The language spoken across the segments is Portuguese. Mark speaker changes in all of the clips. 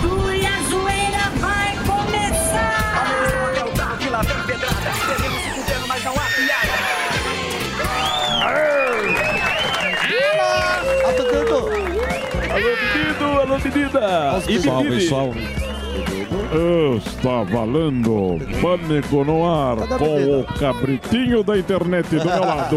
Speaker 1: tudo e a zoeira vai começar.
Speaker 2: É o carro que lá vem pedrada. Teremos se fudendo, mas não há piada.
Speaker 3: Alô, menino, alô, menina. E menine. Está valendo Pânico no ar com o cabritinho da internet do meu lado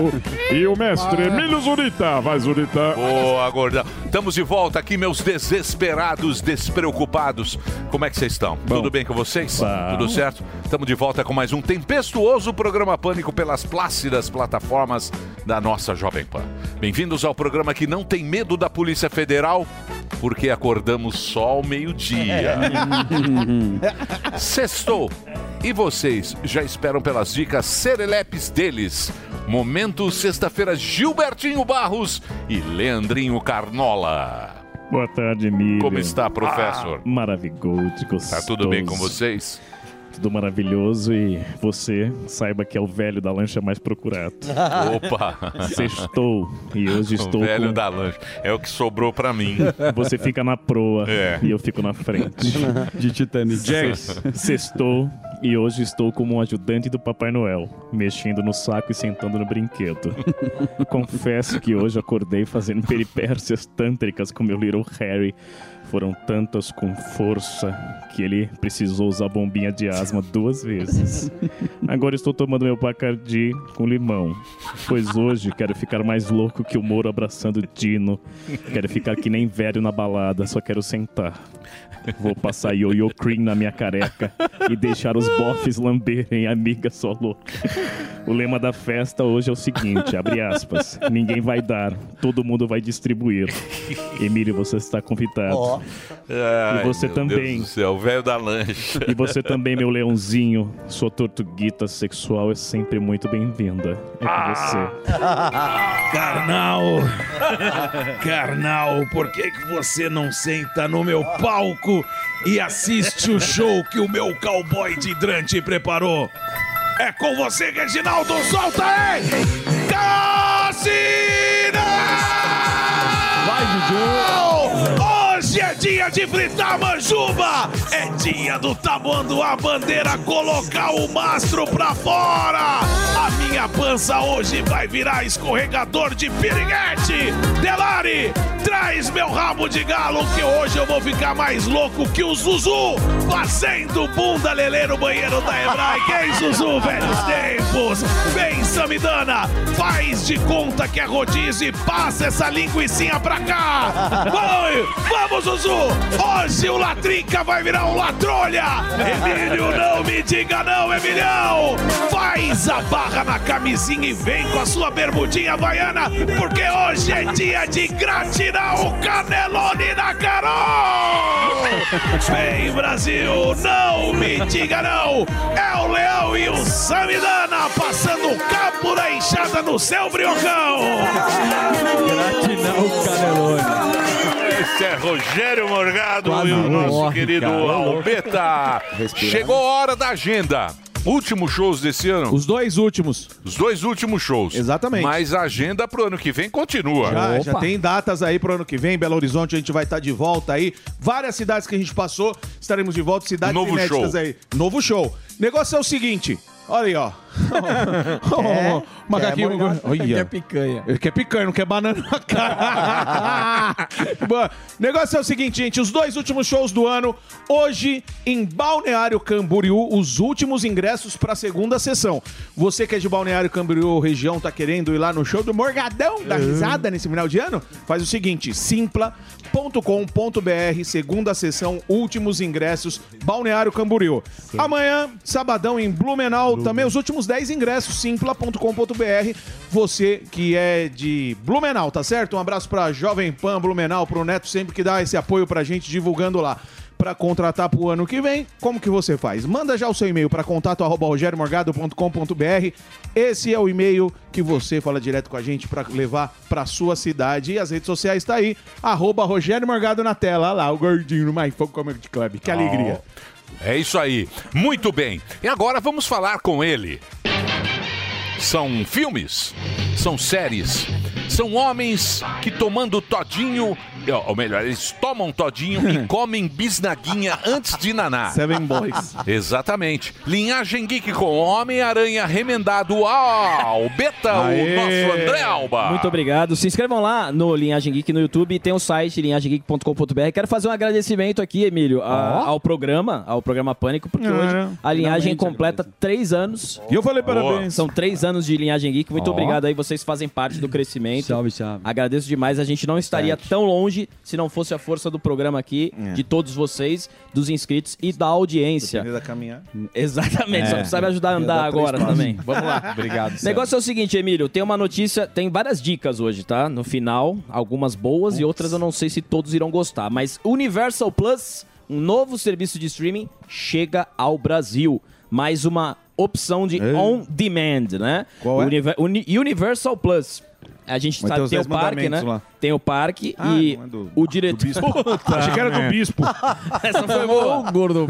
Speaker 3: e o mestre Emílio Zurita. Vai, Zurita.
Speaker 4: Boa, gordão. Estamos de volta aqui, meus desesperados, despreocupados. Como é que vocês estão? Tudo bem com vocês? Tudo certo? Estamos de volta com mais um tempestuoso programa Pânico pelas plácidas plataformas da nossa Jovem Pan. Bem-vindos ao programa que não tem medo da Polícia Federal, porque acordamos só ao meio-dia.
Speaker 3: É,
Speaker 4: Sextou. E vocês já esperam pelas dicas serelepes deles. Momento sexta-feira, Gilbertinho Barros e Leandrinho Carnola.
Speaker 5: Boa tarde, Emílio.
Speaker 4: Como está, professor?
Speaker 5: Ah, maravilhoso, gostoso.
Speaker 4: Tá tudo bem com vocês?
Speaker 5: Tudo maravilhoso e você saiba que é o velho da lancha mais procurado.
Speaker 4: Opa!
Speaker 5: Sextou e hoje
Speaker 4: O
Speaker 5: estou
Speaker 4: velho
Speaker 5: com...
Speaker 4: da lancha. É o que sobrou pra mim.
Speaker 5: Você fica na proa
Speaker 4: É.
Speaker 5: e eu fico na frente.
Speaker 6: De Titanic.
Speaker 5: Sextou e hoje estou como um ajudante do Papai Noel, mexendo no saco e sentando no brinquedo. Confesso que hoje acordei fazendo peripécias tântricas com meu Little Harry. Foram tantas com força que ele precisou usar a bombinha de asma duas vezes. Agora estou tomando meu Bacardi com limão, pois hoje quero ficar mais louco que o Moro abraçando o Dino. Quero ficar que nem velho na balada, só quero sentar. Vou passar yo-yo cream na minha careca e deixar os bofes lamberem a amiga só louca. O lema da festa hoje é o seguinte, abre aspas, ninguém vai dar, todo mundo vai distribuir. Emílio, você está convidado.
Speaker 4: Ai,
Speaker 5: você
Speaker 4: meu
Speaker 5: também.
Speaker 4: Deus do céu, o velho da lancha.
Speaker 5: E você também, meu leãozinho, sua tortuguita sexual é sempre muito bem-vinda. É com
Speaker 7: Ah.
Speaker 5: você.
Speaker 7: Carnal, carnal, por que, que você não senta no meu palco e assiste o show que o meu cowboy de hidrante preparou? É com você, Reginaldo, solta aí! Cassina!
Speaker 6: Vai, Juju.
Speaker 7: Hoje é dia de fritar manjuba! É dia do tabuando a bandeira, colocar o mastro pra fora! A minha pança hoje vai virar escorregador de piriguete! Delari, traz meu rabo de galo que hoje eu vou ficar mais louco que o Zuzu! Fazendo bunda lelê no banheiro da Hebraica, hein, Zuzu, velhos tempos! Vem, Samidana, faz de conta que é rodízio e passa essa linguicinha pra cá! Vai! Vamos, Zuzu! Hoje o Latrinca vai virar um Latrolha! Emílio, não me diga não, Emilhão! é Faz a barra na camisinha e vem com a sua bermudinha havaiana, porque hoje é dia de gratinar o canelone da Carol! Vem, Brasil, não me diga não! É o Leão e o Samidana passando o cabo da enxada no seu briocão!
Speaker 6: Gratinar o canelone.
Speaker 4: Esse é Rogério Morgado
Speaker 6: Ah,
Speaker 4: e o
Speaker 6: não,
Speaker 4: nosso
Speaker 6: morre,
Speaker 4: querido
Speaker 6: cara. É
Speaker 4: Alpeta. Chegou a hora da agenda. Últimos shows desse ano,
Speaker 6: Os dois últimos.
Speaker 4: os dois últimos shows.
Speaker 8: Exatamente.
Speaker 4: Mas a agenda pro ano que vem continua.
Speaker 8: Já, já tem datas aí pro ano que vem, Belo Horizonte, a gente vai estar de volta aí. Várias cidades que a gente passou, estaremos de volta, cidades
Speaker 4: Novo
Speaker 8: inéditas
Speaker 4: show.
Speaker 8: aí. Novo show. Negócio é o seguinte, olha aí, ó. Ó, ó, ó, macaquinho.
Speaker 6: Que é
Speaker 8: Olha.
Speaker 6: picanha.
Speaker 8: Ele quer picanha, não quer banana na cara. Bom, negócio é o seguinte, gente. Os dois últimos shows do ano, hoje em Balneário Camboriú, os últimos ingressos para a segunda sessão. Você que é de Balneário Camboriú ou região, tá querendo ir lá no show do Morgadão, da risada nesse final de ano? Faz o seguinte, simpla.com.br, segunda sessão, últimos ingressos, Balneário Camboriú. Amanhã, sabadão em Blumenau, também os últimos 10 ingressos, simpla.com.br. Você que é de Blumenau, tá certo? Um abraço pra Jovem Pan Blumenau, pro Neto sempre que dá esse apoio pra gente divulgando lá. Pra contratar pro ano que vem, como que você faz? Manda já o seu e-mail para contato@rogeriomorgado.com.br. Esse é o e-mail que você fala direto com a gente pra levar pra sua cidade e as redes sociais tá aí arroba Rogério Morgado na tela, Olha lá o gordinho no My Fun Comedy Club. Que alegria.
Speaker 4: É isso aí. Muito bem. E agora vamos falar com ele. São filmes, são séries, são homens que tomando todinho ó, ou melhor, eles tomam todinho e comem bisnaguinha antes de naná.
Speaker 9: Seven Boys.
Speaker 4: Exatamente. Linhagem Geek com Homem-Aranha remendado ao Beta,
Speaker 9: Aê!
Speaker 4: o nosso André Alba.
Speaker 6: Muito obrigado. Se inscrevam lá no Linhagem Geek no YouTube, tem o site linhagemgeek.com.br. Quero fazer um agradecimento aqui, Emílio, a- ao programa, ao programa Pânico,
Speaker 9: É,
Speaker 6: porque hoje a linhagem completa três anos.
Speaker 9: E eu falei
Speaker 4: parabéns.
Speaker 6: São três anos de Linhagem Geek. Muito obrigado aí, vocês fazem parte do crescimento.
Speaker 10: Salve, salve.
Speaker 6: Agradeço demais. A gente não estaria tão longe se não fosse a força do programa aqui,
Speaker 9: É.
Speaker 6: de todos vocês, dos inscritos e da audiência.
Speaker 9: Beleza, caminhar. É.
Speaker 6: Exatamente, só sabe ajudar a andar agora também. Vamos lá.
Speaker 10: Obrigado.
Speaker 6: O negócio é o seguinte, Emílio, tem uma notícia, tem várias dicas hoje, tá? No final, algumas boas e outras eu não sei se todos irão gostar, mas Universal Plus, um novo serviço de streaming, chega ao Brasil. Mais uma opção de on demand, né?
Speaker 9: Qual é?
Speaker 6: Univer- Uni- Universal Plus. A gente
Speaker 9: Mas tem
Speaker 6: tá, tem,
Speaker 9: os
Speaker 6: o
Speaker 9: Dez
Speaker 6: parque, né?
Speaker 9: Mandamentos lá.
Speaker 6: Tem o parque
Speaker 9: Ah,
Speaker 6: e
Speaker 9: não é do-
Speaker 6: o diretor.
Speaker 9: Achei que era do Bispo.
Speaker 6: Essa foi boa.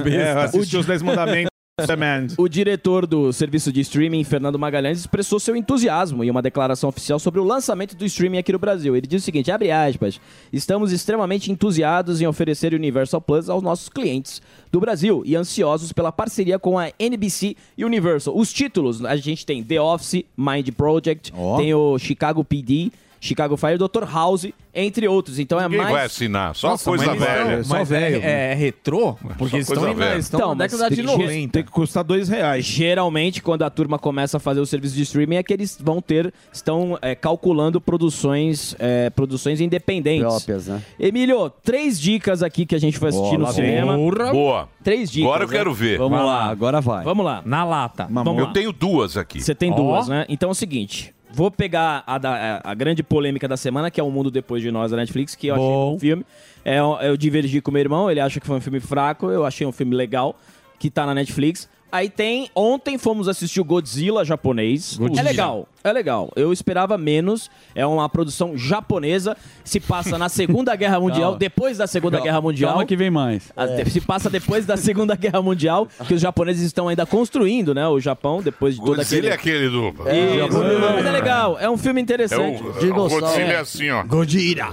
Speaker 9: É, eu assisti os 10 mandamentos. Man.
Speaker 6: O diretor do serviço de streaming, Fernando Magalhães, expressou seu entusiasmo em uma declaração oficial sobre o lançamento do streaming aqui no Brasil. Ele diz o seguinte, abre aspas, estamos extremamente entusiados em oferecer o Universal Plus aos nossos clientes do Brasil e ansiosos pela parceria com a NBC e Universal. Os títulos, a gente tem The Office, Mind Project, tem o Chicago PD, Chicago Fire, Dr. House, entre outros. Então é
Speaker 4: Quem
Speaker 6: mais...
Speaker 4: vai assinar? Só coisa velha.
Speaker 10: Só velho. né?
Speaker 11: É, é retrô? Porque eles
Speaker 4: coisa
Speaker 11: estão indo
Speaker 4: velha.
Speaker 11: eles estão
Speaker 6: Então,
Speaker 11: na
Speaker 6: mas
Speaker 11: década de
Speaker 6: tem que-
Speaker 11: 90.
Speaker 9: Tem que custar 2 reais.
Speaker 6: geralmente quando a turma começa a fazer o serviço de streaming é que eles vão ter estão é, calculando produções é, produções independentes
Speaker 3: Próprias, né?
Speaker 6: Emílio três dicas aqui que a gente foi assistir no cinema
Speaker 4: Boa.
Speaker 6: três dicas
Speaker 4: Agora eu
Speaker 6: né?
Speaker 4: quero ver.
Speaker 6: vamos lá
Speaker 10: Vai lá, agora vai.
Speaker 6: vamos lá
Speaker 11: Na lata.
Speaker 6: vamos
Speaker 4: Eu
Speaker 6: lá
Speaker 4: tenho duas aqui.
Speaker 6: você tem duas né então é o seguinte Vou pegar a, da- a grande polêmica da semana, que é O Mundo Depois de Nós, da Netflix, que eu achei um bom filme. É, eu, eu divergi com meu irmão, ele acha que foi um filme fraco, eu achei um filme legal, que tá na Netflix. Aí tem, ontem fomos assistir o Godzilla japonês. É legal, é legal. Eu esperava menos. É uma produção japonesa, se passa na Segunda Guerra Mundial, depois da Segunda Guerra Mundial.
Speaker 10: Calma que vem mais.
Speaker 6: A- Se passa depois da Segunda Guerra Mundial, que os japoneses estão ainda construindo, né? O Japão, depois de toda
Speaker 4: Godzilla
Speaker 6: aquele...
Speaker 4: é aquele do...
Speaker 6: Isso. Mas é legal, é um filme
Speaker 4: É
Speaker 6: interessante.
Speaker 4: o, o
Speaker 3: Dinossauro.
Speaker 4: Godzilla é assim, ó.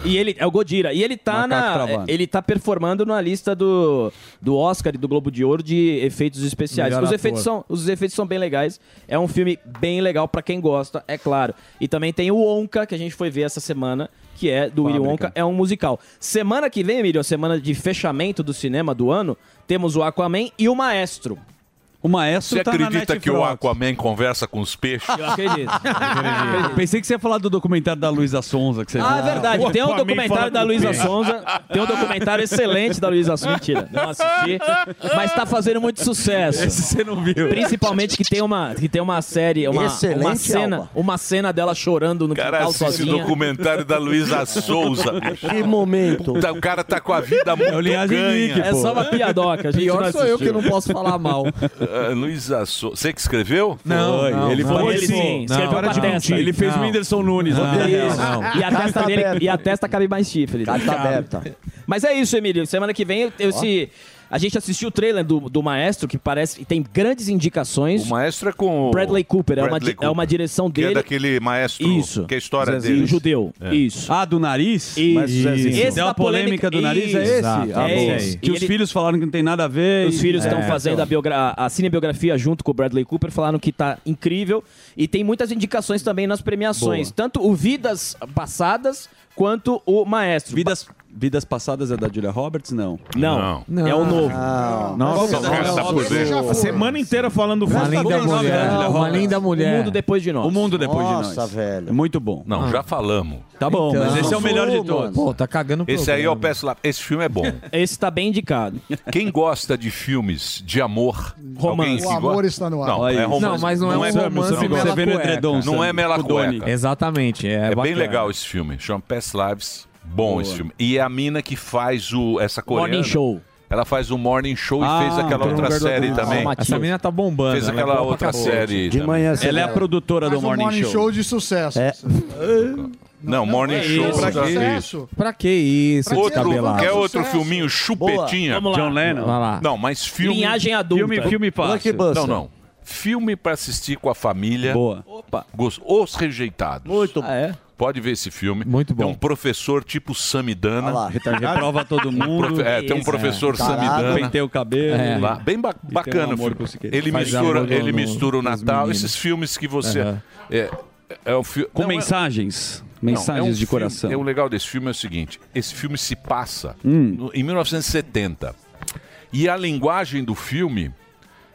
Speaker 6: E ele é o Godira. E ele tá
Speaker 10: Macaco
Speaker 6: na.
Speaker 10: travando.
Speaker 6: Ele tá performando na lista do, do Oscar e do Globo de Ouro de efeitos especiais.
Speaker 10: Melhor
Speaker 6: Os
Speaker 10: ator.
Speaker 6: efeitos, são, os efeitos são bem legais. É um filme bem legal pra quem gosta, é claro. E também tem o Onca, que a gente foi ver essa semana, que é do Willy Wonka, é um musical. Semana que vem, Emílio, a semana de fechamento do cinema do ano, temos o Aquaman e o Maestro.
Speaker 10: O maestro
Speaker 4: Você
Speaker 10: tá na
Speaker 4: acredita que o
Speaker 10: Netflix.
Speaker 4: Aquaman conversa com os peixes?
Speaker 6: Eu acredito.
Speaker 10: Pensei que você ia falar do documentário da Luísa Sonza que você
Speaker 6: Ah, é verdade. Tem um
Speaker 9: Aquaman fala
Speaker 6: documentário da
Speaker 9: com
Speaker 6: Luísa
Speaker 9: peixe.
Speaker 6: Sonza. Tem um documentário excelente da Luísa Sonza. Mentira, não assisti. Mas tá fazendo muito sucesso.
Speaker 10: Você não viu.
Speaker 6: Principalmente que tem uma, que tem uma série, uma,
Speaker 3: Excelente,
Speaker 6: uma cena,
Speaker 3: Alba.
Speaker 6: uma cena dela chorando no
Speaker 4: cara
Speaker 6: quintal
Speaker 4: assiste o
Speaker 6: sozinha.
Speaker 4: documentário da Luísa Souza.
Speaker 3: Que momento.
Speaker 4: Puta, o cara tá com a vida muito
Speaker 10: Linhagem
Speaker 4: ganha.
Speaker 10: Geek.
Speaker 6: É só uma piadoca, a gente não
Speaker 3: Pior sou eu
Speaker 6: assistiu.
Speaker 3: que não posso falar mal.
Speaker 4: Ah, Luísa Souza. Você que escreveu?
Speaker 10: Não, ele
Speaker 6: Foi
Speaker 10: foi
Speaker 6: ele
Speaker 10: sim.
Speaker 6: sim, escreveu com a testa.
Speaker 10: Ele fez o Whindersson Nunes. né?
Speaker 6: Isso. E, a testa
Speaker 3: tá
Speaker 6: dele,
Speaker 3: aberta.
Speaker 6: e a testa cabe mais chifre. tá
Speaker 3: Carta aberta.
Speaker 6: Mas é isso, Emílio. Semana que vem eu, eu se. A gente assistiu o trailer do, do Maestro, que parece. tem grandes indicações.
Speaker 4: O maestro é com. o-
Speaker 6: Bradley Cooper, é, uma,
Speaker 4: Bradley
Speaker 6: di- é uma
Speaker 4: Cooper,
Speaker 6: direção
Speaker 4: Que é
Speaker 6: dele.
Speaker 4: daquele maestro.
Speaker 6: Isso.
Speaker 4: Que é a história
Speaker 6: Zezinho
Speaker 4: dele.
Speaker 6: judeu. Isso.
Speaker 10: Ah, do nariz?
Speaker 6: Isso. Esse
Speaker 10: Esse Deu
Speaker 6: da
Speaker 10: a polêmica do nariz? É esse?
Speaker 6: Exato.
Speaker 10: Ah,
Speaker 6: É
Speaker 10: boa.
Speaker 6: esse.
Speaker 10: Que
Speaker 6: E
Speaker 10: os
Speaker 6: ele-
Speaker 10: filhos falaram que não tem nada a ver.
Speaker 6: Os
Speaker 10: e-
Speaker 6: filhos estão
Speaker 10: É.
Speaker 6: fazendo a, biogra- a cinebiografia junto com o Bradley Cooper, falaram que tá incrível. E tem muitas indicações também nas premiações. Tanto o Vidas Passadas quanto o Maestro.
Speaker 10: Vidas, vidas passadas é da Julia Roberts? Não.
Speaker 6: Não, é o novo.
Speaker 4: Nossa, o cara tá por dentro.
Speaker 9: A semana inteira falando
Speaker 3: Uma
Speaker 9: Fusca
Speaker 3: linda
Speaker 6: tá
Speaker 9: Gomes.
Speaker 3: mulher.
Speaker 10: Não,
Speaker 3: Uma
Speaker 10: Roberts.
Speaker 3: linda
Speaker 6: O
Speaker 3: mulher.
Speaker 6: Mundo Depois de Nós.
Speaker 10: O mundo depois de
Speaker 3: Nossa,
Speaker 10: nós.
Speaker 3: velho.
Speaker 10: Muito bom.
Speaker 4: Não, já falamos.
Speaker 10: Tá bom,
Speaker 4: Então,
Speaker 6: Então,
Speaker 10: mas esse é o melhor de
Speaker 3: mano.
Speaker 10: todos.
Speaker 11: Pô, tá cagando pro
Speaker 4: Esse aí eu peço lá. Esse filme é bom.
Speaker 6: Esse tá bem indicado.
Speaker 4: Quem gosta de filmes de amor?
Speaker 6: Romance.
Speaker 4: Alguém que
Speaker 12: O amor
Speaker 4: gosta?
Speaker 12: está no ar.
Speaker 4: Não, é
Speaker 10: Olha isso.
Speaker 4: romance.
Speaker 11: Não, mas não, é um romance
Speaker 10: Você
Speaker 11: mela
Speaker 10: vê no
Speaker 11: cueca.
Speaker 10: edredom.
Speaker 4: Não é mela
Speaker 10: O Doni.
Speaker 4: cueca.
Speaker 11: Exatamente, é,
Speaker 4: É bem
Speaker 11: bacana.
Speaker 4: legal esse filme. Chama Past Lives. Bom esse filme. E é a mina que faz o essa coreana.
Speaker 6: Morning Show.
Speaker 4: Ela faz o Morning Show
Speaker 10: Ah,
Speaker 4: e fez aquela
Speaker 10: tem
Speaker 4: outra
Speaker 10: lugar do-
Speaker 4: série
Speaker 10: Ah,
Speaker 4: também.
Speaker 6: Matheus.
Speaker 11: Essa menina tá bombando.
Speaker 4: Fez
Speaker 11: ela é
Speaker 4: aquela
Speaker 11: boa pra
Speaker 4: outra
Speaker 11: cacete.
Speaker 4: série.
Speaker 3: De
Speaker 4: também.
Speaker 3: manhã,
Speaker 10: Ela é a
Speaker 3: Cedela.
Speaker 10: produtora
Speaker 12: Faz
Speaker 10: do
Speaker 12: um
Speaker 10: Morning, Show.
Speaker 12: de sucesso.
Speaker 3: É.
Speaker 4: Não, Morning Show.
Speaker 12: Pra
Speaker 4: já vi.
Speaker 12: é sucesso.
Speaker 11: Pra que isso,
Speaker 12: Pra que
Speaker 4: Outro,
Speaker 12: Descabelado.
Speaker 4: quer
Speaker 12: Sucesso.
Speaker 4: outro filminho chupetinha?
Speaker 6: Vamos lá.
Speaker 10: John Lennon.
Speaker 11: Vai lá.
Speaker 4: Não, mas filme.
Speaker 6: Linhagem adulta.
Speaker 10: Filme, filme fácil.
Speaker 3: Blockbuster.
Speaker 4: Não, não. Filme pra assistir com a família.
Speaker 10: Boa.
Speaker 6: Opa.
Speaker 4: Gos- Os rejeitados.
Speaker 3: Muito
Speaker 6: Ah, é?
Speaker 4: Pode ver esse filme. Muito bom. Tem um professor tipo Samidana.
Speaker 10: Olha lá, retardado. Reprova todo
Speaker 4: Um
Speaker 10: mundo.
Speaker 4: profe- é, tem um
Speaker 10: Isso,
Speaker 4: professor
Speaker 10: é. Tarado.
Speaker 4: Samidana.
Speaker 10: Penteia o cabelo. É.
Speaker 4: Lá. Bem ba-
Speaker 10: E tem
Speaker 4: bacana.
Speaker 10: um
Speaker 4: o
Speaker 10: amor
Speaker 4: filme.
Speaker 10: por Siqueira.
Speaker 4: Ele
Speaker 10: Faz
Speaker 4: mistura,
Speaker 10: amor no-
Speaker 4: ele
Speaker 10: no-
Speaker 4: mistura o
Speaker 10: nos
Speaker 4: Natal,
Speaker 10: meninos.
Speaker 4: esses filmes que você.
Speaker 10: Aham.
Speaker 4: é- é um fi-
Speaker 10: Com
Speaker 4: não, é-
Speaker 10: mensagens.
Speaker 4: não, é um
Speaker 10: Mensagens de
Speaker 4: filme-
Speaker 10: coração.
Speaker 4: é, o legal desse filme é o seguinte: esse filme se passa
Speaker 10: Hum.
Speaker 4: no- em 1970. E a linguagem do filme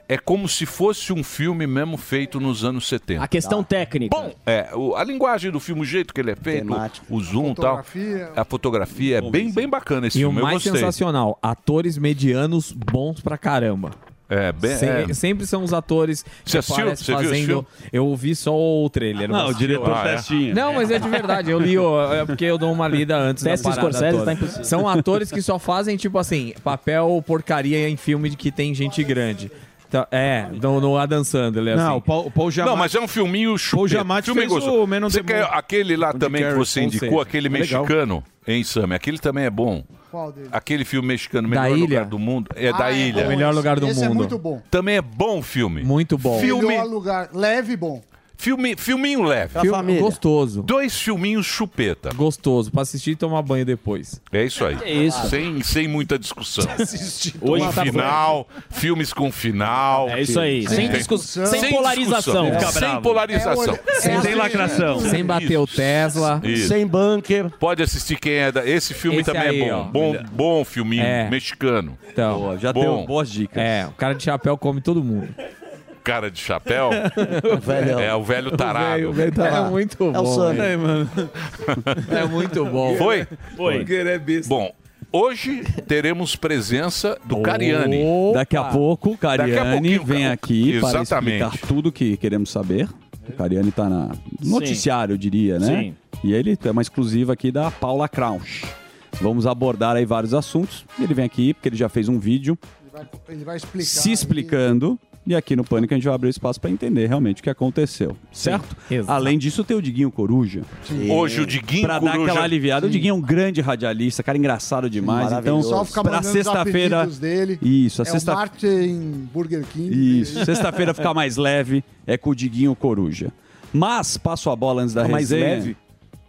Speaker 4: é como se fosse um filme mesmo feito nos anos 70.
Speaker 6: A questão técnica.
Speaker 4: Bom, é, o- a linguagem do filme, o jeito que ele é feito, o zoom e tal.
Speaker 12: Fotografia.
Speaker 4: A fotografia é bem, bem bacana esse
Speaker 12: E o
Speaker 4: filme. eu
Speaker 12: mais
Speaker 4: gostei.
Speaker 12: sensacional, atores medianos bons pra caramba.
Speaker 4: É, bem.
Speaker 12: Se-
Speaker 4: é.
Speaker 12: Sempre são os atores que
Speaker 4: Você assistiu?
Speaker 12: aparecem
Speaker 4: Você viu esse
Speaker 12: fazendo. Eu ouvi só o trailer.
Speaker 4: Não,
Speaker 12: mas-
Speaker 4: o diretor Ah, é? Testinha.
Speaker 12: Não, mas é de verdade. Eu li, ó, é porque eu dou uma lida antes
Speaker 6: Teste
Speaker 12: da parada
Speaker 6: Scorsese
Speaker 12: toda.
Speaker 6: tá impossível.
Speaker 12: São atores que só fazem, tipo assim, papel porcaria em filme de que tem gente grande. Então, é, no, no Adam Sandler.
Speaker 4: Não,
Speaker 12: assim.
Speaker 4: o Paul-
Speaker 12: Giamatti-
Speaker 4: Não, mas é um filminho chupeta.
Speaker 12: Giamatti
Speaker 4: filme
Speaker 12: fez o
Speaker 4: gostoso.
Speaker 12: Man on
Speaker 4: Você
Speaker 12: the
Speaker 4: quer
Speaker 12: Moon.
Speaker 4: aquele lá
Speaker 12: Com
Speaker 4: também que
Speaker 12: Jim
Speaker 4: você
Speaker 12: Carrey.
Speaker 4: indicou,
Speaker 12: Legal.
Speaker 4: aquele
Speaker 12: Legal.
Speaker 4: mexicano, hein, Sam? Aquele também é bom.
Speaker 12: Qual deles?
Speaker 4: Aquele filme mexicano, Melhor Lugar do Mundo. É da
Speaker 12: Ah, é
Speaker 4: Ilha.
Speaker 12: bom Melhor esse. Lugar do Esse é Mundo. muito
Speaker 13: bom.
Speaker 4: Também é bom o filme.
Speaker 12: Muito bom.
Speaker 4: Filme,
Speaker 13: Melhor lugar. Leve e bom.
Speaker 4: filme, filminho leve.
Speaker 12: Filme gostoso.
Speaker 4: Dois filminhos chupeta.
Speaker 12: Gostoso, pra assistir e tomar banho depois.
Speaker 4: É isso aí.
Speaker 12: É isso.
Speaker 4: Sem, sem muita discussão.
Speaker 12: Hoje
Speaker 4: Com
Speaker 12: tá
Speaker 4: final, filmes com final.
Speaker 12: É isso aí. Sem
Speaker 4: Entende?
Speaker 12: discussão.
Speaker 6: Sem polarização.
Speaker 4: discussão.
Speaker 6: Fica
Speaker 4: Sem
Speaker 6: bravo.
Speaker 4: polarização.
Speaker 6: É olha- Sem- é sem lacração.
Speaker 12: Sem bater o Tesla.
Speaker 4: Isso.
Speaker 12: Sem bunker.
Speaker 4: Pode assistir quem é da. Esse filme
Speaker 12: Esse
Speaker 4: também
Speaker 12: aí,
Speaker 4: é bom.
Speaker 12: ó.
Speaker 4: Bom, bom filminho
Speaker 12: É.
Speaker 4: mexicano.
Speaker 12: Então, já
Speaker 4: Bom.
Speaker 12: deu boas dicas. É, o cara de chapéu come todo mundo.
Speaker 4: Cara de chapéu. É o velho tarado.
Speaker 12: É muito bom.
Speaker 4: É,
Speaker 12: hein?
Speaker 4: mano.
Speaker 12: É muito bom.
Speaker 4: Foi? é
Speaker 12: Foi.
Speaker 4: Bom, hoje teremos presença do Cariani.
Speaker 10: Daqui a pouco, o Cariani
Speaker 4: pouquinho,
Speaker 10: vem aqui para
Speaker 4: Exatamente.
Speaker 10: explicar tudo que queremos saber. O Cariani tá na
Speaker 4: Sim.
Speaker 10: noticiário, eu diria, né?
Speaker 4: Sim.
Speaker 10: E ele tem uma exclusiva aqui da Paula Krausch. Vamos abordar aí vários assuntos. Ele vem aqui porque ele já fez um vídeo
Speaker 13: Ele vai explicar.
Speaker 10: se explicando. E aqui no Pânico a gente vai abrir o espaço para entender realmente o que aconteceu, certo? Além disso, tem o Diguinho Coruja.
Speaker 4: Sim. Hoje o Diguinho
Speaker 10: pra Para dar
Speaker 4: Coruja-
Speaker 10: aquela aliviada. O Diguinho é um grande radialista, cara engraçado demais. Então,
Speaker 13: Só ficar
Speaker 10: pra
Speaker 13: mandando os
Speaker 10: sexta-feira...
Speaker 13: apelidos dele.
Speaker 10: Isso, a
Speaker 13: é
Speaker 10: sexta-
Speaker 13: o Martin Burger King.
Speaker 10: Isso. Sexta-feira ficar mais leve é com o Diguinho Coruja. Mas passo a bola antes da
Speaker 13: Ficar mais
Speaker 10: resenha.
Speaker 13: leve?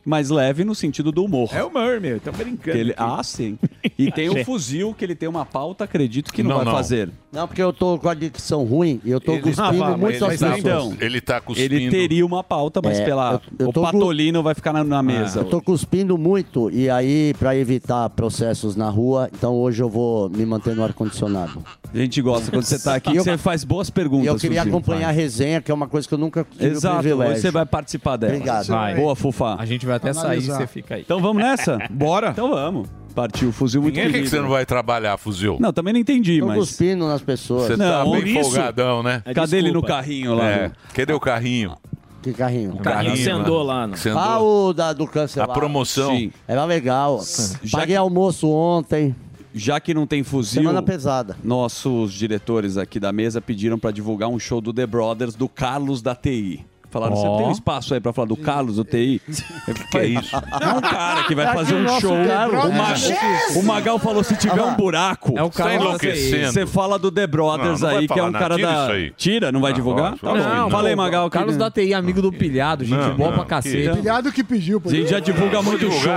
Speaker 10: Mais leve no sentido do humor.
Speaker 9: É o humor, meu. Tá brincando.
Speaker 10: Que ele- Ah, sim. E tem o fuzil, que ele tem uma pauta, acredito que não, vai fazer.
Speaker 14: Não, porque eu tô com a dicção ruim e eu tô cuspindo
Speaker 10: ele,
Speaker 14: muito as
Speaker 10: tá,
Speaker 14: pessoas.
Speaker 10: então,
Speaker 4: ele tá cuspindo.
Speaker 10: Ele teria uma pauta, mas
Speaker 14: É,
Speaker 10: pela.
Speaker 14: eu- eu
Speaker 10: o
Speaker 14: tô com-
Speaker 10: Patolino vai ficar na, tá na mesa.
Speaker 14: Eu Ah. tô cuspindo muito e aí, pra evitar processos na rua, então hoje eu vou me manter no ar-condicionado.
Speaker 10: A gente gosta quando você tá aqui,
Speaker 14: Eu-
Speaker 10: você faz boas perguntas.
Speaker 14: E eu queria
Speaker 10: Fuzil.
Speaker 14: acompanhar a resenha, que é uma coisa que eu nunca tive o
Speaker 10: Exato,
Speaker 14: privilégio.
Speaker 10: hoje você vai participar dela.
Speaker 14: Obrigado.
Speaker 10: Vai. Boa, Fufá.
Speaker 14: A gente vai
Speaker 12: até
Speaker 14: sair, você fica
Speaker 12: aí.
Speaker 10: Então vamos nessa? Bora. Então vamos. Partiu o fuzil
Speaker 4: Por
Speaker 10: muito
Speaker 4: que, que
Speaker 10: querido.
Speaker 4: você não vai trabalhar, fuzil?
Speaker 10: Não, também não entendi,
Speaker 4: Tô
Speaker 10: mas...
Speaker 14: cuspindo nas pessoas.
Speaker 4: Você tá
Speaker 10: Não,
Speaker 4: bem
Speaker 10: por isso-
Speaker 4: folgadão, né?
Speaker 10: Cadê Desculpa. ele no carrinho lá?
Speaker 4: É. Cadê o carrinho?
Speaker 14: Que carrinho?
Speaker 4: O carrinho
Speaker 14: Você andou lá,
Speaker 4: né?
Speaker 14: não?
Speaker 4: Que você
Speaker 14: Ah,
Speaker 4: andou.
Speaker 14: o da, do câncer
Speaker 4: A
Speaker 14: lá.
Speaker 4: promoção. Sim.
Speaker 14: Era legal.
Speaker 10: Já
Speaker 14: Paguei almoço ontem.
Speaker 10: Já que não tem fuzil,
Speaker 14: Semana pesada.
Speaker 10: nossos diretores aqui da mesa pediram pra divulgar um show do The Brothers do Carlos da TI. Falaram, você
Speaker 12: Ó.
Speaker 10: tem um espaço aí pra falar do Carlos do TI? Eu falei,
Speaker 4: que é isso?
Speaker 10: É um cara que vai
Speaker 14: Tá
Speaker 12: É aqui
Speaker 10: fazer
Speaker 12: o
Speaker 10: um
Speaker 12: nosso
Speaker 10: show.
Speaker 12: Carlos.
Speaker 10: O, Ma-
Speaker 12: Yes!
Speaker 10: o Magal falou, se tiver
Speaker 12: Ah lá.
Speaker 10: um buraco...
Speaker 12: É o
Speaker 10: você-
Speaker 12: Carlos da TI.
Speaker 10: Você fala do The Brothers
Speaker 12: Não, não vai
Speaker 10: aí, que é
Speaker 12: falar
Speaker 10: um
Speaker 12: nada.
Speaker 10: cara
Speaker 12: Tira
Speaker 10: da...
Speaker 12: isso aí.
Speaker 10: Tira, não vai
Speaker 12: Não,
Speaker 10: divulgar?
Speaker 12: lógico,
Speaker 10: Tá bom.
Speaker 12: lógico que não.
Speaker 10: Fala aí, Magal.
Speaker 12: Carlos da
Speaker 14: TI, amigo do pilhado,
Speaker 12: gente Não, boa não, pra
Speaker 14: O pilhado que pediu.
Speaker 10: A gente já divulga muito o show.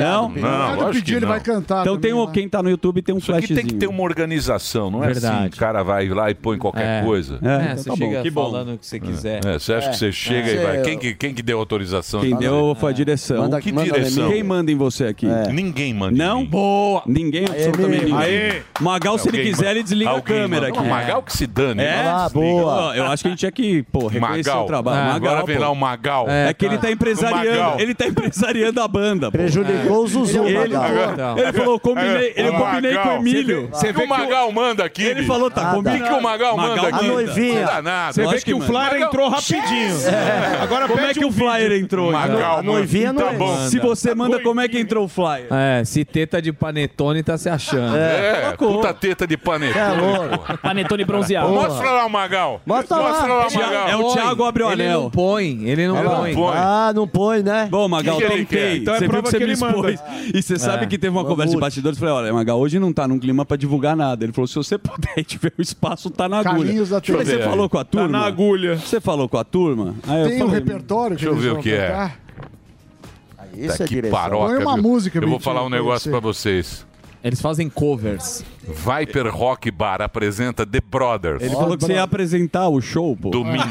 Speaker 10: Não?
Speaker 4: lógico que não.
Speaker 10: Então tem um, quem tá no YouTube tem um
Speaker 4: Isso aqui
Speaker 10: flashzinho.
Speaker 4: tem que ter uma organização, não é assim.
Speaker 10: Verdade.
Speaker 4: O cara vai lá e põe qualquer
Speaker 10: É.
Speaker 4: coisa.
Speaker 10: É, É, então você tá bom, chega que bom. falando o que você quiser.
Speaker 4: É, você acha
Speaker 10: É.
Speaker 4: que você chega e
Speaker 10: É.
Speaker 4: vai.
Speaker 10: Eu-
Speaker 4: Quem que, quem que deu autorização?
Speaker 10: Quem deu foi a direção.
Speaker 4: Manda- Que manda um É. direção?
Speaker 10: Quem manda em você aqui?
Speaker 4: Ninguém manda.
Speaker 10: Não? Boa! Ninguém, absolutamente
Speaker 4: Emílio.
Speaker 10: ninguém.
Speaker 4: Aê!
Speaker 10: Magal, se ele
Speaker 4: Alguém
Speaker 10: quiser,
Speaker 4: manda.
Speaker 10: ele desliga a
Speaker 4: Alguém
Speaker 10: câmera
Speaker 4: manda.
Speaker 10: aqui.
Speaker 4: Não, Magal que se dane.
Speaker 10: É,
Speaker 4: Vai lá,
Speaker 10: desliga.
Speaker 4: boa.
Speaker 10: Eu acho que a gente tinha que, pô, reconhecer
Speaker 4: Magal.
Speaker 10: o trabalho.
Speaker 4: Ah,
Speaker 10: Magal,
Speaker 4: agora vem
Speaker 10: pô.
Speaker 4: lá o Magal.
Speaker 10: É, que ele
Speaker 4: tá.
Speaker 10: tá
Speaker 4: O Magal.
Speaker 10: empresariando. Ele tá empresariando a banda. pô. É.
Speaker 14: Prejudicou o Zuzu,
Speaker 10: Ele,
Speaker 14: Magal.
Speaker 10: falou- ele falou, combinei,
Speaker 4: É,
Speaker 10: eu
Speaker 4: o
Speaker 10: combinei com o
Speaker 4: Magal.
Speaker 10: Emílio.
Speaker 4: Você vê- o Magal manda aqui.
Speaker 10: Ele falou, tá
Speaker 4: O que,
Speaker 10: combinado.
Speaker 4: que o Magal,
Speaker 10: Magal
Speaker 4: manda aqui?
Speaker 10: manda. A noivinha.
Speaker 4: Não dá nada.
Speaker 10: Você vê
Speaker 4: Lógico
Speaker 10: que o Flyer
Speaker 4: manda.
Speaker 10: entrou rapidinho.
Speaker 4: É.
Speaker 10: Agora Como é que o Flyer entrou?
Speaker 4: Magal,
Speaker 10: então?
Speaker 4: mano, A noivinha não tá é. bom.
Speaker 10: Se você manda, como é que entrou o Flyer?
Speaker 14: É, se teta de panetone tá se achando.
Speaker 4: É, puta teta de panetone.
Speaker 14: É louco.
Speaker 4: porra.
Speaker 6: Panetone bronzeado.
Speaker 4: Mostra lá o Magal.
Speaker 14: Mostra lá.
Speaker 4: lá o
Speaker 14: Thiago-
Speaker 4: Magal.
Speaker 14: é o Thiago
Speaker 4: Ele
Speaker 14: Abrionel.
Speaker 4: não
Speaker 14: põe, ele
Speaker 4: não Ele não põe. põe.
Speaker 14: Ah, não põe, né?
Speaker 10: Bom, Magal,
Speaker 4: Que que ele quer?
Speaker 10: tentei.
Speaker 4: Então é
Speaker 10: você viu
Speaker 4: prova
Speaker 10: que você
Speaker 4: que
Speaker 10: me
Speaker 4: ele manda.
Speaker 10: expôs. E você
Speaker 4: É.
Speaker 10: sabe que teve uma
Speaker 4: Mamute.
Speaker 10: conversa de bastidores. Eu falei, olha, Magal, hoje não tá num clima pra divulgar nada. Ele falou, se você puder e tiver o espaço, tá na agulha.
Speaker 13: Carlinhos da
Speaker 10: Deixa eu ver,
Speaker 13: TV.
Speaker 10: Você falou com a turma?
Speaker 13: Tá na
Speaker 10: agulha. Você falou com a turma? Aí eu
Speaker 13: Tem um
Speaker 10: falei,
Speaker 13: repertório que
Speaker 10: Deixa eu
Speaker 13: eles
Speaker 10: ver
Speaker 13: vão
Speaker 10: o que é.
Speaker 13: cantar?
Speaker 14: Isso é
Speaker 4: que
Speaker 14: direção.
Speaker 4: paroca.
Speaker 14: Põe uma
Speaker 4: viu?
Speaker 14: música,
Speaker 4: Eu vou
Speaker 14: Vitinho,
Speaker 4: falar um
Speaker 14: pra
Speaker 4: negócio
Speaker 14: você.
Speaker 4: pra vocês.
Speaker 12: Eles fazem covers.
Speaker 4: Viper Rock Bar apresenta The Brothers.
Speaker 10: Ele falou que você ia apresentar o show, pô. É.
Speaker 4: Domingo.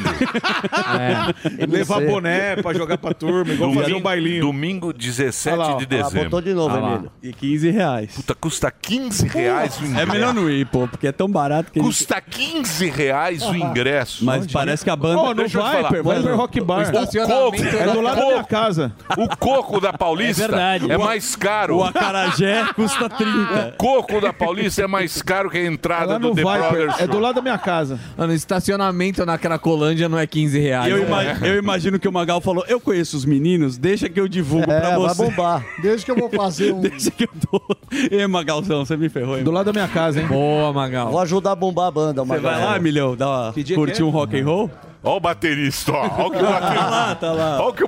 Speaker 9: Levar boné pra jogar pra turma, igual
Speaker 4: Domingo-
Speaker 9: fazer um bailinho.
Speaker 4: Domingo 17
Speaker 9: Olha lá, ó.
Speaker 4: de
Speaker 9: Olha lá,
Speaker 4: dezembro.
Speaker 9: botou de novo,
Speaker 4: Olha lá.
Speaker 9: Emílio.
Speaker 10: E 15 reais.
Speaker 4: Puta, custa 15 reais o
Speaker 10: É
Speaker 4: ingresso.
Speaker 10: melhor não ir, pô, porque é tão barato que...
Speaker 4: Custa 15 tá reais o ingresso.
Speaker 10: Mas
Speaker 14: é?
Speaker 10: parece que a banda-
Speaker 4: Ó,
Speaker 10: Deixa eu te
Speaker 4: Viper,
Speaker 10: falar.
Speaker 4: vai
Speaker 10: Viper
Speaker 4: no-
Speaker 10: Rock Bar.
Speaker 4: O
Speaker 10: O
Speaker 4: coco,
Speaker 10: estacionamento é do lado da minha
Speaker 9: casa.
Speaker 4: O coco da Paulista é,
Speaker 10: É verdade. O a-
Speaker 4: mais caro.
Speaker 10: o acarajé custa 30.
Speaker 4: O coco da Paulista é mais caro que a entrada do The Brothers.
Speaker 14: é
Speaker 10: é
Speaker 4: Show.
Speaker 9: da minha casa.
Speaker 12: Mano, estacionamento na Cracolândia não é 15 reais.
Speaker 10: Eu,
Speaker 12: né?
Speaker 10: ima- eu imagino que o Magal falou, eu conheço os meninos, deixa que eu divulgo
Speaker 12: É,
Speaker 10: pra
Speaker 12: vai
Speaker 10: você.
Speaker 12: bombar.
Speaker 13: Desde que eu vou fazer um...
Speaker 10: deixa que eu dou. Ê, Magalzão, você me ferrou, hein? Do
Speaker 9: lado da minha casa, hein?
Speaker 12: Boa, Magal.
Speaker 14: Vou ajudar a bombar a banda,
Speaker 10: Você
Speaker 14: Magal.
Speaker 10: vai lá, milhão, dá uma... curtir
Speaker 9: é?
Speaker 10: um rock and roll?
Speaker 4: Ó o baterista, ó. Ó o que o baterista,
Speaker 10: Tá lá, tá lá.
Speaker 4: Ó o que o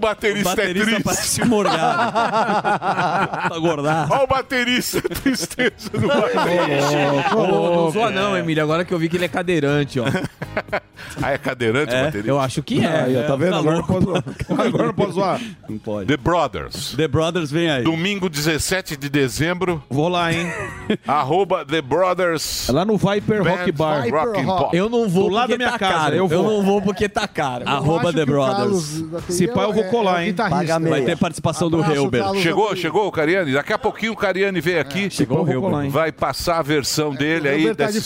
Speaker 10: O
Speaker 4: baterista,
Speaker 10: baterista
Speaker 4: é triste.
Speaker 10: parece morgado.
Speaker 4: pra
Speaker 10: gordar.
Speaker 4: Ó o baterista, a tristeza do
Speaker 12: Ô,
Speaker 4: baterista.
Speaker 12: não zoa não, Emílio. Agora que eu vi que ele é cadeirante, ó.
Speaker 4: ah, é cadeirante o baterista?
Speaker 12: Eu acho que é.
Speaker 4: Aí, ó, tá vendo? Agora
Speaker 12: louco.
Speaker 9: Agora não posso zoar.
Speaker 10: Não pode.
Speaker 4: The Brothers.
Speaker 10: The Brothers vem aí.
Speaker 4: Domingo 17 de dezembro.
Speaker 9: Vou lá, hein?
Speaker 4: Arroba The Brothers.
Speaker 9: É lá no Viper
Speaker 4: Band
Speaker 9: Rock Bar.
Speaker 4: Rock and Pop.
Speaker 12: Eu não vou
Speaker 9: Do lado
Speaker 12: porque
Speaker 9: da minha
Speaker 12: tá
Speaker 9: casa,
Speaker 12: caro.
Speaker 9: eu
Speaker 12: Eu,
Speaker 9: vou.
Speaker 12: não vou porque tá caro.
Speaker 10: Arroba The Brothers.
Speaker 9: Se pá, eu vou colar, hein?
Speaker 10: Vai ter participação do Helber.
Speaker 4: Chegou, chegou o Cariani? Daqui a pouquinho o Cariani vem aqui.
Speaker 10: Chegou o Hilbert.
Speaker 4: Vai passar a versão dele aí
Speaker 13: Hilbert tá
Speaker 4: dessa
Speaker 13: de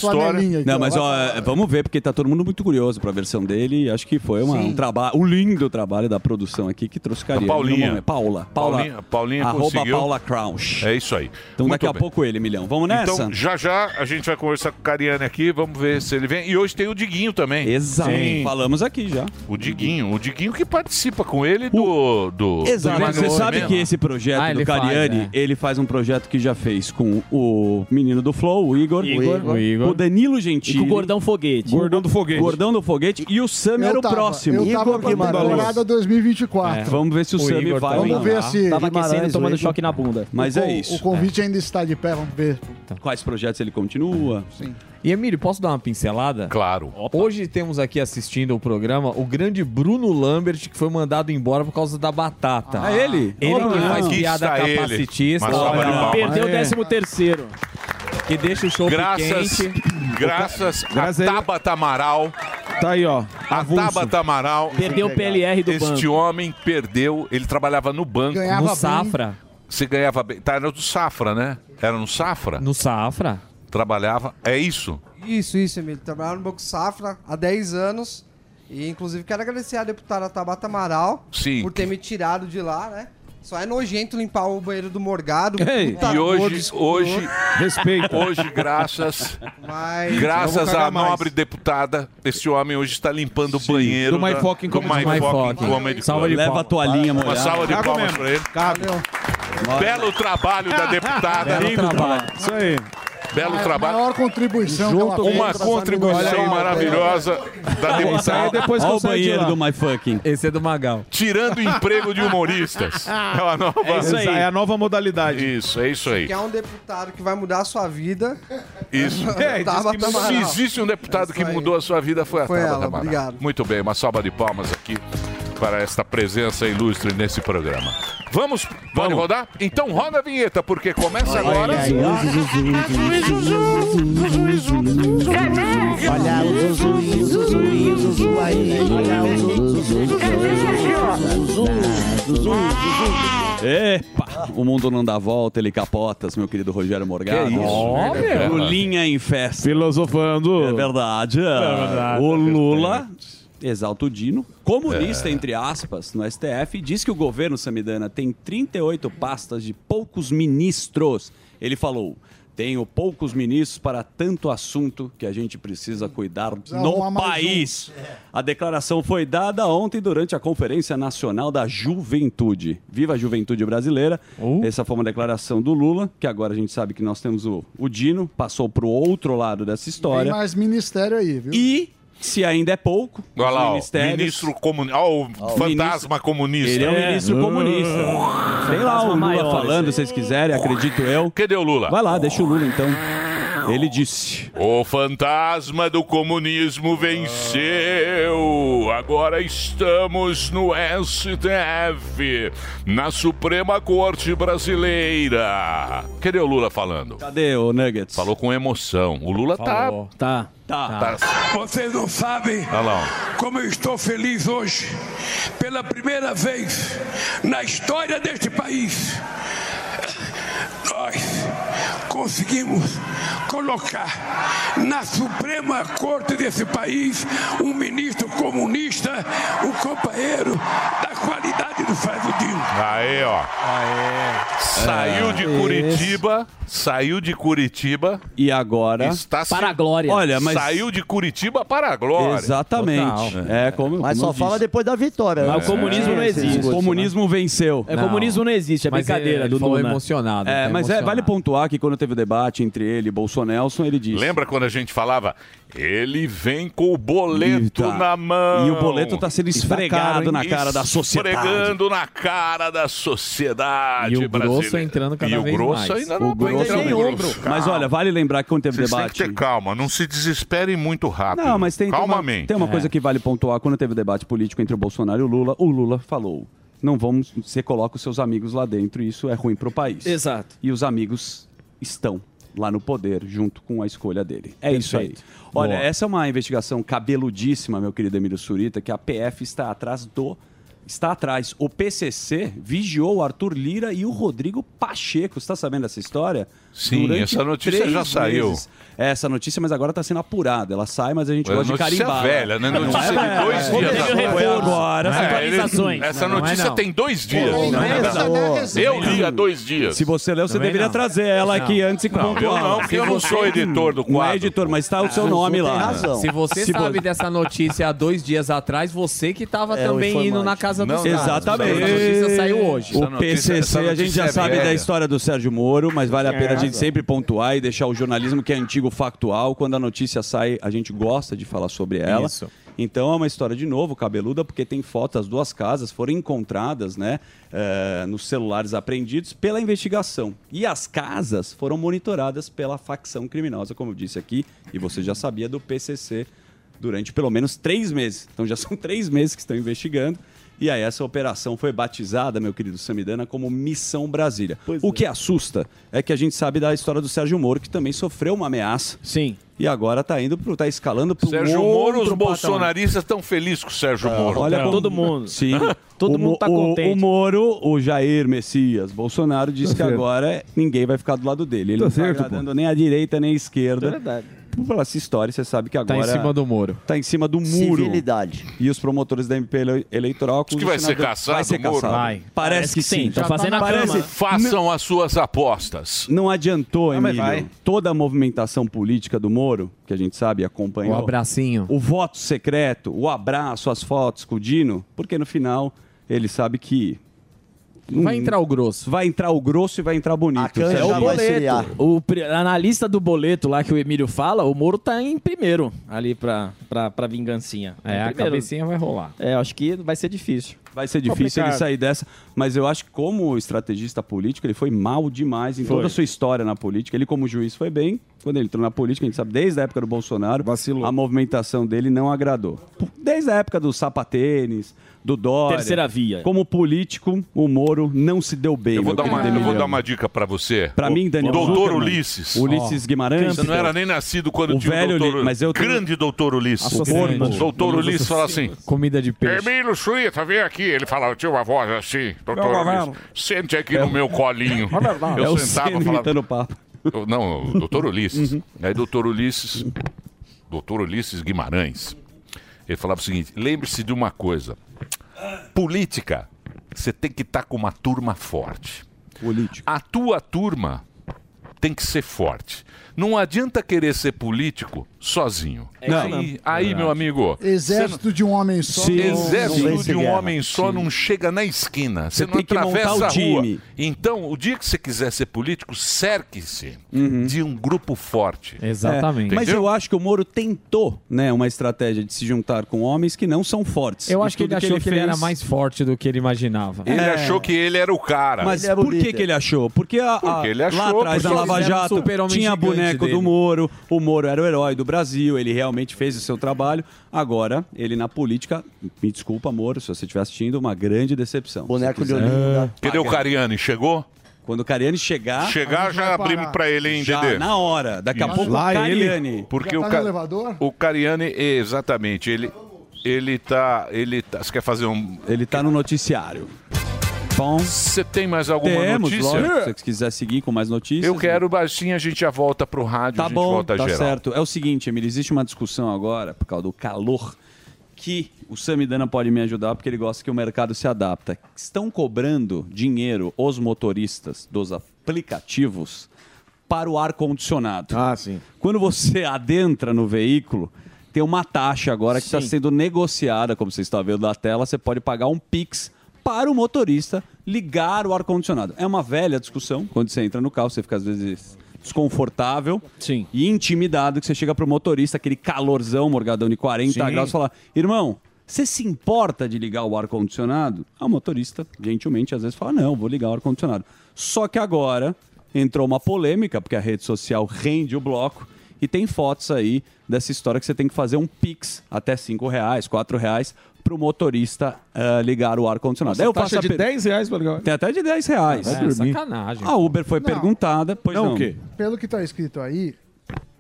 Speaker 4: história.
Speaker 13: flanelinha aqui,
Speaker 10: Não, mas ó, é, vamos ver, porque tá todo mundo muito curioso pra versão dele. e Acho que foi uma- um trabalho, um lindo trabalho da produção aqui que trouxe carinho. é
Speaker 4: Paulinha.
Speaker 10: Paula. Paula.
Speaker 4: Paulinha, Paulinha
Speaker 10: arroba
Speaker 4: conseguiu.
Speaker 10: Paula Crouch.
Speaker 4: É isso aí.
Speaker 10: Então
Speaker 4: Muito
Speaker 10: daqui a
Speaker 4: bem.
Speaker 10: pouco ele, milhão. Vamos nessa?
Speaker 4: Então, já já a gente vai conversar com o Cariani aqui, vamos ver se ele vem. E hoje tem o Diguinho também.
Speaker 10: Exato.
Speaker 4: Sim.
Speaker 10: Falamos aqui já.
Speaker 4: O Diguinho, o Diguinho que participa com ele do. do
Speaker 10: Exato.
Speaker 4: do
Speaker 10: Mas você
Speaker 4: Emmanuel
Speaker 10: sabe
Speaker 4: Mena.
Speaker 10: que esse projeto
Speaker 4: Ah,
Speaker 10: do
Speaker 4: ele faz,
Speaker 10: Cariani,
Speaker 4: é.
Speaker 10: ele faz um projeto que já fez com o menino do Flow, o Igor.
Speaker 6: Igor.
Speaker 10: O,
Speaker 6: O Igor.
Speaker 10: Danilo Gentili.
Speaker 6: E com o Gordão Foguete.
Speaker 10: Gordão
Speaker 9: do Foguete.
Speaker 10: Gordão do Foguete. E o Sam era o próximo.
Speaker 13: Eu tava com a temporada 2024.
Speaker 10: É, vamos ver se o O Sami Igor vai também.
Speaker 13: Vamos ver
Speaker 10: lá.
Speaker 13: se...
Speaker 10: Tava
Speaker 13: Guimarães,
Speaker 10: aquecendo e tomando
Speaker 13: o Igor-
Speaker 10: choque na bunda. Mas
Speaker 13: o
Speaker 10: é
Speaker 13: con-
Speaker 10: isso.
Speaker 13: O convite ainda está de pé, vamos ver.
Speaker 10: Então, Quais projetos ele continua?
Speaker 13: Sim.
Speaker 12: E Emílio, posso dar uma pincelada?
Speaker 4: Claro.
Speaker 12: Hoje temos aqui assistindo o programa o grande Bruno Lambert, que foi mandado embora por causa da batata.
Speaker 10: Ah, é ele?
Speaker 12: Ele
Speaker 10: Olha,
Speaker 12: que faz
Speaker 10: aqui
Speaker 12: piada
Speaker 4: é
Speaker 10: está ele.
Speaker 12: capacitista.
Speaker 10: Uma salva de
Speaker 4: Ah,
Speaker 10: palmas.
Speaker 12: é.
Speaker 10: Perdeu o décimo
Speaker 12: terceiro. Que deixa o show
Speaker 4: Graças,
Speaker 12: quente.
Speaker 4: graças a Tabata Amaral.
Speaker 9: Tá aí, ó.
Speaker 4: A Tabata Amaral.
Speaker 6: Perdeu o PLR do
Speaker 4: este
Speaker 6: banco.
Speaker 4: Este homem perdeu. Ele trabalhava no banco.
Speaker 6: Ganhava No bem. Safra.
Speaker 4: Você ganhava bem. Tá, era do Safra, né? Era no Safra?
Speaker 12: No Safra.
Speaker 4: Trabalhava. É isso?
Speaker 15: Isso, isso, Emílio. Trabalhava no Banco Safra há 10 anos. E, inclusive, quero agradecer à deputada Tabata Amaral
Speaker 4: Sim.
Speaker 15: por ter me tirado de lá, né? Só é nojento limpar o banheiro do Morgado.
Speaker 4: Ei,
Speaker 6: Tá
Speaker 15: puta
Speaker 4: e
Speaker 15: gordo,
Speaker 4: hoje,
Speaker 15: escroto.
Speaker 4: hoje, Hoje, graças,
Speaker 15: Mas não
Speaker 4: graças
Speaker 15: vou cagar
Speaker 4: à
Speaker 15: mais.
Speaker 4: nobre deputada, esse homem hoje está limpando o banheiro
Speaker 9: Do My
Speaker 4: da-
Speaker 9: Fucking
Speaker 4: do
Speaker 9: Comedy
Speaker 4: My
Speaker 9: Club.
Speaker 4: Fucking
Speaker 9: Valeu.
Speaker 4: Comedy
Speaker 9: Salva
Speaker 4: Club.
Speaker 9: de Leva palmas. a toalhinha
Speaker 4: Uma
Speaker 9: molhada.
Speaker 4: salva de
Speaker 9: Cago
Speaker 4: palmas
Speaker 9: mesmo.
Speaker 4: para ele. Belo trabalho da deputada.
Speaker 9: Belo trabalho.
Speaker 4: Isso aí. Belo trabalho.
Speaker 13: Maior contribuição que ela fez
Speaker 4: Uma
Speaker 13: pra essa
Speaker 4: contribuição
Speaker 13: minoria.
Speaker 4: maravilhosa
Speaker 13: tá
Speaker 4: da deputada.
Speaker 10: Olha o banheiro do My Fucking.
Speaker 12: Esse é do Magal.
Speaker 4: Tirando o emprego de humoristas. É uma nova,
Speaker 9: É isso aí. É a nova modalidade.
Speaker 4: Isso, é isso aí.
Speaker 15: Que é um deputado que vai mudar a sua vida.
Speaker 4: Isso.
Speaker 15: É, Tabata diz que-
Speaker 4: Se
Speaker 15: Amaral.
Speaker 4: existe um deputado que mudou a sua vida, foi a
Speaker 15: É Foi
Speaker 4: Tabata
Speaker 15: ela,
Speaker 4: Amaral.
Speaker 15: obrigado.
Speaker 4: Tá Muito bem, uma salva de palmas aqui para esta presença ilustre nesse programa. Vamos, pode rodar? Então roda a vinheta, porque começa agora...
Speaker 3: Um
Speaker 8: Olha o Zuzu, Zuzu, Zuzu aí. Olha o Zuzu, Zuzu.
Speaker 10: Epa! O mundo não dá volta, ele capotas, meu querido Rogério Morgado.
Speaker 7: Que isso,
Speaker 10: Ó,
Speaker 7: né, cara?
Speaker 10: Lulinha em festa. Filosofando. É verdade.
Speaker 7: verdade,
Speaker 10: o
Speaker 7: é
Speaker 10: Lula exalta o Dino. Comunista, entre aspas, no STF, e diz que o governo Samidana tem 38 pastas de poucos ministros. Ele falou. Tenho poucos ministros para tanto assunto que a gente precisa cuidar
Speaker 13: arrumar
Speaker 10: no
Speaker 13: mais um.
Speaker 10: país. A declaração foi dada ontem durante a Conferência Nacional da Juventude. Viva a juventude brasileira. Essa foi uma declaração do Lula, que agora a gente sabe que nós temos o, o Dino, passou para o outro lado dessa
Speaker 13: Tem
Speaker 10: história.
Speaker 13: mais ministério aí, viu?
Speaker 10: E, se ainda é pouco,
Speaker 4: Olha lá,
Speaker 10: os
Speaker 4: ó,
Speaker 10: ministérios...
Speaker 4: ministro comunista. Olha o fantasma comunista.
Speaker 10: Ele é um ministro comunista. Tem lá o Lula falando, se vocês quiserem, acredito eu.
Speaker 4: Cadê o Lula?
Speaker 10: Vai lá, deixa o Lula então. Ele disse:
Speaker 4: O fantasma do comunismo venceu. Agora estamos no STF, na Suprema Corte Brasileira. Cadê o Lula falando?
Speaker 10: Cadê o Nuggets?
Speaker 4: Falou com emoção. O Lula tá.
Speaker 6: Tá.
Speaker 4: Tá.
Speaker 16: Vocês não sabem
Speaker 4: Olha lá.
Speaker 16: como eu estou feliz hoje. Pela primeira vez na história deste país, nós conseguimos colocar na Suprema Corte desse país um ministro comunista, um companheiro da qualidade do Fazodino.
Speaker 4: Aí, ó. Saiu de
Speaker 16: É.
Speaker 4: Curitiba. Saiu de Curitiba.
Speaker 10: E agora.
Speaker 4: Está se-
Speaker 10: Para a glória. Olha, mas-
Speaker 4: Saiu de Curitiba para a glória.
Speaker 10: Exatamente. É como,
Speaker 14: Mas só fala depois da vitória.
Speaker 10: Mas
Speaker 14: né?
Speaker 10: o comunismo não existe. O comunismo venceu.
Speaker 6: É, comunismo não existe, é brincadeira do Lula.
Speaker 10: É, mas é, vale pontuar que quando teve o debate entre ele e Bolsonaro, ele disse.
Speaker 4: Lembra quando a gente falava? Ele vem com o boleto
Speaker 10: Eita.
Speaker 4: na mão.
Speaker 10: E o boleto tá sendo
Speaker 4: E tá caro,
Speaker 10: esfregado
Speaker 4: hein?
Speaker 10: na cara da sociedade.
Speaker 4: Esfregando na cara da sociedade
Speaker 10: E o grosso
Speaker 4: brasileira.
Speaker 10: entrando cada
Speaker 4: E o
Speaker 10: vez
Speaker 4: grosso
Speaker 10: mais.
Speaker 4: ainda
Speaker 10: O
Speaker 4: não
Speaker 10: grosso
Speaker 4: entrando
Speaker 10: tem
Speaker 4: no
Speaker 10: ombro.
Speaker 4: grosso.
Speaker 10: Mas olha, vale lembrar que quando teve
Speaker 4: Vocês têm
Speaker 10: debate-
Speaker 4: que ter calma, não se desesperem muito rápido.
Speaker 10: Não, mas tem, tem uma-
Speaker 4: Calmamente.
Speaker 10: tem uma,
Speaker 6: É.
Speaker 10: coisa que vale pontuar. Quando teve debate político entre o Bolsonaro e o Lula, o Lula falou: não vamos. Você coloca os seus amigos lá dentro, e isso é ruim pro país.
Speaker 6: Exato.
Speaker 10: E os amigos estão lá no poder, junto com a escolha dele. É isso aí.
Speaker 6: Perfeito.
Speaker 10: Olha,
Speaker 6: Boa.
Speaker 10: essa é uma investigação cabeludíssima, meu querido Emílio Surita, que a PF está atrás do. Está atrás. O PCC vigiou o Arthur Lira e o Rodrigo Pacheco. Você está sabendo dessa história?
Speaker 4: Sim, essa notícia
Speaker 10: três
Speaker 4: já saiu.
Speaker 10: meses. É, Essa notícia, mas agora está sendo apurada. Ela sai, mas a gente
Speaker 4: É
Speaker 10: gosta de
Speaker 4: notícia
Speaker 10: carimbar.
Speaker 4: velha, né?
Speaker 10: Não é
Speaker 4: Notícia de
Speaker 10: velha.
Speaker 4: dois
Speaker 10: Foi
Speaker 4: dias
Speaker 10: agora.
Speaker 4: atrás.
Speaker 10: Foi agora.
Speaker 4: É, ele- essa notícia tem dois dias.
Speaker 10: é Não, não é essa, né?
Speaker 4: Eu li há dois dias.
Speaker 10: Se você leu, você
Speaker 4: Também
Speaker 10: deveria
Speaker 4: não.
Speaker 10: trazer ela
Speaker 4: Não.
Speaker 10: aqui antes e
Speaker 4: Não, eu
Speaker 10: pontuar.
Speaker 4: não, porque eu não sou editor
Speaker 12: Um
Speaker 4: do
Speaker 10: Não é
Speaker 4: quadro.
Speaker 10: editor, mas está o seu
Speaker 4: Ah,
Speaker 10: nome
Speaker 4: tem
Speaker 10: lá.
Speaker 4: razão.
Speaker 12: Se você
Speaker 10: Se
Speaker 12: sabe
Speaker 10: vo-
Speaker 12: dessa notícia há dois dias atrás, você que estava
Speaker 10: É, o
Speaker 12: também indo
Speaker 10: informante.
Speaker 12: na casa do
Speaker 10: Não, Exatamente.
Speaker 12: A
Speaker 6: É.
Speaker 12: notícia é saiu hoje.
Speaker 10: O PCC, a gente já sabe da história do Sérgio Moro, mas
Speaker 12: É,
Speaker 10: vale a pena a gente sempre pontuar e deixar o jornalismo que é antigo factual. Quando a notícia sai, a gente gosta de falar sobre ela.
Speaker 12: Isso.
Speaker 10: Então é uma história de novo cabeluda, porque tem fotos das duas casas foram encontradas, né, eh, nos celulares apreendidos pela investigação. E as casas foram monitoradas pela facção criminosa, como eu disse aqui, e você já sabia do PCC durante pelo menos três meses. Então já são três meses que estão investigando. E aí essa operação foi batizada, meu querido Samidana, como Missão Brasília. o que assusta é que a gente sabe da história do Sérgio Moro, que também sofreu uma ameaça.
Speaker 6: Sim.
Speaker 10: E agora tá indo pro, tá escalando pro
Speaker 4: Sérgio Moro, os bolsonaristas estão felizes com o Sérgio Moro.
Speaker 10: É, Ah, como- Sim.
Speaker 4: Todo
Speaker 10: O
Speaker 4: mundo
Speaker 10: Mo-
Speaker 4: tá
Speaker 10: o-
Speaker 4: contente.
Speaker 10: O Moro, o Jair Messias Bolsonaro disse que agora ninguém vai ficar do lado dele. Ele
Speaker 17: Tá
Speaker 10: não
Speaker 17: certo,
Speaker 10: tá
Speaker 17: pô.
Speaker 10: agradando nem a direita nem a esquerda.
Speaker 17: É verdade.
Speaker 10: Pela essa história, você sabe que
Speaker 12: Tá
Speaker 10: agora...
Speaker 12: em cima do muro.
Speaker 10: Tá em cima do muro.
Speaker 14: Civilidade.
Speaker 10: E os promotores da MP ele- eleitoral... acusam
Speaker 4: que vai
Speaker 10: o
Speaker 4: ser
Speaker 10: senador-
Speaker 4: caçado,
Speaker 10: Vai ser
Speaker 4: Moro?
Speaker 10: caçado. Parece que sim.
Speaker 4: Tá
Speaker 10: tá Parece-
Speaker 4: Façam as suas apostas.
Speaker 10: Não adiantou,
Speaker 4: Ah, mas
Speaker 10: Emílio,
Speaker 4: vai.
Speaker 10: toda a movimentação política do Moro, que a gente sabe e acompanhou.
Speaker 12: O abracinho.
Speaker 10: O voto secreto, o abraço, as fotos com o Dino, porque no final ele sabe que...
Speaker 12: Vai entrar o grosso.
Speaker 10: Vai entrar o grosso e vai entrar bonito.
Speaker 6: É o boleto. O pri- analista do boleto lá que o Emílio fala, o Moro tá em primeiro ali pra, pra, pra vingancinha.
Speaker 12: É,
Speaker 6: Em
Speaker 12: a
Speaker 6: primeiro.
Speaker 12: cabecinha vai rolar.
Speaker 6: É, acho que vai ser difícil.
Speaker 10: Vai ser difícil ele sair dessa, mas eu acho que como estrategista político, ele foi mal demais em
Speaker 6: Foi.
Speaker 10: toda a sua história na política. Ele como juiz foi bem, quando ele entrou na política, a gente sabe, desde a época do Bolsonaro, a movimentação dele não agradou. Desde a época do sapatênis, do Dória.
Speaker 6: Terceira via.
Speaker 10: Como político, o Moro não se deu bem. é
Speaker 4: Eu vou,
Speaker 10: meu
Speaker 4: dar uma,
Speaker 10: querido
Speaker 4: eu vou
Speaker 10: Emiliano.
Speaker 4: dar uma dica pra você.
Speaker 10: Pra mim, Daniel
Speaker 4: Doutor
Speaker 10: Zuckerman.
Speaker 4: Ulisses.
Speaker 10: Ulisses Ó. Guimarães?
Speaker 4: Você não era nem nascido quando
Speaker 10: O
Speaker 4: tinha
Speaker 10: velho
Speaker 4: o doutor...
Speaker 10: Uli- mas eu tenho-
Speaker 4: Grande doutor Ulisses.
Speaker 10: Nossa, grande.
Speaker 4: Doutor Ulisses fala assim...
Speaker 12: Comida de peixe.
Speaker 4: Emílio Surita, vem aqui. Ele falava, tinha uma voz assim,
Speaker 12: Meu
Speaker 4: doutor
Speaker 12: governo.
Speaker 4: Ulisses. Sente aqui no meu colinho.
Speaker 12: É verdade.
Speaker 10: É
Speaker 4: Eu
Speaker 10: o Uhum.
Speaker 4: sentava
Speaker 10: Senna
Speaker 4: e falava...
Speaker 10: imitando papo.
Speaker 4: Eu- Não, o doutor Ulisses. Aí doutor Ulisses... Doutor Ulisses Guimarães. Ele falava o seguinte, lembre-se de uma coisa. Política, você tem que estar com uma turma forte.
Speaker 10: Política.
Speaker 4: A tua turma tem que ser forte. Não adianta querer ser político sozinho.
Speaker 13: É isso
Speaker 4: Aí,
Speaker 13: mesmo.
Speaker 4: aí meu amigo,
Speaker 13: Exército de um homem só.
Speaker 4: Sim,
Speaker 13: não- não
Speaker 4: exército
Speaker 13: vence
Speaker 4: de um
Speaker 13: guerra.
Speaker 4: homem só não chega na esquina. Você,
Speaker 13: Você
Speaker 4: não
Speaker 13: tem que montar
Speaker 4: atravessa
Speaker 13: o
Speaker 4: a rua.
Speaker 13: time.
Speaker 4: Então, o dia que você quiser ser político, cerque-se de um grupo forte.
Speaker 10: É, Uhum. mas
Speaker 4: Entendeu?
Speaker 10: eu acho que o Moro tentou, né, uma estratégia de se juntar com homens que não são fortes.
Speaker 12: Eu
Speaker 10: E
Speaker 12: acho que
Speaker 10: tudo
Speaker 12: ele achou que ele,
Speaker 10: fez-
Speaker 12: era mais forte do que ele imaginava.
Speaker 4: Ele achou que ele era o cara.
Speaker 10: É, Mas por que, que ele achou? Porque, a, a-
Speaker 4: Porque ele achou,
Speaker 10: lá atrás
Speaker 4: porque
Speaker 10: da
Speaker 4: ele
Speaker 10: Lava Lava
Speaker 12: fizeram um
Speaker 10: Jato,
Speaker 12: super-homem
Speaker 10: tinha
Speaker 12: gigante
Speaker 10: boneco
Speaker 12: dele.
Speaker 10: do Moro, o Moro era o herói do Brasil, ele realmente fez o seu trabalho. Agora, ele na política, me desculpa, Moro, se você estiver assistindo, uma grande decepção. Boneco
Speaker 4: de Olinda. Cadê o Cariani? Chegou?
Speaker 10: É. Quando o Cariani chegar.
Speaker 4: Chegar, já abrimos pra ele, hein,
Speaker 10: Já,
Speaker 4: Dedê?
Speaker 10: Na hora. Daqui a
Speaker 4: Isso.
Speaker 10: pouco o Cariani.
Speaker 4: Porque
Speaker 13: tá
Speaker 4: o, Ca- o Cariani, exatamente, ele, ele tá. Ele tá. Você quer fazer um.
Speaker 10: Ele tá no noticiário. Bom.
Speaker 4: Você tem mais alguma
Speaker 10: Temos,
Speaker 4: notícia?
Speaker 10: lógico, se você quiser seguir com mais notícias.
Speaker 4: Eu quero baixinho, a gente já volta pro rádio,
Speaker 10: é Tá
Speaker 4: a gente
Speaker 10: bom,
Speaker 4: volta
Speaker 10: tá
Speaker 4: geral.
Speaker 10: certo. É o seguinte, Emílio, existe uma discussão agora, por causa do calor, que o Samidana pode me ajudar, porque ele gosta que o mercado se adapta. Estão cobrando dinheiro os motoristas dos aplicativos para o ar-condicionado.
Speaker 9: Ah, sim.
Speaker 10: Quando você adentra no veículo, tem uma taxa agora que está sendo negociada, como você está vendo na tela, você pode pagar um Pix para o motorista ligar o ar-condicionado. É uma velha discussão. Quando você entra no carro, você fica às vezes desconfortável e intimidado que você chega para o motorista, aquele calorzão, morgadão de 40
Speaker 12: Sim.
Speaker 10: graus, e fala, irmão, você se importa de ligar o ar-condicionado? Ah, O motorista, gentilmente, às vezes fala, não, vou ligar o ar-condicionado. Só que agora entrou uma polêmica, porque a rede social rende o bloco, e tem fotos aí dessa história que você tem que fazer um pix até 5 reais, 4 reais, para o motorista ah, ligar o ar-condicionado. Daí
Speaker 9: Eu
Speaker 10: eu
Speaker 9: taxa
Speaker 10: faço a
Speaker 9: de
Speaker 10: per-
Speaker 9: 10 reais pra ligar.
Speaker 10: Tem até de 10 reais.
Speaker 8: É,
Speaker 9: Ah, vai dormir.
Speaker 12: sacanagem.
Speaker 10: A Uber foi perguntada, pois não.
Speaker 9: Não, o quê?
Speaker 13: Pelo que está escrito aí,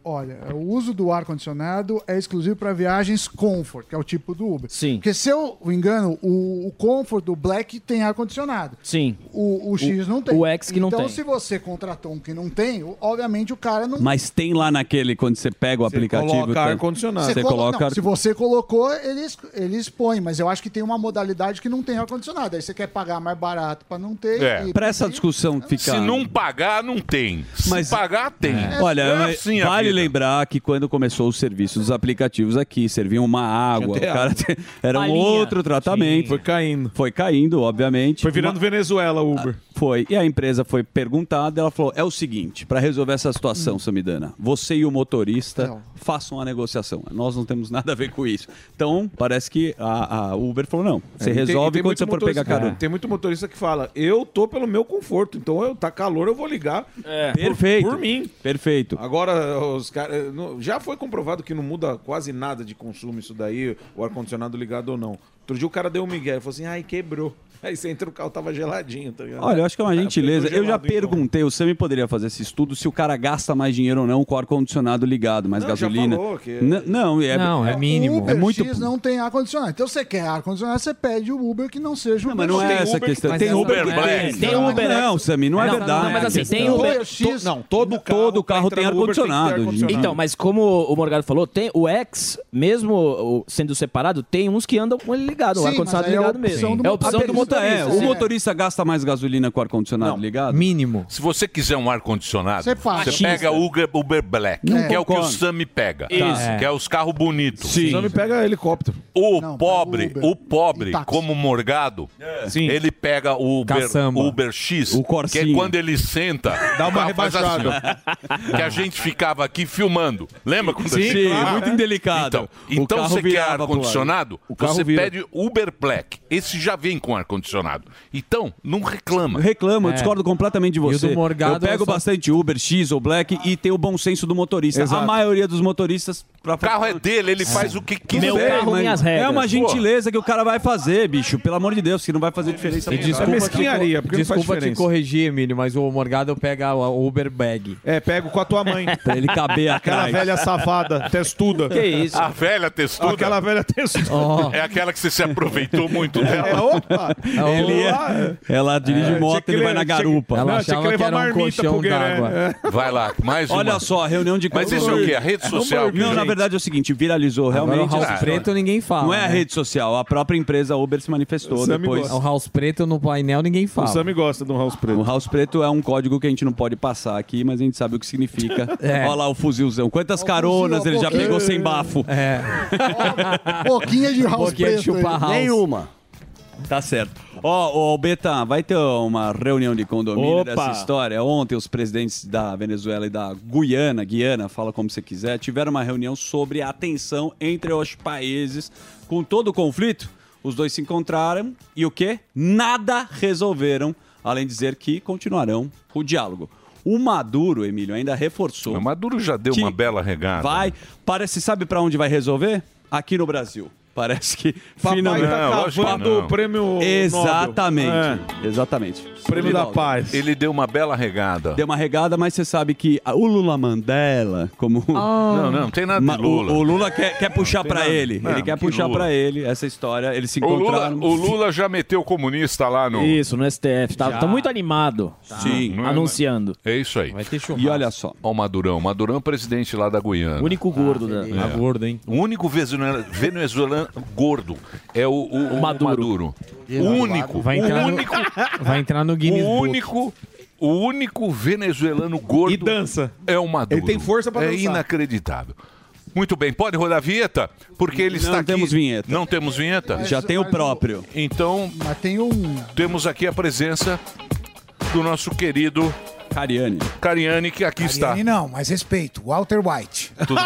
Speaker 13: olha, o uso do ar-condicionado é exclusivo para viagens Comfort, que é o tipo do Uber. Sim. Porque se eu me engano, o, o Comfort do Black tem ar-condicionado.
Speaker 6: Sim.
Speaker 13: O, o X
Speaker 6: O-
Speaker 13: não tem.
Speaker 6: o X que não
Speaker 13: então,
Speaker 6: tem.
Speaker 13: Então, se você contratou um que não tem, o- obviamente o cara não.
Speaker 10: Mas tem lá naquele, quando você pega o aplicativo.
Speaker 13: coloca
Speaker 10: tá-
Speaker 13: ar-condicionado.
Speaker 10: Você
Speaker 13: colo-
Speaker 10: coloca.
Speaker 13: não,
Speaker 10: ar-
Speaker 13: se você colocou, ele, es- ele expõe, mas eu acho que tem uma modalidade que não tem ar-condicionado. Aí você quer pagar mais barato para não ter.
Speaker 4: É.
Speaker 13: e-
Speaker 10: Pra essa discussão ficar.
Speaker 4: Se não pagar, não tem. Se
Speaker 10: Mas-
Speaker 4: pagar, tem.
Speaker 10: Olha,
Speaker 4: é assim a
Speaker 10: vale
Speaker 4: vida.
Speaker 10: lembrar que quando começou o serviço dos aplicativos aqui, serviam uma água, o
Speaker 9: Tinha até
Speaker 10: cara
Speaker 9: água.
Speaker 10: te- era um
Speaker 9: Palhinha.
Speaker 10: outro tratamento. Foi
Speaker 9: caindo.
Speaker 10: Foi caindo, obviamente. Foi
Speaker 9: virando Venezuela, Uber.
Speaker 10: Foi. E a empresa foi perguntada, ela falou: é o seguinte, para resolver essa situação,
Speaker 9: Hum.
Speaker 10: Samidana, você e o motorista façam a negociação. Nós não temos nada a ver com isso. Então, parece que a, a Uber falou: não, você
Speaker 9: É, e tem- e
Speaker 10: resolve
Speaker 9: tem
Speaker 10: quando
Speaker 9: muito
Speaker 10: você for
Speaker 9: motorista-
Speaker 10: pegar carona.
Speaker 9: é, Tem muito motorista que fala, eu tô pelo meu conforto, então eu tá calor, eu vou ligar É, por,
Speaker 10: Perfeito.
Speaker 9: por mim.
Speaker 10: Perfeito.
Speaker 9: Agora, os caras. não- Já foi comprovado que não muda quase nada de consumo isso daí, o ar-condicionado ligado ou não. Outro dia o cara deu um migué, falou assim, ai, quebrou. Aí você entra, o carro tava geladinho, tá ligado?
Speaker 10: Olha, eu acho que é uma
Speaker 9: Aí,
Speaker 10: gentileza.
Speaker 9: ficou
Speaker 10: Eu já
Speaker 9: gelado, então.
Speaker 10: perguntei, o Sami poderia fazer esse estudo se o cara gasta mais dinheiro ou não com o ar-condicionado ligado, mais
Speaker 13: Não, já
Speaker 10: gasolina.
Speaker 13: falou que-
Speaker 10: N- Não, é,
Speaker 13: O
Speaker 10: É
Speaker 13: Uber
Speaker 10: muito.
Speaker 13: X não tem ar-condicionado. Então, você quer ar-condicionado, você pede o Uber que não seja o Uber
Speaker 10: Mas não é
Speaker 13: X.
Speaker 10: essa a questão. Tem Uber Black. Não, Sami, não é verdade.
Speaker 6: Não, mas assim, tem
Speaker 10: Não.
Speaker 6: Uber.
Speaker 10: To- Não, todo carro, todo carro tem ar-condicionado. hoje em dia.
Speaker 6: Então, mas como o Morgado falou, tem o X, mesmo o- sendo separado, tem uns que andam com ele ligado, o
Speaker 10: Sim,
Speaker 6: ar-condicionado
Speaker 10: mas aí é a
Speaker 6: ligado
Speaker 10: opção
Speaker 6: mesmo.
Speaker 10: do motorista. É, o
Speaker 6: é.
Speaker 10: motorista gasta mais gasolina com o ar-condicionado ligado?
Speaker 12: Mínimo.
Speaker 4: Se você quiser um ar-condicionado,
Speaker 10: Você
Speaker 4: você,
Speaker 10: paga. Machista.
Speaker 4: pega o Uber, Uber Black,
Speaker 10: Não
Speaker 4: que é o que o
Speaker 10: concordo.
Speaker 4: Sami pega.
Speaker 10: Isso.
Speaker 4: Que é os carros bonitos.
Speaker 9: Sim. Só me pega helicóptero.
Speaker 4: O pobre, o pobre, como morgado, ele pega o Uber,
Speaker 9: Caçamba.
Speaker 4: Uber X,
Speaker 9: O
Speaker 4: que
Speaker 9: Corsinha.
Speaker 4: é quando ele senta,
Speaker 9: Dá uma
Speaker 4: o carro faz
Speaker 9: rebaixada.
Speaker 4: assim, ó. que a gente ficava aqui filmando. Lembra quando
Speaker 10: Sim,
Speaker 4: você-
Speaker 10: sim, muito indelicado.
Speaker 4: Então,
Speaker 10: O
Speaker 4: então
Speaker 10: carro
Speaker 4: você quer
Speaker 10: virava pro
Speaker 4: ar-condicionado,
Speaker 10: lado. O carro
Speaker 4: você
Speaker 10: vira.
Speaker 4: pede Uber Black. Esse já vem com ar-condicionado. Então, não reclama.
Speaker 10: Reclamo,
Speaker 4: É.
Speaker 10: eu discordo completamente de
Speaker 4: E o
Speaker 10: você.
Speaker 4: do Morgado
Speaker 10: eu pego
Speaker 4: é só-
Speaker 10: bastante Uber, X ou Black e tem o bom senso do motorista.
Speaker 4: Exato.
Speaker 10: A maioria dos motoristas. Pra... O
Speaker 4: carro é dele, ele faz o que quiser.
Speaker 10: Tudo bem, mas É uma gentileza que o cara vai fazer, bicho. Pelo amor de Deus, que não vai fazer diferença.
Speaker 12: E
Speaker 10: pro
Speaker 12: desculpa,
Speaker 10: cara.
Speaker 12: te, co- desculpa te corrigir, Emílio, mas o Morgado pega o Uber Bag.
Speaker 9: É, pego com a tua mãe.
Speaker 12: pra ele caber
Speaker 9: Aquela
Speaker 12: atrás.
Speaker 9: velha safada, testuda. Ah,
Speaker 4: A velha textura.
Speaker 9: Aquela velha textura.
Speaker 4: É aquela que você se aproveitou muito dela.
Speaker 10: Ele é- Ela dirige
Speaker 4: É,
Speaker 10: moto
Speaker 4: tinha
Speaker 10: e ele
Speaker 4: que
Speaker 10: vai
Speaker 4: le-
Speaker 10: na
Speaker 4: tinha que-
Speaker 10: garupa.
Speaker 4: Ela Não, tinha achava que levar que era um marmita colchão pro Gueré. d'água. É. Vai lá, mais uma.
Speaker 10: Olha só, reunião de
Speaker 4: Mas isso é o quê? A rede
Speaker 10: É um
Speaker 4: social
Speaker 10: barulho.
Speaker 4: que
Speaker 10: Não, na
Speaker 4: gente-
Speaker 10: verdade é o seguinte, viralizou
Speaker 12: Agora
Speaker 10: realmente.
Speaker 12: o
Speaker 10: essa
Speaker 12: House
Speaker 10: história.
Speaker 12: Preto ninguém fala.
Speaker 10: Não é a
Speaker 12: né? É
Speaker 10: rede social, a própria empresa Uber se manifestou depois.
Speaker 12: O um House Preto no painel ninguém fala.
Speaker 9: gosta do House Preto.
Speaker 10: O House Preto é um código que a gente não pode passar aqui, mas a gente sabe o que significa.
Speaker 12: É.
Speaker 10: Olha lá o fuzilzão. Quantas caronas
Speaker 12: fuzil,
Speaker 10: ele
Speaker 12: a
Speaker 10: já
Speaker 12: boquinha.
Speaker 10: pegou sem bafo.
Speaker 12: É.
Speaker 13: Boquinha de house
Speaker 10: Boquinha de
Speaker 13: preto.
Speaker 10: chupar
Speaker 13: aí.
Speaker 10: house. Tá certo. Ó, ô Beta, vai ter uma reunião de condomínio
Speaker 12: Opa!
Speaker 10: dessa história. Ontem os presidentes da Venezuela e da Guiana, Guiana, fala como você quiser, tiveram uma reunião sobre a tensão entre os países com todo o conflito. Os dois se encontraram e o quê? Nada resolveram, além de dizer que continuarão o diálogo. O O Maduro, Emílio, ainda reforçou. O
Speaker 4: Maduro já deu uma bela né? regada.
Speaker 10: Vai, parece, sabe para onde vai resolver? Aqui no Brasil. Parece que
Speaker 9: Papai tá Não, lógico que cavando não. o prêmio Nobel. É.
Speaker 10: Exatamente. É. Exatamente.
Speaker 9: Prêmio da
Speaker 4: Paz. Ele deu uma bela regada.
Speaker 10: Deu uma regada, mas você sabe que a- o Lula Mandela, como.
Speaker 17: Ah.
Speaker 4: Não, não, não tem nada de
Speaker 10: Ma- o-
Speaker 4: Lula.
Speaker 10: O, Lula quer, quer puxar
Speaker 4: tem
Speaker 10: pra
Speaker 4: nada.
Speaker 10: ele.
Speaker 4: Não,
Speaker 10: ele quer
Speaker 4: que
Speaker 10: puxar
Speaker 4: Lula.
Speaker 10: pra ele essa história. Eles se
Speaker 4: O Lula,
Speaker 10: encontraram.
Speaker 4: o Lula já meteu o comunista lá no.
Speaker 6: Isso, no STF. Tá,
Speaker 4: Já.
Speaker 6: tá muito animado.
Speaker 4: Sim.
Speaker 6: Tá. Anunciando.
Speaker 4: É isso aí.
Speaker 6: churrasco.
Speaker 4: e olha só. Ó, o Madurão. Madurão é presidente lá da Guiana.
Speaker 6: O único gordo, né?
Speaker 12: Ah,
Speaker 4: É. O único venezuelano, venezuelano gordo é o, o- o Maduro. O único.
Speaker 12: Vai
Speaker 4: o
Speaker 12: entrar,
Speaker 4: único.
Speaker 12: no, vai entrar no Guinness
Speaker 4: o
Speaker 12: Book.
Speaker 4: único. O único venezuelano gordo. E dança. É o Maduro.
Speaker 12: Ele tem força pra
Speaker 4: É
Speaker 12: dançar.
Speaker 4: inacreditável. Muito bem, pode rodar a vinheta? Porque ele
Speaker 10: Não
Speaker 4: está aqui.
Speaker 10: temos vinheta.
Speaker 4: Não temos vinheta?
Speaker 10: Já tem o próprio.
Speaker 4: Então.
Speaker 13: Mas tem um.
Speaker 4: Temos aqui a presença do nosso querido.
Speaker 10: Cariani.
Speaker 4: Cariani, que aqui está.
Speaker 17: Ele não, mas respeito. Walter White.
Speaker 4: Tá. Tudo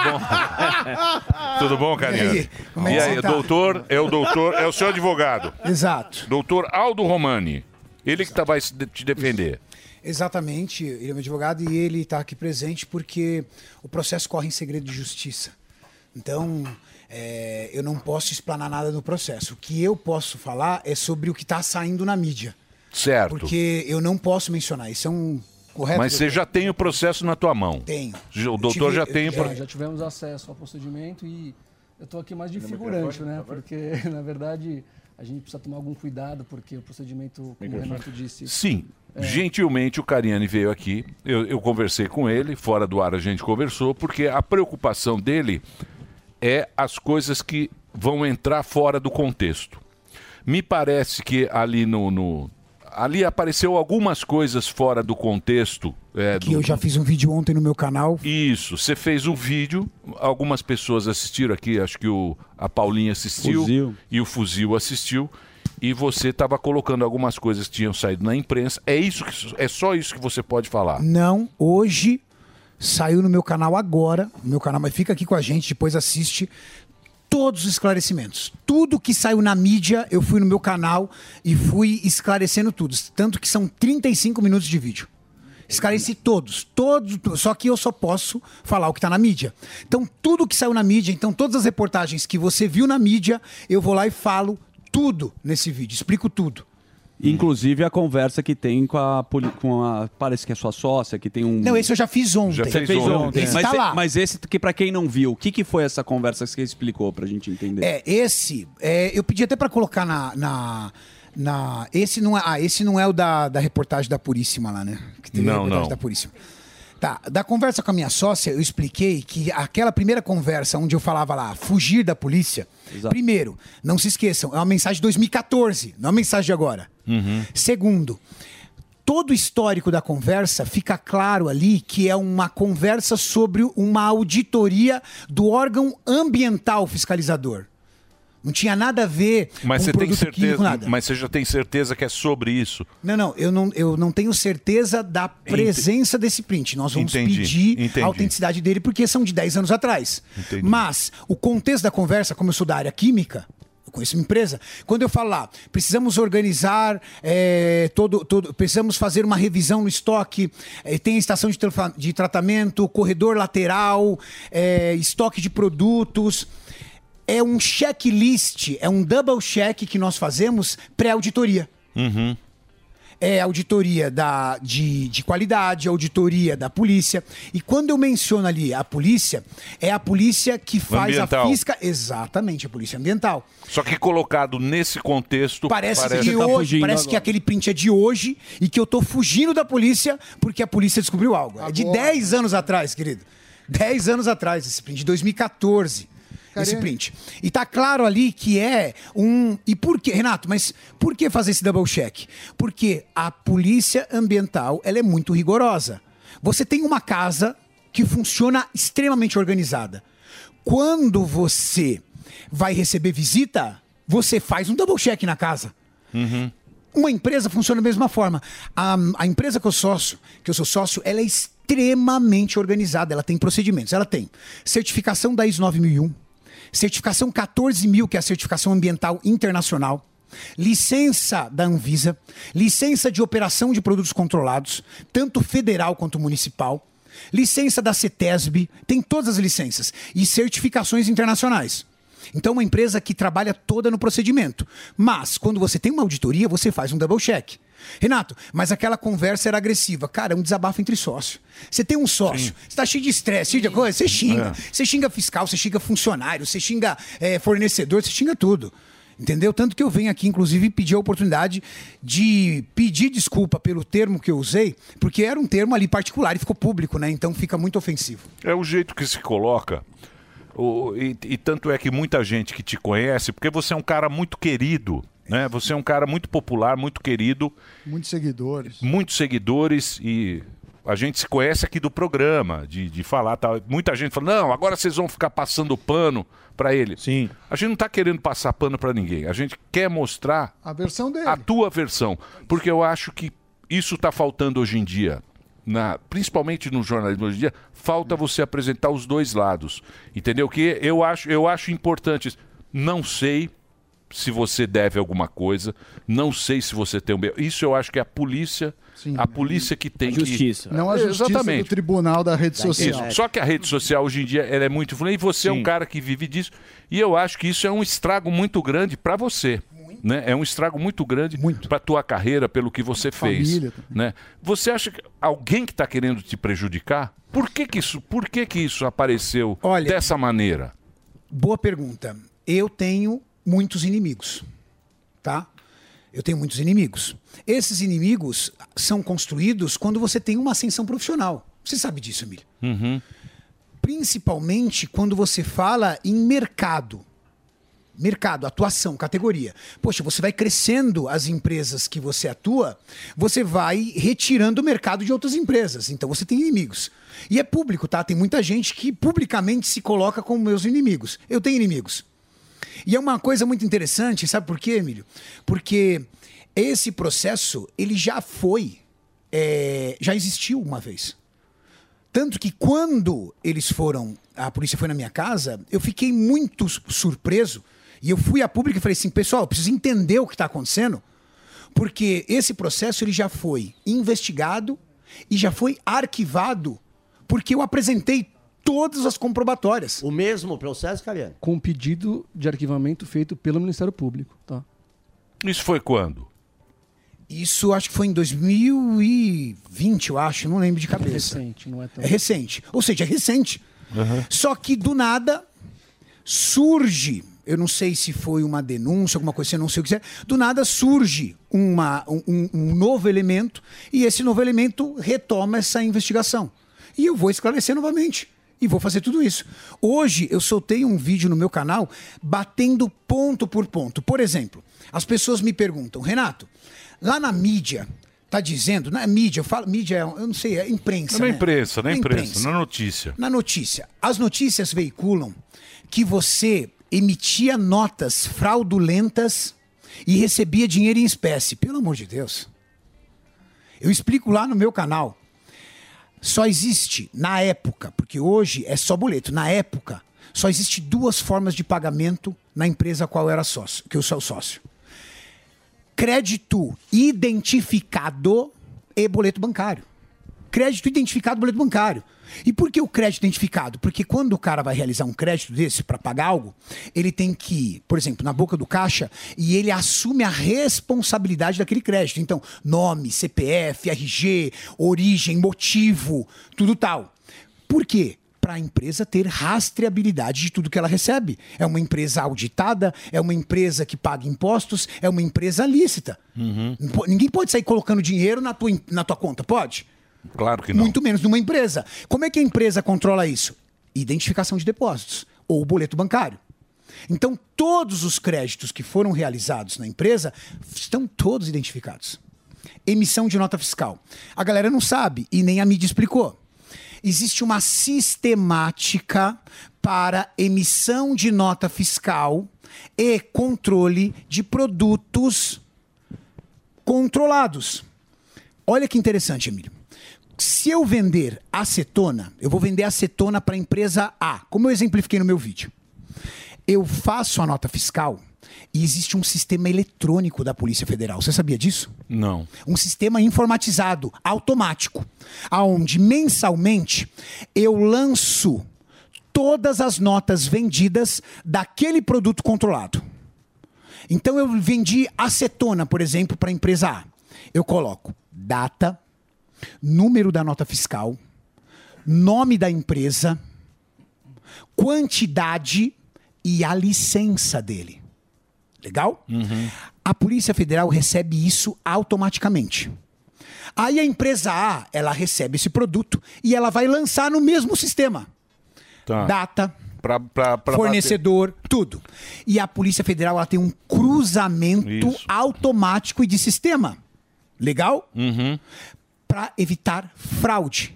Speaker 4: bom? Tudo bom,
Speaker 17: E
Speaker 4: Cariani?
Speaker 17: aí, como é
Speaker 4: E
Speaker 17: que
Speaker 4: aí,
Speaker 17: você tá?
Speaker 4: doutor, é o doutor, é o seu advogado.
Speaker 17: Exato.
Speaker 4: Doutor Aldo Romani. Ele que tá, vai se de- te defender.
Speaker 17: Exatamente, ele é meu advogado e ele está aqui presente porque o processo corre em segredo de justiça. Então, é, eu não posso explanar nada do processo. O que eu posso falar é sobre o que está saindo na mídia.
Speaker 4: Certo.
Speaker 17: Porque eu não posso mencionar. Isso é um correto.
Speaker 4: Mas você
Speaker 17: doutor?
Speaker 4: já tem o processo na tua mão.
Speaker 17: Tenho.
Speaker 4: Já- O
Speaker 17: Eu
Speaker 4: doutor
Speaker 17: tive-
Speaker 4: já
Speaker 17: eu-
Speaker 4: tem. o pro-
Speaker 18: É, já tivemos acesso ao procedimento e eu estou aqui mais
Speaker 17: é
Speaker 18: de figurante,
Speaker 17: Tá
Speaker 18: né? Porque, na verdade, a gente precisa tomar algum cuidado, porque o procedimento, como o
Speaker 4: Microfone.
Speaker 18: Renato disse.
Speaker 4: Sim. Gentilmente o Cariani veio aqui, eu, eu conversei com ele, fora do ar a gente conversou, porque a preocupação dele é as coisas que vão entrar fora do contexto. Me parece que ali no. no- ali apareceu algumas coisas fora do contexto. é,
Speaker 17: Que
Speaker 4: do-
Speaker 17: eu já fiz um vídeo ontem no meu canal.
Speaker 4: Isso, você fez um vídeo, algumas pessoas assistiram aqui, acho que o, a Paulinha assistiu
Speaker 10: Fuzil.
Speaker 4: e o Fuzil assistiu. E você estava colocando algumas coisas que tinham saído na imprensa. É isso que é só isso que você pode falar.
Speaker 17: Não, hoje saiu no meu canal agora, no meu canal, mas fica aqui com a gente, depois assiste todos os esclarecimentos. Tudo que saiu na mídia, eu fui no meu canal e fui esclarecendo tudo, tanto que são 35 minutos de vídeo. Esclareci todos, todos, só que eu só posso falar o que está na mídia. Então, tudo que saiu na mídia, então todas as reportagens que você viu na mídia, eu vou lá e falo tudo nesse vídeo, explico tudo.
Speaker 4: Hum.
Speaker 10: Inclusive a conversa que tem com a, poli- com a. Parece que é sua sócia, que tem um.
Speaker 17: Não, esse eu já fiz ontem.
Speaker 10: Você fez ontem.
Speaker 17: Esse
Speaker 10: Mas,
Speaker 17: tá lá.
Speaker 10: mas esse que, pra quem não viu, o que, que foi essa conversa que você explicou pra gente entender?
Speaker 17: É, esse, é, eu pedi até pra colocar na, na, na- Esse não é. Ah, esse não é o da, da reportagem da Puríssima lá, né? Que teve a
Speaker 4: Não,
Speaker 17: reportagem
Speaker 4: não.
Speaker 17: da Puríssima. Tá, da conversa com a minha sócia, eu expliquei que aquela primeira conversa onde eu falava lá, fugir da polícia. Primeiro, não se esqueçam, é uma mensagem de 2014, não é uma mensagem de agora.
Speaker 4: Uhum.
Speaker 17: Segundo, todo o histórico da conversa fica claro ali que é uma conversa sobre uma auditoria do órgão ambiental fiscalizador. Não tinha nada a ver
Speaker 4: Mas
Speaker 17: com
Speaker 4: você tem
Speaker 17: Um produto
Speaker 4: certeza,
Speaker 17: químico, nada.
Speaker 4: mas você já tem certeza que é sobre isso.
Speaker 17: Não, não eu, não, eu não tenho certeza da presença desse print. Nós vamos
Speaker 4: Entendi,
Speaker 17: pedir
Speaker 4: entendi.
Speaker 17: a autenticidade dele porque são de 10 anos atrás. Mas o contexto da conversa, como eu sou da área química, eu conheço uma empresa, quando eu falo lá, precisamos organizar eh, todo, todo. Precisamos fazer uma revisão no estoque, eh, tem a estação de, tra- de tratamento, corredor lateral, eh, estoque de produtos. É um checklist, é um double check que nós fazemos pré-auditoria
Speaker 4: Uhum.
Speaker 17: é auditoria da, de, de qualidade, auditoria da polícia. E quando eu menciono ali a polícia, é a polícia que faz
Speaker 4: Ambiental.
Speaker 17: a fisca. Exatamente, a polícia ambiental.
Speaker 4: Só que colocado nesse contexto
Speaker 17: Parece, que, tá hoje, parece que aquele print é de hoje e que eu tô fugindo da polícia porque a polícia descobriu algo. É de 10 anos atrás, querido. 10 anos atrás esse print, de 2014. Esse
Speaker 13: Cariani.
Speaker 17: print. E tá claro ali que é um. E por quê, Renato? Mas por que fazer esse double check? Porque a polícia ambiental ela é muito rigorosa. Você tem uma casa que funciona extremamente organizada. Quando você vai receber visita, você faz um double check na casa. Uma empresa funciona da mesma forma. A, a empresa que eu sócio, que eu sou sócio, ela é extremamente organizada, ela tem procedimentos, ela tem um, certificação da ISO 9001, certificação 14000, que é a certificação ambiental internacional, licença da Anvisa, licença de operação de produtos controlados, tanto federal quanto municipal, licença da CETESB, tem todas as licenças, e certificações internacionais. Então, uma empresa que trabalha toda no procedimento. Mas, quando você tem uma auditoria, você faz um double check. Renato, mas aquela conversa era agressiva. Cara, é um desabafo entre sócio. Você tem um sócio, você está cheio de estresse, cheio de coisa, você xinga. Você xinga fiscal, você xinga funcionário, você xinga eh, fornecedor, você xinga tudo. Entendeu? Tanto que eu venho aqui, inclusive, pedir a oportunidade de pedir desculpa pelo termo que eu usei, porque era um termo ali particular e ficou público, né? Então fica muito ofensivo.
Speaker 4: É o jeito que se coloca. O- e, e tanto é que muita gente que te conhece, porque você é um cara muito querido, né? Você é um cara muito popular, muito querido,
Speaker 13: Muitos seguidores.
Speaker 4: muitos seguidores e a gente se conhece aqui do programa, de, de falar tal. Muita gente fala, não, agora vocês vão ficar passando pano pra ele.
Speaker 9: Sim.
Speaker 4: A gente não tá querendo passar pano pra ninguém. A gente quer mostrar
Speaker 13: A versão dele.
Speaker 4: a tua versão, porque eu acho que isso está faltando hoje em dia. Na, principalmente no jornalismo hoje em dia, falta você apresentar os dois lados. Entendeu? Que eu acho, eu acho importante. isso. Não sei se você deve alguma coisa, não sei se você tem um B.O.. Isso eu acho que é a polícia, a polícia que tem
Speaker 13: justiça.
Speaker 4: que
Speaker 13: Não é a justiça do
Speaker 4: Exatamente.
Speaker 13: tribunal da rede social.
Speaker 4: Isso. Só que a rede social hoje em dia ela é muito influente. E você é um cara que vive disso. E eu acho que isso é um estrago muito grande para você. Né? É um estrago muito grande para tua carreira, pelo que você fez.
Speaker 13: família
Speaker 4: Né? Você acha que alguém que está querendo te prejudicar? Por que, que isso? Por que, que isso apareceu dessa maneira?
Speaker 17: Boa pergunta. Eu tenho muitos inimigos, tá? Eu tenho muitos inimigos. Esses inimigos são construídos quando você tem uma ascensão profissional. Você sabe disso, Emílio.
Speaker 4: Uhum.
Speaker 17: Principalmente quando você fala em mercado. Mercado, atuação, categoria. Poxa, você vai crescendo as empresas que você atua, você vai retirando o mercado de outras empresas. Então você tem inimigos. E é público, tá? Tem muita gente que publicamente se coloca como meus inimigos. Eu tenho inimigos. E é uma coisa muito interessante, sabe por quê, Emílio? Porque esse processo, ele já foi, é, já existiu uma vez. Tanto que quando eles foram, a polícia foi na minha casa, eu fiquei muito su- surpreso. E eu fui a público e falei assim, pessoal, eu preciso entender o que está acontecendo. Porque esse processo ele já foi investigado e já foi arquivado, porque eu apresentei todas as comprobatórias.
Speaker 14: O mesmo processo, Cariano?
Speaker 18: Com um pedido de arquivamento feito pelo Ministério Público, tá?
Speaker 4: Isso foi quando?
Speaker 17: Isso acho que foi em 2020, eu acho, não lembro de cabeça. É
Speaker 18: recente, não é tão-
Speaker 17: recente. Ou seja, é recente. Só que do nada surge, eu não sei se foi uma denúncia, alguma coisa, eu não sei o que é, do nada surge uma, um- um, um novo elemento e esse novo elemento retoma essa investigação. E eu vou esclarecer novamente. E vou fazer tudo isso. Hoje eu soltei um vídeo no meu canal batendo ponto por ponto. Por exemplo, as pessoas me perguntam, Renato, lá na mídia, tá dizendo, na mídia, eu falo, mídia, é- eu não sei, é imprensa.
Speaker 4: É na
Speaker 17: né?
Speaker 4: imprensa, na imprensa, na notícia.
Speaker 17: Na notícia. As notícias veiculam que você emitia notas fraudulentas e recebia dinheiro em espécie. Pelo amor de Deus. Eu explico lá no meu canal. Só existe, na época, porque hoje é só boleto, na época, só existe duas formas de pagamento na empresa a qual eu era sócio, que eu sou sócio. Crédito identificado e boleto bancário crédito identificado boleto bancário. E por que o crédito identificado? Porque quando o cara vai realizar um crédito desse para pagar algo, ele tem que ir, por exemplo, na boca do caixa e ele assume a responsabilidade daquele crédito. Então, nome, CPF, RG, origem, motivo, tudo tal. Por quê? Para a empresa ter rastreabilidade de tudo que ela recebe. É uma empresa auditada, é uma empresa que paga impostos, é uma empresa lícita.
Speaker 4: Uhum.
Speaker 17: Não po- Ninguém pode sair colocando dinheiro na tua, em- na tua conta, pode?
Speaker 4: Claro que não.
Speaker 17: Muito menos numa empresa. Como é que a empresa controla isso? Identificação de depósitos ou boleto bancário. Então, todos os créditos que foram realizados na empresa estão todos identificados. Emissão de nota fiscal. A galera não sabe e nem a mídia explicou. Existe uma sistemática para emissão de nota fiscal e controle de produtos controlados. Olha que interessante, Emílio. Se eu vender acetona, eu vou vender acetona para a empresa A, como eu exemplifiquei no meu vídeo. Eu faço a nota fiscal E existe um sistema eletrônico da Polícia Federal. Você sabia disso?
Speaker 4: Não.
Speaker 17: um sistema informatizado, automático, aonde mensalmente eu lanço todas as notas vendidas daquele produto controlado. Então eu vendi acetona, por exemplo, para a empresa A. Eu coloco data, número da nota fiscal, nome da empresa, quantidade e a licença dele. Legal? A Polícia Federal recebe isso automaticamente. Aí a empresa A, ela recebe esse produto e ela vai lançar no mesmo sistema.
Speaker 4: Tá.
Speaker 17: Data,
Speaker 4: Pra, pra, pra
Speaker 17: fornecedor, tudo. E a Polícia Federal, ela tem um cruzamento automático e de sistema. Legal? Para evitar fraude.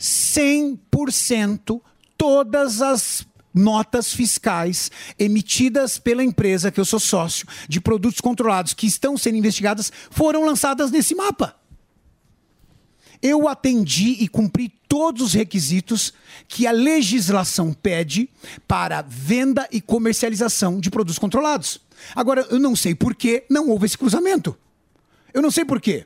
Speaker 17: 100% todas as notas fiscais emitidas pela empresa que eu sou sócio de produtos controlados que estão sendo investigadas foram lançadas nesse mapa. Eu atendi e cumpri todos os requisitos que a legislação pede para venda e comercialização de produtos controlados. Agora, eu não sei por que não houve esse cruzamento. Eu não sei por quê.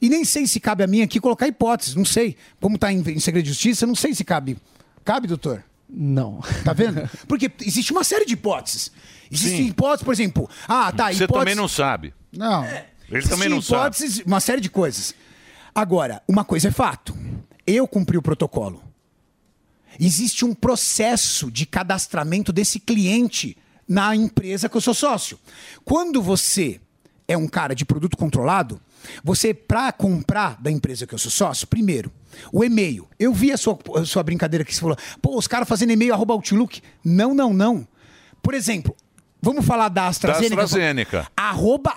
Speaker 17: E nem sei se cabe a mim aqui colocar hipóteses, não sei. Como está em, em segredo de justiça, não sei se cabe. Cabe, doutor?
Speaker 18: Não.
Speaker 17: Tá vendo? Porque existe uma série de hipóteses. Existem hipóteses, por exemplo. Ah, tá.
Speaker 4: Você
Speaker 17: hipótese-
Speaker 4: também não sabe.
Speaker 17: Não.
Speaker 4: Ele É. também
Speaker 17: Existem
Speaker 4: não sabe.
Speaker 17: hipóteses, uma série de coisas. Agora, uma coisa é fato. Eu cumpri o protocolo. Existe um processo de cadastramento desse cliente na empresa que eu sou sócio. Quando você é um cara de produto controlado, você, para comprar da empresa que eu sou sócio, primeiro, o e-mail. Eu vi a sua, a sua brincadeira que você falou, pô, os caras fazendo e-mail arroba Outlook. Não, não, não. Por exemplo, vamos falar da
Speaker 4: Da
Speaker 17: AstraZeneca.
Speaker 4: AstraZeneca.
Speaker 17: Arroba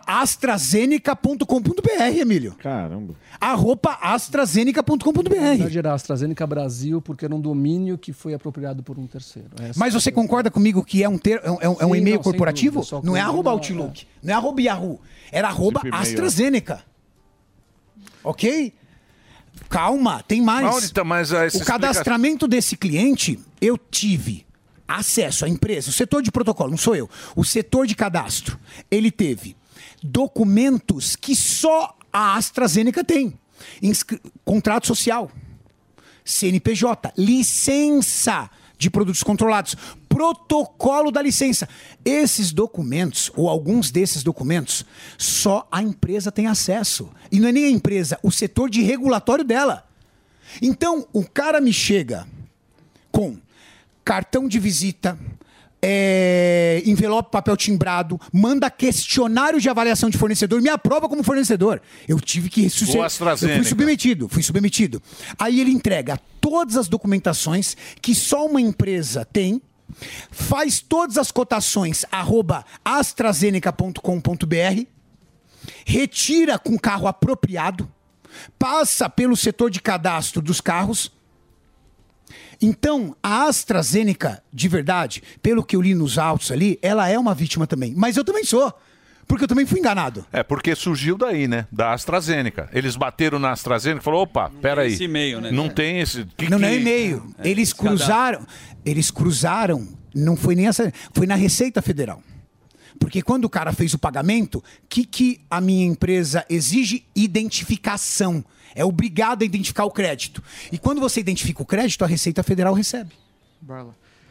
Speaker 17: AstraZeneca.com.br, Emílio.
Speaker 19: Caramba.
Speaker 17: Arroba
Speaker 18: Na
Speaker 17: AstraZeneca.com.br.
Speaker 18: verdade era AstraZeneca Brasil, porque era um domínio que foi apropriado por um terceiro. Essa-
Speaker 17: Mas você concorda comigo que é um, ter- é um- é um, é um
Speaker 18: Sim,
Speaker 17: e-mail
Speaker 18: não, sem
Speaker 17: corporativo?
Speaker 18: dúvida, só um
Speaker 17: não é
Speaker 18: combina,
Speaker 17: arroba Outlook, não é arroba Yahoo. Era arroba
Speaker 4: Tipo e-mail.
Speaker 17: AstraZeneca. Ok? Calma, tem mais.
Speaker 4: Maurita, mas ah, essa
Speaker 17: o cadastramento desse cliente, eu tive acesso à empresa, o setor de protocolo, não sou eu, o setor de cadastro, ele teve documentos que só a AstraZeneca tem. Inscri- contrato social, CNPJ, licença de produtos controlados, protocolo da licença. Esses documentos, ou alguns desses documentos, só a empresa tem acesso. E não é nem a empresa, o setor de regulatório dela. Então, o cara me chega com cartão de visita, é, envelope papel timbrado, manda questionário de avaliação de fornecedor, me aprova como fornecedor. Eu tive que
Speaker 4: O
Speaker 17: suce-
Speaker 4: AstraZeneca.
Speaker 17: Eu fui submetido, fui submetido. Aí ele entrega todas as documentações que só uma empresa tem, faz todas as cotações arroba astrazeneca.com.br, retira com carro apropriado, passa pelo setor de cadastro dos carros. Então, a AstraZeneca, de verdade, pelo que eu li nos autos ali, ela é uma vítima também. Mas eu também sou, porque eu também fui enganado.
Speaker 4: É, porque surgiu daí, né? Da AstraZeneca. Eles bateram na AstraZeneca e falaram, opa, peraí.
Speaker 10: esse e-mail, né?
Speaker 4: Não tem esse... que
Speaker 17: não, não é
Speaker 4: que-
Speaker 17: e-mail. eles cruzaram. Eles cruzaram. Não foi nem essa. Foi na Receita Federal. Porque quando o cara fez o pagamento, o que, que a minha empresa exige? Identificação. É obrigado a identificar o crédito. E quando você identifica o crédito, a Receita Federal recebe.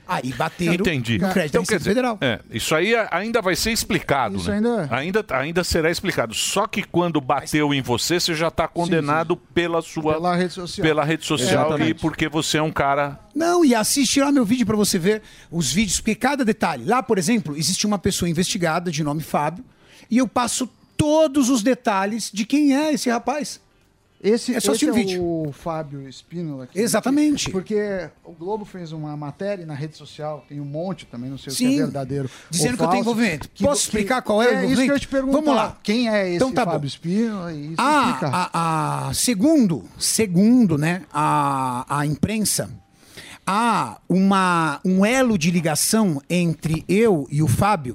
Speaker 17: Aí bateram
Speaker 4: Entendi.
Speaker 17: no crédito da
Speaker 4: quer
Speaker 17: Receita
Speaker 4: dizer,
Speaker 17: Federal.
Speaker 4: é, isso aí a- ainda vai ser explicado, né? Ainda... Ainda, será explicado. Só que quando bateu em você, você já está condenado pela sua... Pela
Speaker 13: rede social.
Speaker 4: Pela rede social e
Speaker 13: Exatamente.
Speaker 4: porque você é um cara...
Speaker 17: Não, e assiste lá meu vídeo para você ver os vídeos, porque cada detalhe. Lá, por exemplo, existe uma pessoa investigada de nome Fábio, e eu passo todos os detalhes de quem é esse rapaz.
Speaker 13: Esse
Speaker 17: é só assistir
Speaker 13: esse
Speaker 17: o vídeo.
Speaker 13: o Fábio Espínola. aqui.
Speaker 17: Exatamente.
Speaker 13: Porque o Globo fez uma matéria na rede social, tem um monte também, não sei o que
Speaker 17: Sim.
Speaker 13: é verdadeiro.
Speaker 17: Dizendo
Speaker 13: ou
Speaker 17: que eu tenho
Speaker 13: falso,
Speaker 17: envolvimento.
Speaker 13: que-
Speaker 17: Posso
Speaker 13: que-
Speaker 17: explicar qual é o
Speaker 13: É isso que eu
Speaker 17: envolvimento?
Speaker 13: te perguntar.
Speaker 17: Vamos lá.
Speaker 13: Quem é esse
Speaker 17: Então tá
Speaker 13: Fábio
Speaker 17: bom.
Speaker 13: Espínola? E isso explicar.
Speaker 17: Ah, a, a- segundo, segundo, né, a, a imprensa, há uma, um elo de ligação entre eu e o Fábio,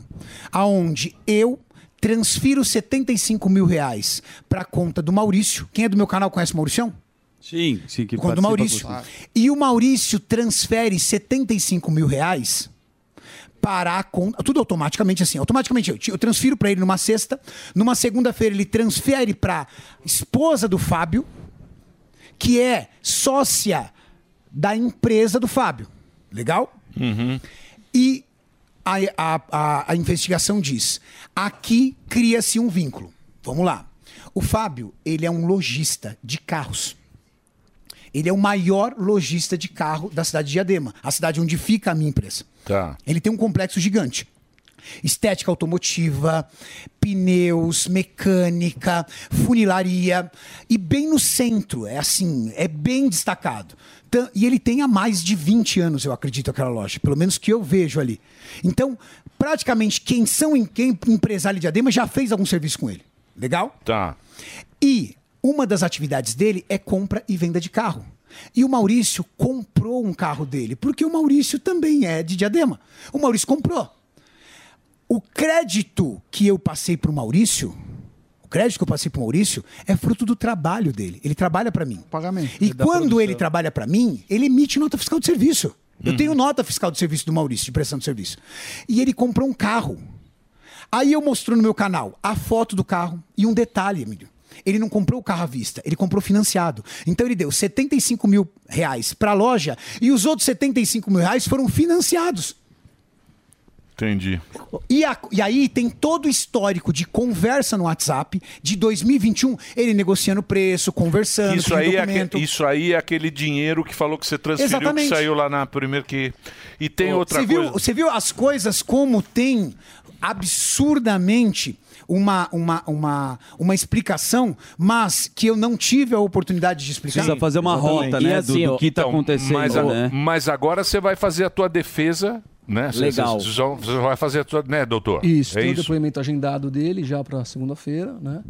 Speaker 17: aonde eu transfiro 75 mil reais para conta do Maurício. Quem é do meu canal conhece o Mauricião?
Speaker 10: Sim, sim, que
Speaker 17: Quando o
Speaker 10: participa
Speaker 17: Maurício.
Speaker 10: com-
Speaker 17: E o Maurício transfere 75 mil reais parar com. Tudo automaticamente assim. Automaticamente eu, te- eu transfiro para ele numa sexta. Numa segunda-feira ele transfere para esposa do Fábio, que é sócia da empresa do Fábio. Legal?
Speaker 10: Uhum.
Speaker 17: E a, a- a- a investigação diz: aqui cria-se um vínculo. Vamos lá. O Fábio, ele é um lojista de carros. Ele é o maior lojista de carro da cidade de Diadema, a cidade onde fica a minha empresa.
Speaker 4: Tá.
Speaker 17: Ele tem um complexo gigante. Estética automotiva, pneus, mecânica, funilaria. E bem no centro, é assim, é bem destacado. Tan- E ele tem há mais de 20 anos, eu acredito, aquela loja, pelo menos que eu vejo ali. Então, praticamente, quem são em quem empresário de Adema já fez algum serviço com ele. Legal?
Speaker 4: Tá.
Speaker 17: E uma das atividades dele é compra e venda de carro. E o Maurício comprou um carro dele, porque o Maurício também é de diadema. O Maurício comprou. O crédito que eu passei para o Maurício, o crédito que eu passei para o Maurício é fruto do trabalho dele. Ele trabalha para mim.
Speaker 13: Pagamento.
Speaker 17: E quando ele trabalha para mim, ele emite nota fiscal de serviço. Eu tenho nota fiscal de serviço do Maurício, de prestação de serviço. E ele comprou um carro. Aí eu mostrou no meu canal a foto do carro e um detalhe, Emílio. Ele não comprou o carro à vista, ele comprou financiado. Então ele deu 75 mil reais para a loja e os outros 75 mil reais foram financiados.
Speaker 4: Entendi.
Speaker 17: E, a- e aí tem todo o histórico de conversa no WhatsApp de 2021, ele negociando preço, conversando,
Speaker 4: Isso
Speaker 17: pedindo
Speaker 4: aí, é
Speaker 17: documento.
Speaker 4: aque- isso aí é aquele dinheiro que falou que você transferiu,
Speaker 17: Exatamente.
Speaker 4: que saiu lá na primeira que. E tem
Speaker 17: Ô,
Speaker 4: outra
Speaker 17: você
Speaker 4: coisa.
Speaker 17: Viu, você viu as coisas como tem absurdamente uma, uma, uma, uma explicação, mas que eu não tive a oportunidade de explicar.
Speaker 10: Precisa fazer uma rota, né, do- do, que tá
Speaker 4: Então,
Speaker 10: acontecendo,
Speaker 4: Mas, a-
Speaker 10: né?
Speaker 4: mas agora você vai fazer a tua defesa, né? Você-
Speaker 18: Legal.
Speaker 4: Você, só- você vai fazer a tua, né, doutor?
Speaker 18: Isso,
Speaker 4: É
Speaker 18: tem o
Speaker 4: isso.
Speaker 18: depoimento agendado dele já para segunda-feira, né?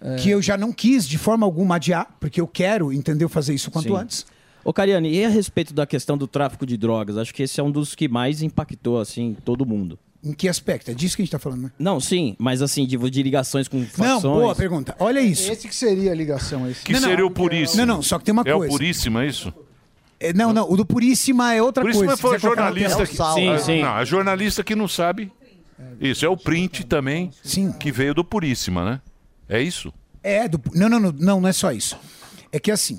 Speaker 18: É,
Speaker 17: Que eu já não quis de forma alguma adiar, porque eu quero, entendeu, fazer isso quanto
Speaker 6: Sim.
Speaker 17: antes.
Speaker 6: Ô, Cariani, e a respeito da questão do tráfico de drogas? Acho que esse é um dos que mais impactou, assim, todo mundo.
Speaker 17: Em que aspecto? É disso que a gente tá falando, né?
Speaker 6: Não, sim, mas assim, de, de ligações com
Speaker 17: Não,
Speaker 6: facções...
Speaker 17: boa pergunta. Olha isso.
Speaker 13: É Esse que seria a ligação, esse.
Speaker 4: Que seria o puríssimo.
Speaker 17: Não, não, só que tem uma
Speaker 4: é
Speaker 17: coisa.
Speaker 4: o puríssimo, é isso?
Speaker 17: É, Não, não, o do Puríssima é outra
Speaker 4: Puríssimo
Speaker 17: coisa.
Speaker 4: foi a
Speaker 17: Se quiser colocar no É. né?
Speaker 4: jornalista
Speaker 17: telão,
Speaker 4: que.
Speaker 17: salva.
Speaker 4: Ah, Não, a jornalista que não sabe. Isso, é o print também.
Speaker 17: Sim.
Speaker 4: Que veio do Puríssima, né? É isso?
Speaker 17: É, do, não, não, não, não, não é só isso. É que assim,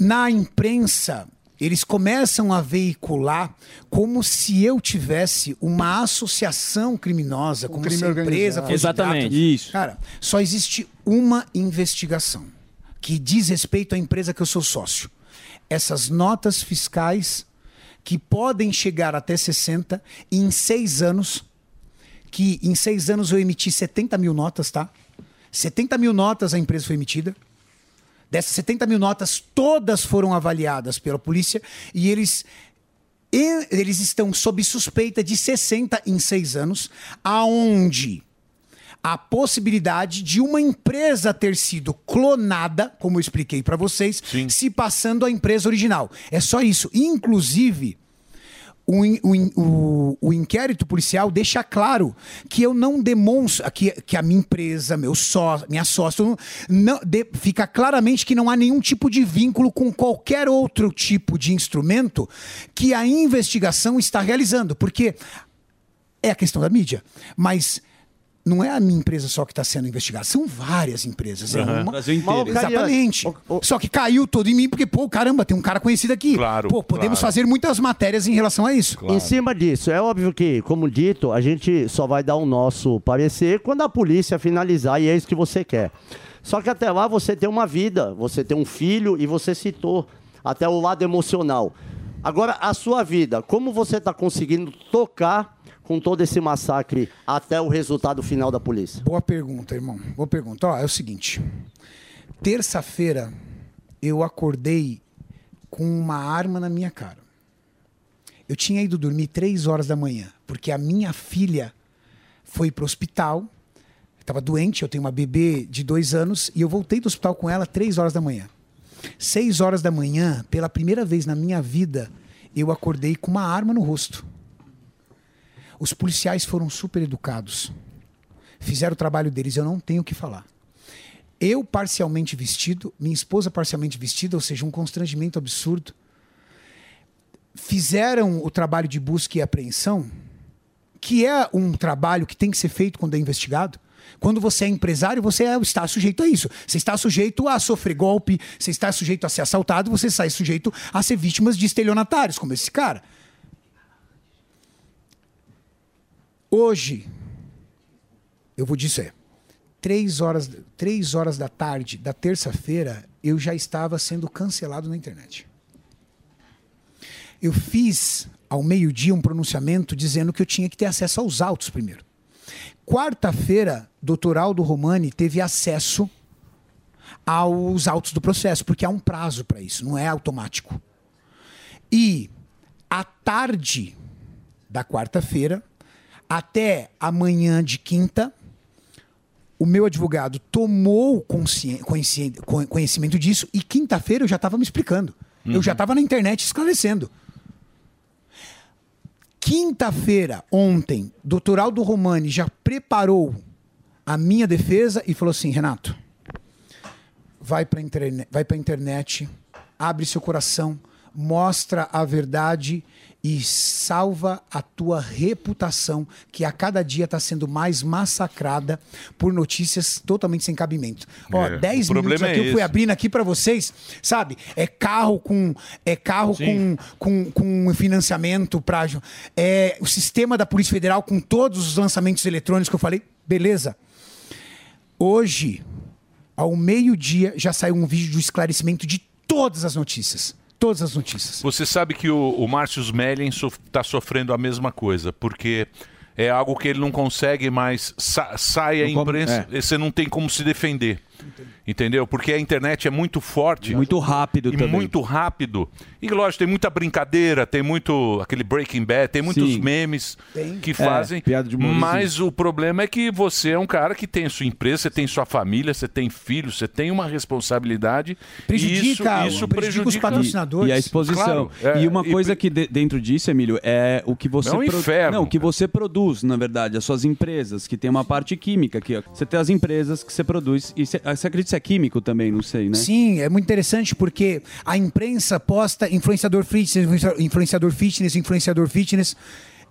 Speaker 17: na imprensa, eles começam a veicular como se eu tivesse uma associação criminosa, como
Speaker 13: Um crime
Speaker 17: se a empresa
Speaker 13: organizado.
Speaker 17: fosse
Speaker 13: Exatamente.
Speaker 17: data.
Speaker 13: Isso.
Speaker 17: Cara, só existe uma investigação que diz respeito à empresa que eu sou sócio. Essas notas fiscais que podem chegar até 60 e em seis anos que em seis anos eu emiti 70 mil notas, tá? 70 mil notas a empresa foi emitida. Dessas 70 mil notas, todas foram avaliadas pela polícia e eles, e- eles estão sob suspeita de 60 em seis anos, aonde a possibilidade de uma empresa ter sido clonada, como eu expliquei para vocês, se passando à empresa original. É só isso. Inclusive, o, in- o in- o- o inquérito policial deixa claro que eu não demonstro que, que a minha empresa, meu só, minha sócia, eu não, não- de- fica claramente que não há nenhum tipo de vínculo com qualquer outro tipo de instrumento que a investigação está realizando, porque é a questão da mídia, mas não é a minha empresa só que está sendo investigada, são várias empresas. É
Speaker 10: Aham.
Speaker 17: uma-
Speaker 10: Brasil inteiro.
Speaker 17: Mas, Exatamente. Só que caiu todo em mim, porque, pô, caramba, tem um cara conhecido aqui.
Speaker 14: Claro,
Speaker 17: Pô, podemos
Speaker 14: claro.
Speaker 17: fazer muitas matérias em relação a É isso.
Speaker 14: Em cima disso, é óbvio que, como dito, a gente só vai dar o nosso parecer quando a polícia finalizar e é isso que você quer. Só que até lá você tem uma vida, você tem um filho e você citou até o lado emocional. Agora, a sua vida, como você está conseguindo tocar com todo esse massacre até o resultado final da polícia?
Speaker 17: Boa pergunta, irmão. Boa pergunta. Ó, é o seguinte. Terça-feira eu acordei com uma arma na minha cara. Eu tinha ido dormir três horas da manhã, porque a minha filha foi pro hospital. Estava doente, eu tenho uma bebê de dois anos, e eu voltei do hospital com ela três horas da manhã. Seis horas da manhã, pela primeira vez na minha vida, eu acordei com uma arma no rosto. Os policiais foram super educados fizeram o trabalho deles, eu não tenho o que falar. Eu parcialmente vestido, minha esposa parcialmente vestida, ou seja, um constrangimento absurdo. Fizeram o trabalho de busca e apreensão que é um trabalho que tem que ser feito quando é investigado. Quando você é empresário, você é- está sujeito a isso. Você está sujeito a sofrer golpe, você está sujeito a ser assaltado, você está sujeito a ser vítimas de estelionatários, como esse cara. Hoje, eu vou dizer, três horas, três horas da tarde da terça-feira, eu já estava sendo cancelado na internet. Eu fiz ao meio-dia um pronunciamento dizendo que eu tinha que ter acesso aos autos primeiro. Quarta-feira, doutor Aldo Romani teve acesso aos autos do processo, porque há um prazo para isso, não é automático. E à tarde da quarta-feira até amanhã de quinta, o meu advogado tomou conscien- conscien- con- conhecimento disso e quinta-feira eu já estava me explicando. Eu já estava na internet esclarecendo. Quinta-feira, ontem, doutor Aldo Romani já preparou a minha defesa e falou assim: Renato, vai para interne vai a internet, abre seu coração, mostra a verdade e salva a tua reputação, que a cada dia está sendo mais massacrada por notícias totalmente sem cabimento. Ó,
Speaker 4: É,
Speaker 17: 10
Speaker 4: o
Speaker 17: minutos
Speaker 4: problema
Speaker 17: aqui
Speaker 4: é
Speaker 17: eu
Speaker 4: esse.
Speaker 17: fui abrindo aqui para vocês, sabe? É carro com é carro com, com, com um financiamento para é o sistema da Polícia Federal com todos os lançamentos eletrônicos que eu falei, beleza? Hoje, ao meio-dia, já saiu um vídeo do esclarecimento de todas as notícias. Todas as notícias.
Speaker 4: Você sabe que o, o Márcio Smelling está sofrendo a mesma coisa, porque é algo que ele não consegue mais. Sa sai a
Speaker 7: Não é. como-
Speaker 4: imprensa, e você não tem como se defender. Entendeu? Porque a internet é muito forte. Muito rápido e
Speaker 7: também.
Speaker 4: Muito rápido. E lógico, tem muita brincadeira, tem muito. aquele Breaking Bad, tem muitos
Speaker 7: Sim.
Speaker 4: memes
Speaker 7: Tem.
Speaker 4: que
Speaker 7: É,
Speaker 4: fazem.
Speaker 7: piada de humorzinho.
Speaker 4: mas o problema é que você é um cara que tem sua empresa, você tem sua família, você tem filhos, você tem uma responsabilidade. e isso,
Speaker 17: Prejudica,
Speaker 4: isso
Speaker 17: prejudica
Speaker 4: prejudica
Speaker 17: os patrocinadores.
Speaker 4: E,
Speaker 10: E a exposição.
Speaker 4: Claro, é,
Speaker 10: e uma
Speaker 4: e
Speaker 10: coisa que de- dentro disso, Emílio, é o que você
Speaker 4: É um inferno,
Speaker 10: Não, o que você produz, na verdade, as suas empresas, que tem uma parte química aqui. ó. Você tem as empresas que você produz. E você, ah, você acredita que isso é químico também, não sei, né?
Speaker 17: Sim, é muito interessante porque a imprensa posta influenciador fitness, influencia- influenciador fitness, influenciador fitness.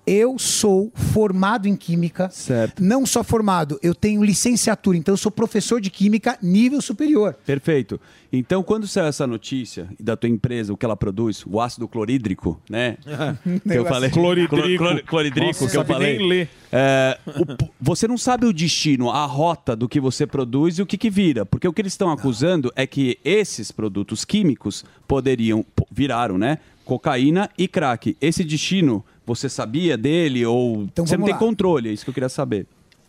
Speaker 17: Eu sou formado em química. Certo. Não só formado, eu tenho licenciatura, então eu sou professor de química nível superior.
Speaker 10: Perfeito. Então, quando saiu essa notícia da tua empresa, o que ela produz, o ácido clorídrico, né? que eu
Speaker 7: Negócio.
Speaker 10: falei.
Speaker 7: Cloridrico.
Speaker 10: Clor- clor- cloridrico,
Speaker 7: Nossa,
Speaker 10: que eu
Speaker 7: sabe
Speaker 10: falei.
Speaker 7: nem ler.
Speaker 10: É, o p- você não sabe o destino, a rota do que você produz e o que, que vira. Porque o que eles estão acusando é que esses produtos químicos poderiam. po- viraram, né? Cocaína e crack. Esse destino, você sabia dele ou.
Speaker 7: Então
Speaker 10: você não
Speaker 17: vamos
Speaker 10: tem
Speaker 17: lá.
Speaker 10: controle, é isso que eu queria saber.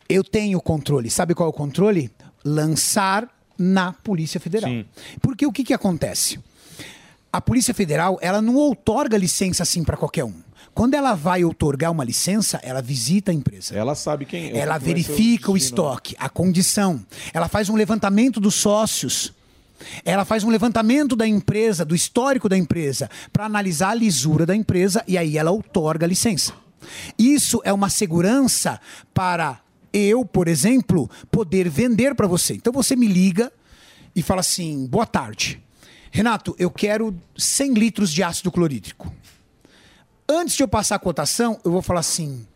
Speaker 17: Eu tenho controle. Sabe qual é o controle? Lançar na Polícia Federal. Porque o que, que acontece? A Polícia Federal, ela não outorga licença assim para qualquer um. Quando ela vai outorgar uma licença, ela visita a empresa.
Speaker 9: Ela sabe quem é.
Speaker 17: Ela verifica o estoque, a condição. Ela faz um levantamento dos sócios. Ela faz um levantamento da empresa, do histórico da empresa, para analisar a lisura da empresa e aí ela outorga a licença. Isso é uma segurança para eu, por exemplo, poder vender para você. Então você me liga e fala assim: boa tarde. Renato, eu quero 100 litros de ácido clorídrico. Antes de eu passar a cotação, eu vou falar assim: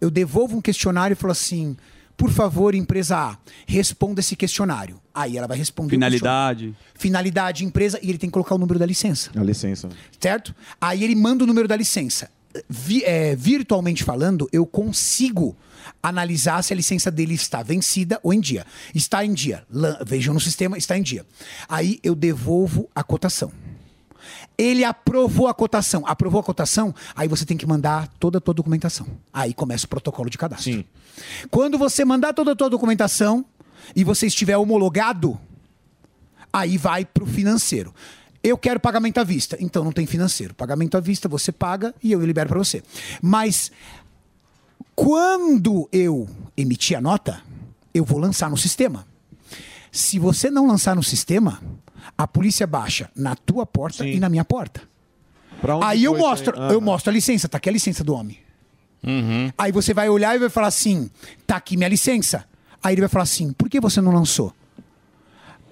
Speaker 17: eu devolvo um questionário e falo assim: por favor, empresa A, responda esse questionário. Aí ela vai responder. o
Speaker 10: Finalidade.
Speaker 17: questionário. Finalidade, empresa, e ele tem que colocar o número da licença.
Speaker 9: A licença.
Speaker 17: Certo? Aí ele manda o número da licença. Vi- é, virtualmente falando, eu consigo analisar se a licença dele está vencida ou em dia. Está em dia. Lan- Vejam no sistema, está em dia. Aí eu devolvo a cotação. Ele aprovou a cotação. Aprovou a cotação, aí você tem que mandar toda a tua documentação. Aí começa o protocolo de cadastro. Quando você mandar toda a tua documentação e você estiver homologado, aí vai para o financeiro. Eu quero pagamento à vista. Então não tem financeiro. Pagamento à vista você paga e eu libero para você. Mas quando eu emitir a nota, eu vou lançar no sistema. Se você não lançar no sistema, a polícia baixa na tua porta e na minha porta. Aí eu
Speaker 7: foi isso aí?
Speaker 17: mostro,
Speaker 7: Ah.
Speaker 17: eu mostro a licença, tá aqui a licença do homem. Aí você vai olhar e vai falar assim: tá aqui minha licença. Aí ele vai falar assim: por que você não lançou?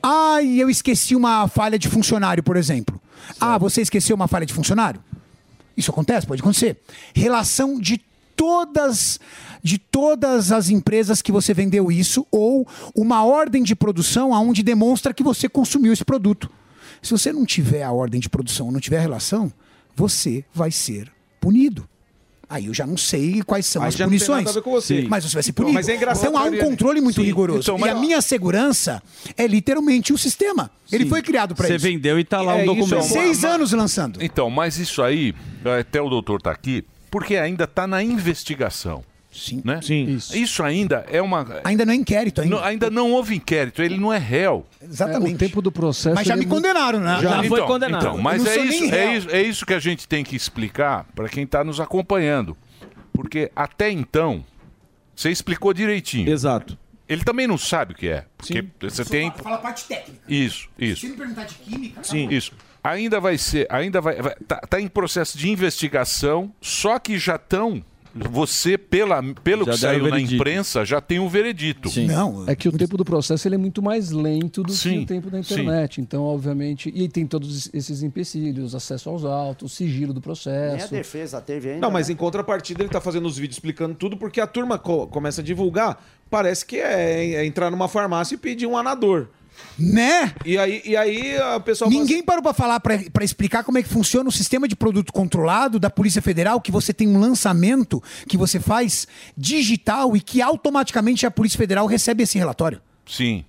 Speaker 17: Ah, e eu esqueci uma falha de funcionário, por exemplo. Ah, você esqueceu uma falha de funcionário? Isso acontece, pode acontecer. Relação de todas de todas as empresas que você vendeu isso ou uma ordem de produção aonde demonstra que você consumiu esse produto. Se você não tiver a ordem de produção, não tiver a relação, você vai ser punido. Aí eu já não sei quais são
Speaker 9: Aí
Speaker 17: as
Speaker 9: já não tem
Speaker 17: punições.
Speaker 9: nada a ver com você.
Speaker 17: Mas você vai ser
Speaker 9: Então,
Speaker 17: punido.
Speaker 9: mas é engraçado,
Speaker 17: então há um
Speaker 9: Mariana.
Speaker 17: controle muito
Speaker 9: Sim.
Speaker 17: rigoroso.
Speaker 9: Então,
Speaker 17: e
Speaker 9: mas-
Speaker 17: a minha segurança é literalmente o sistema. Ele foi criado para
Speaker 10: Você
Speaker 17: É isso.
Speaker 10: vendeu e tá
Speaker 4: É
Speaker 10: lá um documento.
Speaker 17: Seis anos lançando.
Speaker 4: Então, mas isso aí, até o doutor tá aqui, porque ainda tá na investigação.
Speaker 17: Sim.
Speaker 4: Né? Sim. Isso. ainda é uma.
Speaker 17: Ainda não é inquérito ainda.
Speaker 4: Não, ainda não houve inquérito, ele não é réu.
Speaker 17: Exatamente.
Speaker 13: o tempo do processo.
Speaker 17: Mas já
Speaker 13: ele
Speaker 17: me
Speaker 13: é muito-
Speaker 17: condenaram, né? Já foi condenado.
Speaker 4: Então, mas
Speaker 17: Eu não
Speaker 4: é
Speaker 17: sou nem
Speaker 4: isso, é,
Speaker 17: réu.
Speaker 4: isso, é isso que a gente tem que explicar para quem está nos acompanhando. Porque até então, você explicou direitinho.
Speaker 3: Exato.
Speaker 4: Ele também não sabe o que é. Porque você tem.
Speaker 17: Fala a parte técnica.
Speaker 4: Isso, isso.
Speaker 17: me perguntar de química,
Speaker 4: Isso. Ainda vai ser, ainda vai, vai- tá, tá em processo de investigação, só que já estão você pela pelo
Speaker 3: Já
Speaker 4: que
Speaker 3: deram
Speaker 4: saiu na
Speaker 3: veredito.
Speaker 4: imprensa já tem um veredito.
Speaker 13: É que o tempo do processo ele é muito mais lento do
Speaker 4: Sim,
Speaker 13: que o tempo da
Speaker 4: sim.
Speaker 13: internet. Então, obviamente. E tem todos esses empecilhos, acesso aos autos, sigilo do
Speaker 14: Nem a
Speaker 13: processo.
Speaker 14: defesa teve ainda.
Speaker 9: Não, mas
Speaker 14: né?
Speaker 9: em contrapartida ele tá fazendo os vídeos explicando tudo porque a turma co- começa a divulgar. Parece que é, é entrar numa farmácia e pedir um anador.
Speaker 17: Né?
Speaker 9: E aí, e aí a pessoa
Speaker 17: Ninguém parou pra falar, pra pra explicar como é que funciona o sistema de produto controlado da Polícia Federal, que você tem um lançamento que você faz digital e que automaticamente a Polícia Federal recebe esse relatório.
Speaker 4: Sim.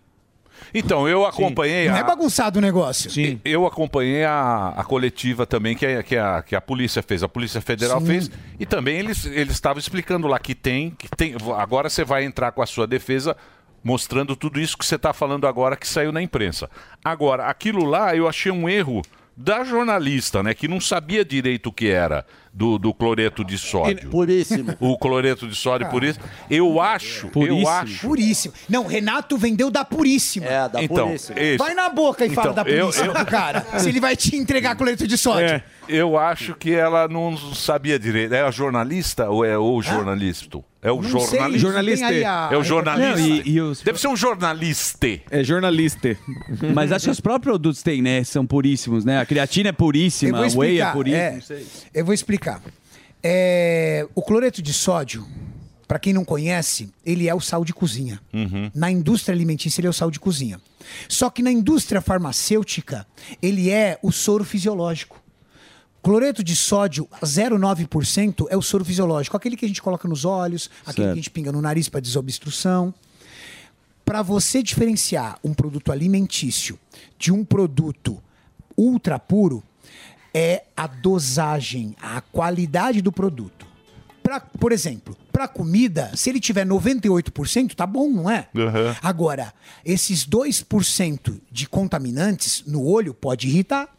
Speaker 4: Então, eu acompanhei
Speaker 17: Não
Speaker 4: a,
Speaker 17: é bagunçado o negócio.
Speaker 4: E- Eu acompanhei a, a coletiva também que a, que, a, que a polícia fez, a Polícia Federal
Speaker 17: Sim.
Speaker 4: fez, e também eles eles estavam explicando lá que tem, que tem. Agora você vai entrar com a sua defesa mostrando tudo isso que você está falando agora que saiu na imprensa. Agora, aquilo lá eu achei um erro da jornalista, né, que não sabia direito o que era do, do cloreto de sódio.
Speaker 14: Puríssimo.
Speaker 4: O cloreto de sódio, por isso. Eu acho, eu acho.
Speaker 17: Puríssimo. Não, Renato vendeu da Puríssima. É,
Speaker 4: da Então, Puríssima. isso.
Speaker 17: Vai na boca e fala
Speaker 4: Então,
Speaker 17: da
Speaker 4: eu-
Speaker 17: Puríssima
Speaker 4: eu-
Speaker 17: pro cara. se ele vai te entregar com leito de sódio.
Speaker 4: É, eu acho que ela não sabia direito. É a jornalista ou é o jornalista? É o
Speaker 17: Não sei,
Speaker 4: jornalista.
Speaker 17: tem Jornalista. aí a-
Speaker 4: É o jornalista.
Speaker 10: Não, e-
Speaker 4: Deve ser um jornalista.
Speaker 10: É jornalista.
Speaker 17: Uhum.
Speaker 10: Mas acho que os próprios produtos têm, né? São puríssimos, né? A creatina é
Speaker 17: Eu
Speaker 10: puríssima,
Speaker 17: vou
Speaker 10: a whey é
Speaker 17: explicar.
Speaker 10: puríssima.
Speaker 17: é. eu vou explicar. É, o cloreto de sódio, para quem não conhece, ele é o sal de cozinha. Na indústria alimentícia, ele é o sal de cozinha. Só que na indústria farmacêutica, ele é o soro fisiológico. Cloreto de sódio 0,9% é o soro fisiológico, aquele que a gente coloca nos olhos, aquele
Speaker 10: Certo.
Speaker 17: que a gente pinga no nariz para desobstrução. Para você diferenciar um produto alimentício de um produto ultra puro, é a dosagem, a qualidade do produto. Pra, por exemplo, para comida, se ele tiver 98%, tá bom, não é? Agora, esses 2% de contaminantes no olho pode irritar.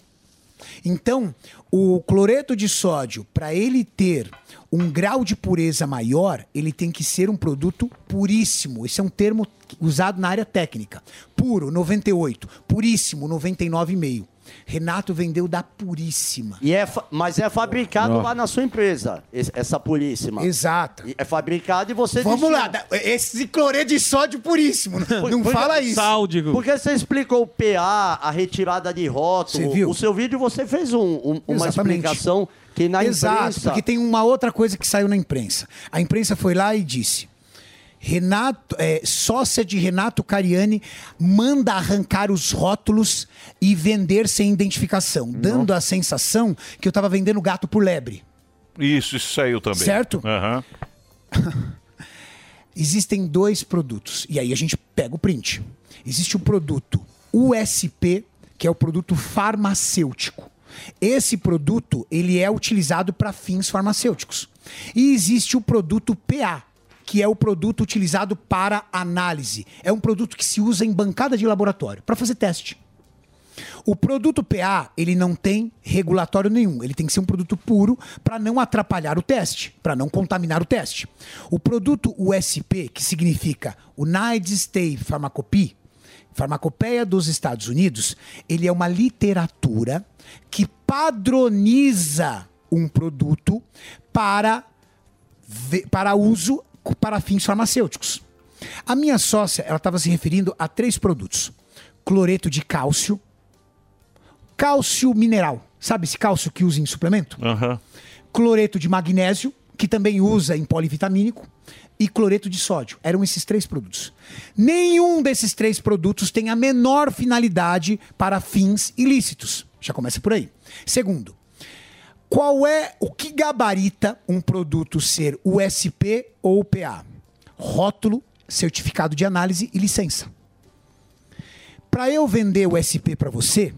Speaker 17: Então, o cloreto de sódio, para ele ter um grau de pureza maior, ele tem que ser um produto puríssimo. Esse é um termo usado na área técnica. Puro, 98. Puríssimo, 99,5. Renato vendeu da puríssima.
Speaker 14: E é fa- mas é fabricado
Speaker 17: Ó.
Speaker 14: lá na sua empresa, es- essa puríssima.
Speaker 17: Exato.
Speaker 14: É fabricado e você...
Speaker 17: Vamos
Speaker 14: destina.
Speaker 17: lá, da- esse cloreto de sódio puríssimo. né? Não
Speaker 14: Por-
Speaker 17: fala isso.
Speaker 14: Porque você explicou o PA, a retirada de rótulo.
Speaker 17: Você viu?
Speaker 14: O seu vídeo você fez um- um- uma
Speaker 17: Exatamente.
Speaker 14: explicação que na
Speaker 17: Exato,
Speaker 14: imprensa...
Speaker 17: porque tem uma outra coisa que saiu na imprensa. A imprensa foi lá e disse: Renato, é, sócia de Renato Cariani manda arrancar os rótulos e vender sem identificação, dando a sensação que eu estava vendendo gato por lebre.
Speaker 4: Isso, isso saiu também.
Speaker 17: Certo?
Speaker 4: Aham.
Speaker 17: Existem dois produtos. E aí a gente pega o print. Existe o produto USP, que é o produto farmacêutico. Esse produto, ele é utilizado para fins farmacêuticos. E existe o produto PA, que é o produto utilizado para análise. É um produto que se usa em bancada de laboratório para fazer teste. O produto PA, ele não tem regulatório nenhum. Ele tem que ser um produto puro para não atrapalhar o teste, para não contaminar o teste. O produto USP, que significa United States Pharmacopoeia, Farmacopeia dos Estados Unidos, ele é uma literatura que padroniza um produto para ve- para uso co- para fins farmacêuticos. A minha sócia, ela estava se referindo a três produtos: cloreto de cálcio, cálcio mineral, sabe esse cálcio que usa em suplemento?
Speaker 4: Aham.
Speaker 17: Cloreto de magnésio, que também usa em polivitamínico, e cloreto de sódio. Eram esses três produtos. Nenhum desses três produtos tem a menor finalidade para fins ilícitos. Já começa por aí. Segundo, qual é o que gabarita um produto ser USP ou PA? Rótulo, certificado de análise e licença. Para eu vender o SP para você,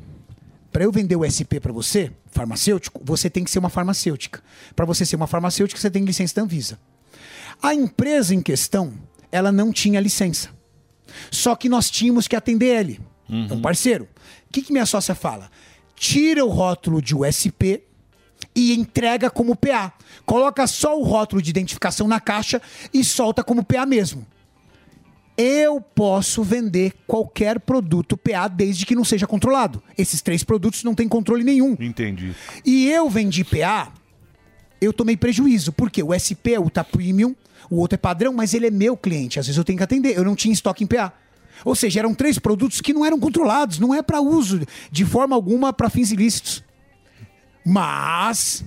Speaker 17: para eu vender o SP para você, farmacêutico, você tem que ser uma farmacêutica. Para você ser uma farmacêutica, você tem licença da Anvisa. A empresa em questão, ela não tinha licença. Só que nós tínhamos que atender ele.
Speaker 3: Uhum.
Speaker 17: É um parceiro. O que, que minha sócia fala? Tira o rótulo de USP e entrega como PA. Coloca só o rótulo de identificação na caixa e solta como PA mesmo. Eu posso vender qualquer produto PA desde que não seja controlado. Esses três produtos não têm controle nenhum.
Speaker 4: Entendi.
Speaker 17: E eu vendi PA, eu tomei prejuízo. porque O SP é o tá premium, o outro é padrão, mas ele é meu cliente. Às vezes eu tenho que atender. Eu não tinha estoque em PA. Ou seja, eram três produtos que não eram controlados, não é para uso de forma alguma para fins ilícitos. Mas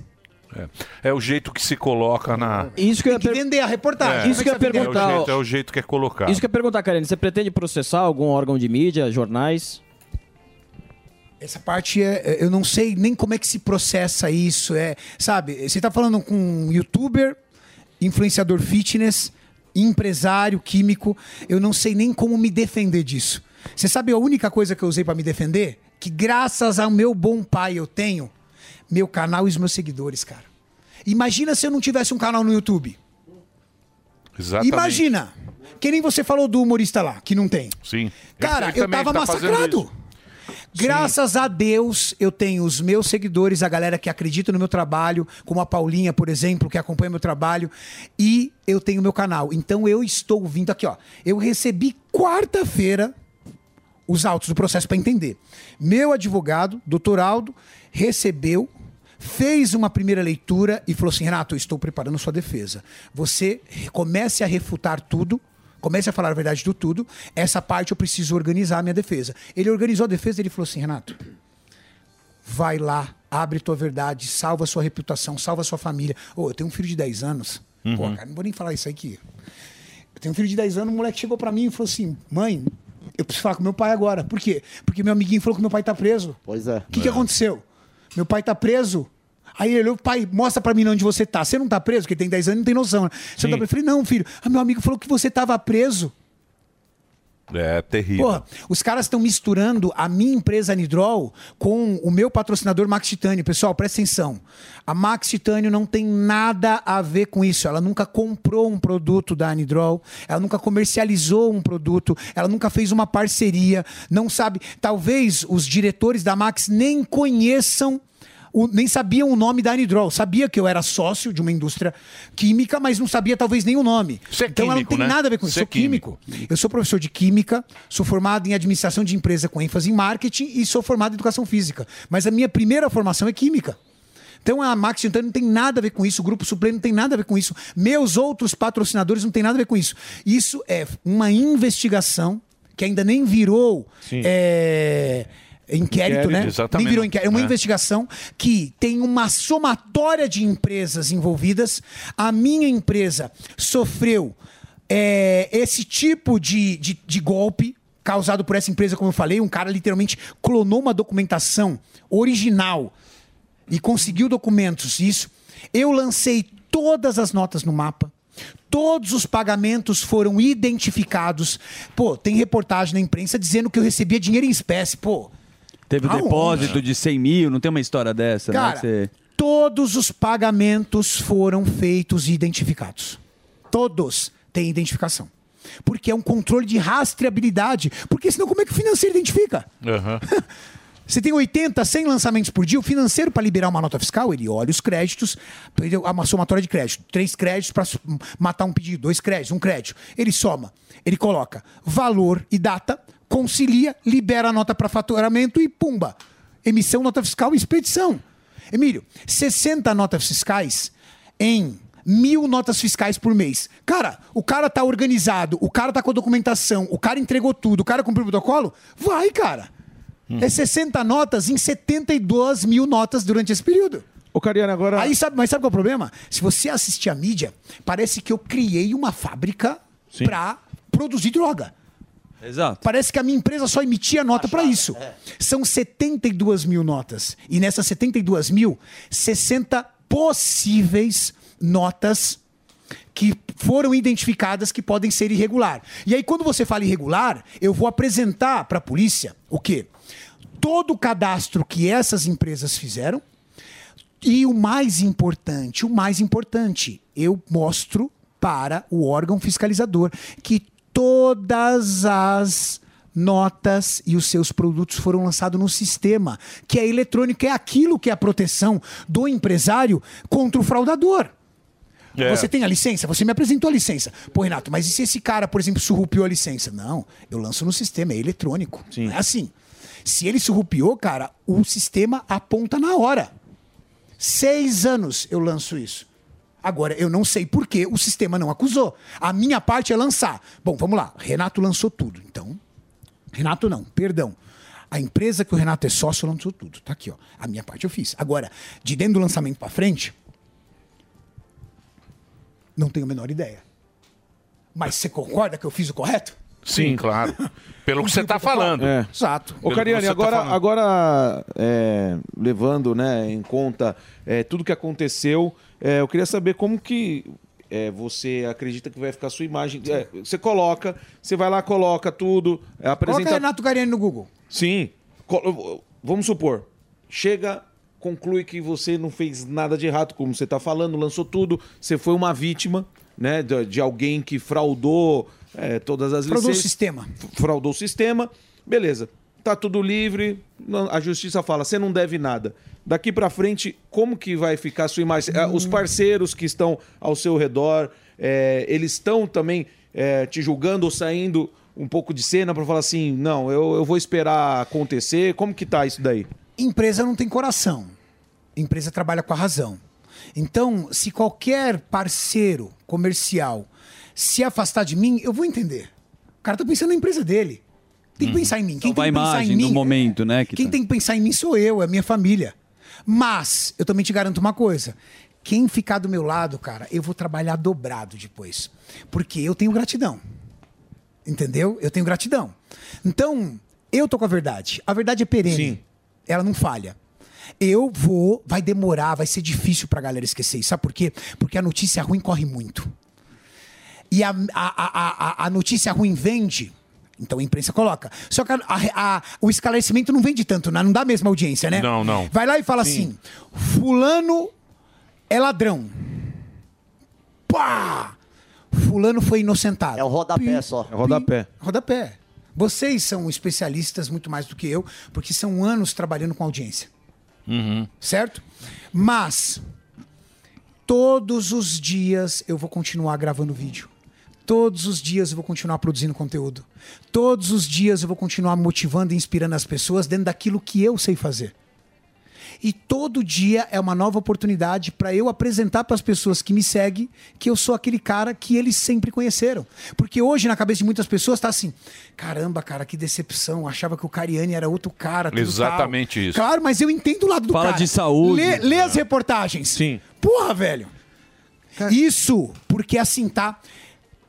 Speaker 4: É. É o jeito que se coloca na.
Speaker 6: Isso que eu ia per-
Speaker 17: vender a reportagem.
Speaker 6: Isso que eu ia perguntar.
Speaker 4: É o jeito, é o jeito que é colocado.
Speaker 6: Isso que eu ia perguntar, Karine. Você pretende processar algum órgão de mídia, jornais?
Speaker 17: Essa parte é, eu não sei nem como é que se processa isso. É, sabe, você está falando com um youtuber, influenciador fitness, empresário, químico. Eu não sei nem como me defender disso. Você sabe a única coisa que eu usei para me defender? Que graças ao meu bom pai eu tenho meu canal e os meus seguidores, cara. Imagina se eu não tivesse um canal no YouTube.
Speaker 4: Exatamente.
Speaker 17: Imagina! Que nem você falou do humorista lá, que não tem.
Speaker 4: Sim.
Speaker 17: Cara,
Speaker 4: Ele
Speaker 17: eu
Speaker 4: também
Speaker 17: tava
Speaker 4: tá fazendo
Speaker 17: massacrado.
Speaker 4: isso.
Speaker 17: Graças a Deus, eu tenho os meus seguidores, a galera que acredita no meu trabalho, como a Paulinha, por exemplo, que acompanha meu trabalho, e eu tenho meu canal. Então eu estou vindo aqui, ó. Eu recebi quarta-feira os autos do processo para entender. Meu advogado, doutor Aldo, recebeu, fez uma primeira leitura e falou assim: Renato, eu estou preparando sua defesa. Você comece a refutar tudo. Comece a falar a verdade do tudo. Essa parte eu preciso organizar a minha defesa. Ele organizou a defesa e ele falou assim: Renato, vai lá, abre tua verdade, salva sua reputação, salva sua família. Ô, eu tenho um filho de 10 anos.
Speaker 20: Uhum.
Speaker 17: Pô, cara, não vou nem falar isso aqui. Eu tenho um filho de 10 anos, um moleque chegou pra mim e falou assim: mãe, eu preciso falar com meu pai agora. Por quê? Porque meu amiguinho falou que meu pai tá preso.
Speaker 14: Pois é.
Speaker 17: O que, que aconteceu? Meu pai tá preso. Aí ele olhou, pai, mostra pra mim onde você tá. Você não tá preso? Porque tem 10 anos não tem noção, né? Você não tá preso? Eu falei, não, filho. Ah, meu amigo falou que você tava preso.
Speaker 4: É terrível.
Speaker 17: Porra, os caras estão misturando a minha empresa Anidrol com o meu patrocinador Max Titânio. Pessoal, presta atenção. A Max Titânio não tem nada a ver com isso. Ela nunca comprou um produto da Anidrol, ela nunca comercializou um produto, ela nunca fez uma parceria, não sabe. Talvez os diretores da Max nem conheçam o- nem sabiam o nome da Anidrol. Sabia que eu era sócio de uma indústria química, mas não sabia talvez nem o nome. então ela não
Speaker 4: químico,
Speaker 17: tem
Speaker 4: né?
Speaker 17: nada a ver com isso.
Speaker 4: Você é
Speaker 17: Sou químico. Eu sou professor de química, sou formado em administração de empresa com ênfase em marketing e sou formado em educação física. Mas a minha primeira formação é química. Então a Max Tintani não tem nada a ver com isso, o Grupo Supremo não tem nada a ver com isso, meus outros patrocinadores não tem nada a ver com isso. Isso é uma investigação que ainda nem virou é, inquérito,
Speaker 4: Inquérito,
Speaker 17: né?
Speaker 4: exatamente.
Speaker 17: Nem virou inquérito. É uma
Speaker 4: É.
Speaker 17: investigação que tem uma somatória de empresas envolvidas. A minha empresa sofreu é, esse tipo de, de, de golpe causado por essa empresa, como eu falei. Um cara literalmente clonou uma documentação original e conseguiu documentos. Isso. Eu lancei todas as notas no mapa. Todos os pagamentos foram identificados. Pô, tem reportagem na imprensa dizendo que eu recebia dinheiro em espécie. Pô,
Speaker 10: Teve um
Speaker 17: Aonde?
Speaker 10: depósito de 100 mil, não tem uma história dessa, né?
Speaker 17: Cara,
Speaker 10: Que você-
Speaker 17: Todos os pagamentos foram feitos e identificados. Todos têm identificação. Porque é um controle de rastreabilidade. Porque senão, como é que o financeiro identifica?
Speaker 4: Aham.
Speaker 17: Você tem 80, 100 lançamentos por dia. O financeiro, para liberar uma nota fiscal, ele olha os créditos, entendeu? Há uma somatória de crédito. Três créditos para matar um pedido, dois créditos, um crédito. Ele soma, ele coloca valor e data, concilia, libera a nota para faturamento e pumba. Emissão, nota fiscal e expedição. Emílio, 60 notas fiscais em mil notas fiscais por mês. Cara, o cara tá organizado, o cara tá com a documentação, o cara entregou tudo, o cara cumpriu o protocolo?
Speaker 9: Uhum.
Speaker 17: Vai, cara! É 60 notas em 72 mil notas durante esse período.
Speaker 9: Ô, Cariano, agora.
Speaker 17: Aí sabe, mas sabe qual é o problema? Se você assistir a mídia, parece que eu criei uma fábrica pra produzir droga.
Speaker 10: Exato.
Speaker 17: Parece que a minha empresa só emitia nota pra isso. São 72 mil notas. E nessas 72 mil, 60 possíveis notas que foram identificadas que podem ser irregular. E aí, quando você fala irregular, eu vou apresentar pra polícia o quê? Todo o cadastro que essas empresas fizeram. E o mais importante, o mais importante, eu mostro para o órgão fiscalizador que todas as notas e os seus produtos foram lançados no sistema, que é eletrônico, é aquilo que é a proteção do empresário contra o fraudador.
Speaker 20: É.
Speaker 17: Você tem a licença? Você me apresentou a licença. Pô, Renato, mas e se esse cara, por exemplo, surrupiou a licença? Não, eu lanço no sistema, é eletrônico. Não É assim. Se ele surrupiou, cara, o sistema aponta na hora. Seis anos eu lanço isso. Agora, eu não sei por que o sistema não acusou. A minha parte é lançar. Bom, vamos lá. Renato lançou tudo. Então, Renato não, perdão. A empresa que o Renato é sócio lançou tudo. Tá aqui, ó. A minha parte eu fiz. Agora, de dentro do lançamento pra frente, não tenho a menor ideia. Mas você concorda que eu fiz o correto?
Speaker 4: Sim, claro. Pelo que você está falando.
Speaker 8: É.
Speaker 17: Exato.
Speaker 8: Ô, Cariani, agora, agora é, levando né, em conta é, tudo que aconteceu, é, eu queria saber como que é, você acredita que vai ficar a sua imagem. É, você coloca, você vai lá, coloca tudo, é, apresenta.
Speaker 17: Coloca Renato Cariani no Google.
Speaker 8: Sim. Co- Vamos supor, chega, conclui que você não fez nada de errado, como você está falando, lançou tudo, você foi uma vítima né, de, de alguém que fraudou é, todas as
Speaker 17: Fraudou o
Speaker 8: licenças.
Speaker 17: sistema.
Speaker 8: F- Fraudou o sistema. Beleza. Tá tudo livre, não- a justiça fala, você não deve nada. Daqui para frente, como que vai ficar a sua imagem? Ah, Os parceiros que estão ao seu redor, é, eles estão também é, te julgando ou saindo um pouco de cena para falar assim, não, eu, eu vou esperar acontecer. Como que tá isso daí?
Speaker 17: Empresa não tem coração. Empresa trabalha com a razão. Então, se qualquer parceiro comercial se afastar de mim, eu vou entender. O cara tá pensando na empresa dele. Tem que pensar em mim. Quem
Speaker 10: Vai
Speaker 17: tem que pensar
Speaker 10: imagem
Speaker 17: em mim?
Speaker 10: no momento, né? que
Speaker 17: Quem
Speaker 10: tá-
Speaker 17: tem que pensar em mim sou eu, é a minha família. Mas eu também te garanto uma coisa. Quem ficar do meu lado, cara, eu vou trabalhar dobrado depois. Porque eu tenho gratidão. Entendeu? Eu tenho gratidão. Então, eu tô com a verdade. A verdade é perene. Ela não falha. Eu vou, vai demorar, vai ser difícil pra galera esquecer isso. Sabe por quê? Porque a notícia ruim corre muito. E a, a, a, a, a notícia ruim vende. Então a imprensa coloca. Só que a- a- a- o esclarecimento não vende tanto, né? não dá a mesma audiência, né?
Speaker 4: Não, não.
Speaker 17: Vai lá e fala
Speaker 4: Sim.
Speaker 17: assim: Fulano é ladrão. Pá! Fulano foi inocentado. É o
Speaker 14: rodapé só.
Speaker 8: É rodapé.
Speaker 17: Rodapé. Vocês são especialistas muito mais do que eu, porque são anos trabalhando com audiência certo? Mas todos os dias eu vou continuar gravando vídeo. Todos os dias eu vou continuar produzindo conteúdo. Todos os dias eu vou continuar motivando e inspirando as pessoas dentro daquilo que eu sei fazer. E todo dia é uma nova oportunidade para eu apresentar para as pessoas que me seguem que eu sou aquele cara que eles sempre conheceram. Porque hoje, na cabeça de muitas pessoas, tá assim: caramba, cara, que decepção. Achava que o Cariani era outro cara. tudo tal."
Speaker 4: Exatamente isso.
Speaker 17: Claro, mas eu entendo o lado do
Speaker 4: Fala
Speaker 17: cara.
Speaker 4: de saúde.
Speaker 17: Lê, lê
Speaker 12: É.
Speaker 17: as reportagens. Sim. Porra, velho. Isso, porque assim, tá?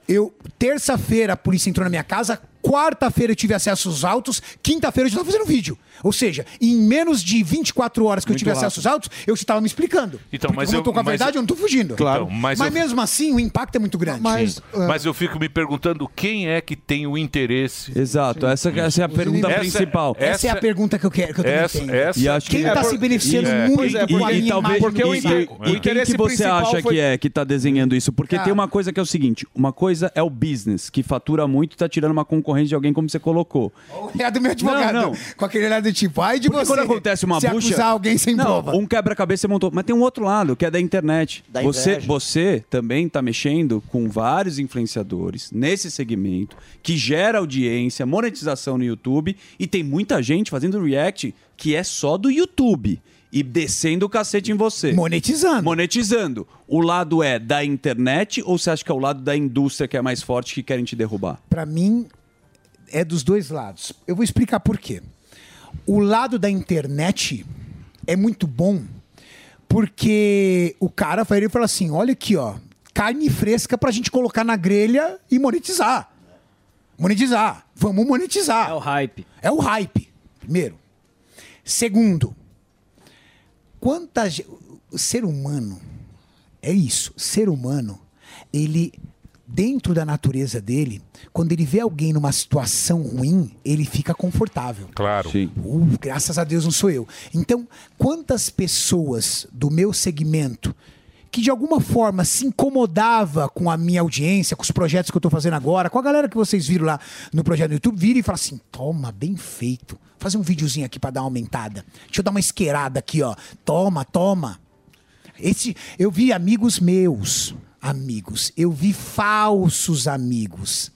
Speaker 17: Eu, terça-feira, a polícia entrou na minha casa, quarta-feira eu tive acesso aos autos, quinta-feira eu já tava fazendo vídeo. Ou seja, em menos de 24 horas que eu
Speaker 4: Muito
Speaker 17: tive
Speaker 4: rápido.
Speaker 17: acesso aos autos, eu já tava me explicando.
Speaker 4: Então,
Speaker 17: Porque
Speaker 4: mas
Speaker 17: como eu,
Speaker 4: eu-
Speaker 17: tô com a
Speaker 4: mas-
Speaker 17: verdade, eu não tô fugindo.
Speaker 4: Claro. Então,
Speaker 17: mas
Speaker 4: mas eu-
Speaker 17: mesmo assim, o impacto é muito grande.
Speaker 4: Sim. Mas eu fico me perguntando quem é que tem o interesse.
Speaker 12: Exato, essa, essa é a pergunta
Speaker 4: Essa-
Speaker 12: principal.
Speaker 17: Essa, é a pergunta que eu quero que eu também
Speaker 12: essa-
Speaker 17: tenho.
Speaker 12: essa- E acho
Speaker 17: Quem
Speaker 12: que-
Speaker 17: tá
Speaker 12: é
Speaker 17: se
Speaker 12: por-
Speaker 17: beneficiando
Speaker 12: e-
Speaker 17: muito
Speaker 12: é,
Speaker 17: com a
Speaker 12: e,
Speaker 17: minha
Speaker 12: e talvez
Speaker 17: imagem do
Speaker 12: e,
Speaker 17: Instagram?
Speaker 12: e quem que você acha que é que tá desenhando isso? Porque
Speaker 17: Cara.
Speaker 12: tem uma coisa que é o seguinte, uma coisa é o business, que fatura muito e tá tirando uma concorrência de alguém como você colocou.
Speaker 17: É do meu advogado.
Speaker 12: Não, não.
Speaker 17: Com aquele olhar do tipo, ai de
Speaker 12: Porque
Speaker 17: você.
Speaker 12: quando acontece uma
Speaker 17: se
Speaker 12: bucha.
Speaker 17: acusar alguém sem
Speaker 12: não,
Speaker 17: prova.
Speaker 12: Um quebra-cabeça você montou. Mas tem um outro lado, que é da internet.
Speaker 17: Da
Speaker 12: você,
Speaker 17: inveja.
Speaker 12: você também está mexendo com vários influenciadores nesse segmento que gera audiência, monetização no YouTube e tem muita gente fazendo react que é só do YouTube. E descendo o cacete em você.
Speaker 17: Monetizando.
Speaker 12: Monetizando. O lado é da internet ou você acha que é o lado da indústria que é mais forte que querem te derrubar?
Speaker 17: Pra mim, é dos dois lados. Eu vou explicar por quê. O lado da internet é muito bom Porque o cara foi ele falou assim: olha aqui, ó, carne fresca pra gente colocar na grelha e monetizar. Monetizar. Vamos monetizar. É o hype. É o hype, primeiro. Segundo, quanta ge- o ser humano é isso, ser humano, ele dentro da natureza dele, quando ele vê alguém numa situação ruim, ele fica confortável.
Speaker 4: é- Claro.
Speaker 17: Uh, graças a Deus não sou eu. Então, quantas pessoas do meu segmento que de alguma forma se incomodava com a minha audiência, com os projetos que eu tô fazendo agora, com a galera que vocês viram lá no projeto do YouTube, vira e fala assim: toma, bem feito. Fazer um videozinho aqui para dar uma aumentada. Deixa eu dar uma isqueirada aqui, ó. Toma, toma. Esse, eu vi amigos meus, amigos, eu vi falsos amigos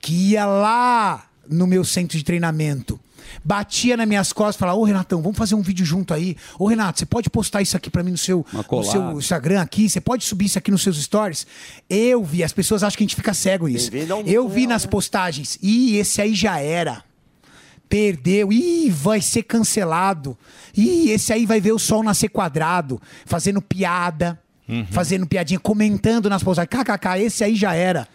Speaker 17: que ia lá no meu centro de treinamento, batia nas minhas costas e falava, ô Renatão, vamos fazer um vídeo junto aí. Ô Renato, você pode postar isso aqui pra mim no seu,
Speaker 12: Uma
Speaker 17: no
Speaker 12: colada.
Speaker 17: seu Instagram aqui? Você pode subir isso aqui nos seus stories? Eu vi, as pessoas acham que a gente fica cego nisso. Eu vi nas postagens, e esse aí já era. Perdeu, ih, vai ser cancelado. Ih, esse aí vai ver o sol nascer quadrado, fazendo piada,
Speaker 14: Uhum.
Speaker 17: fazendo piadinha, comentando nas postagens. KKK, esse aí já era.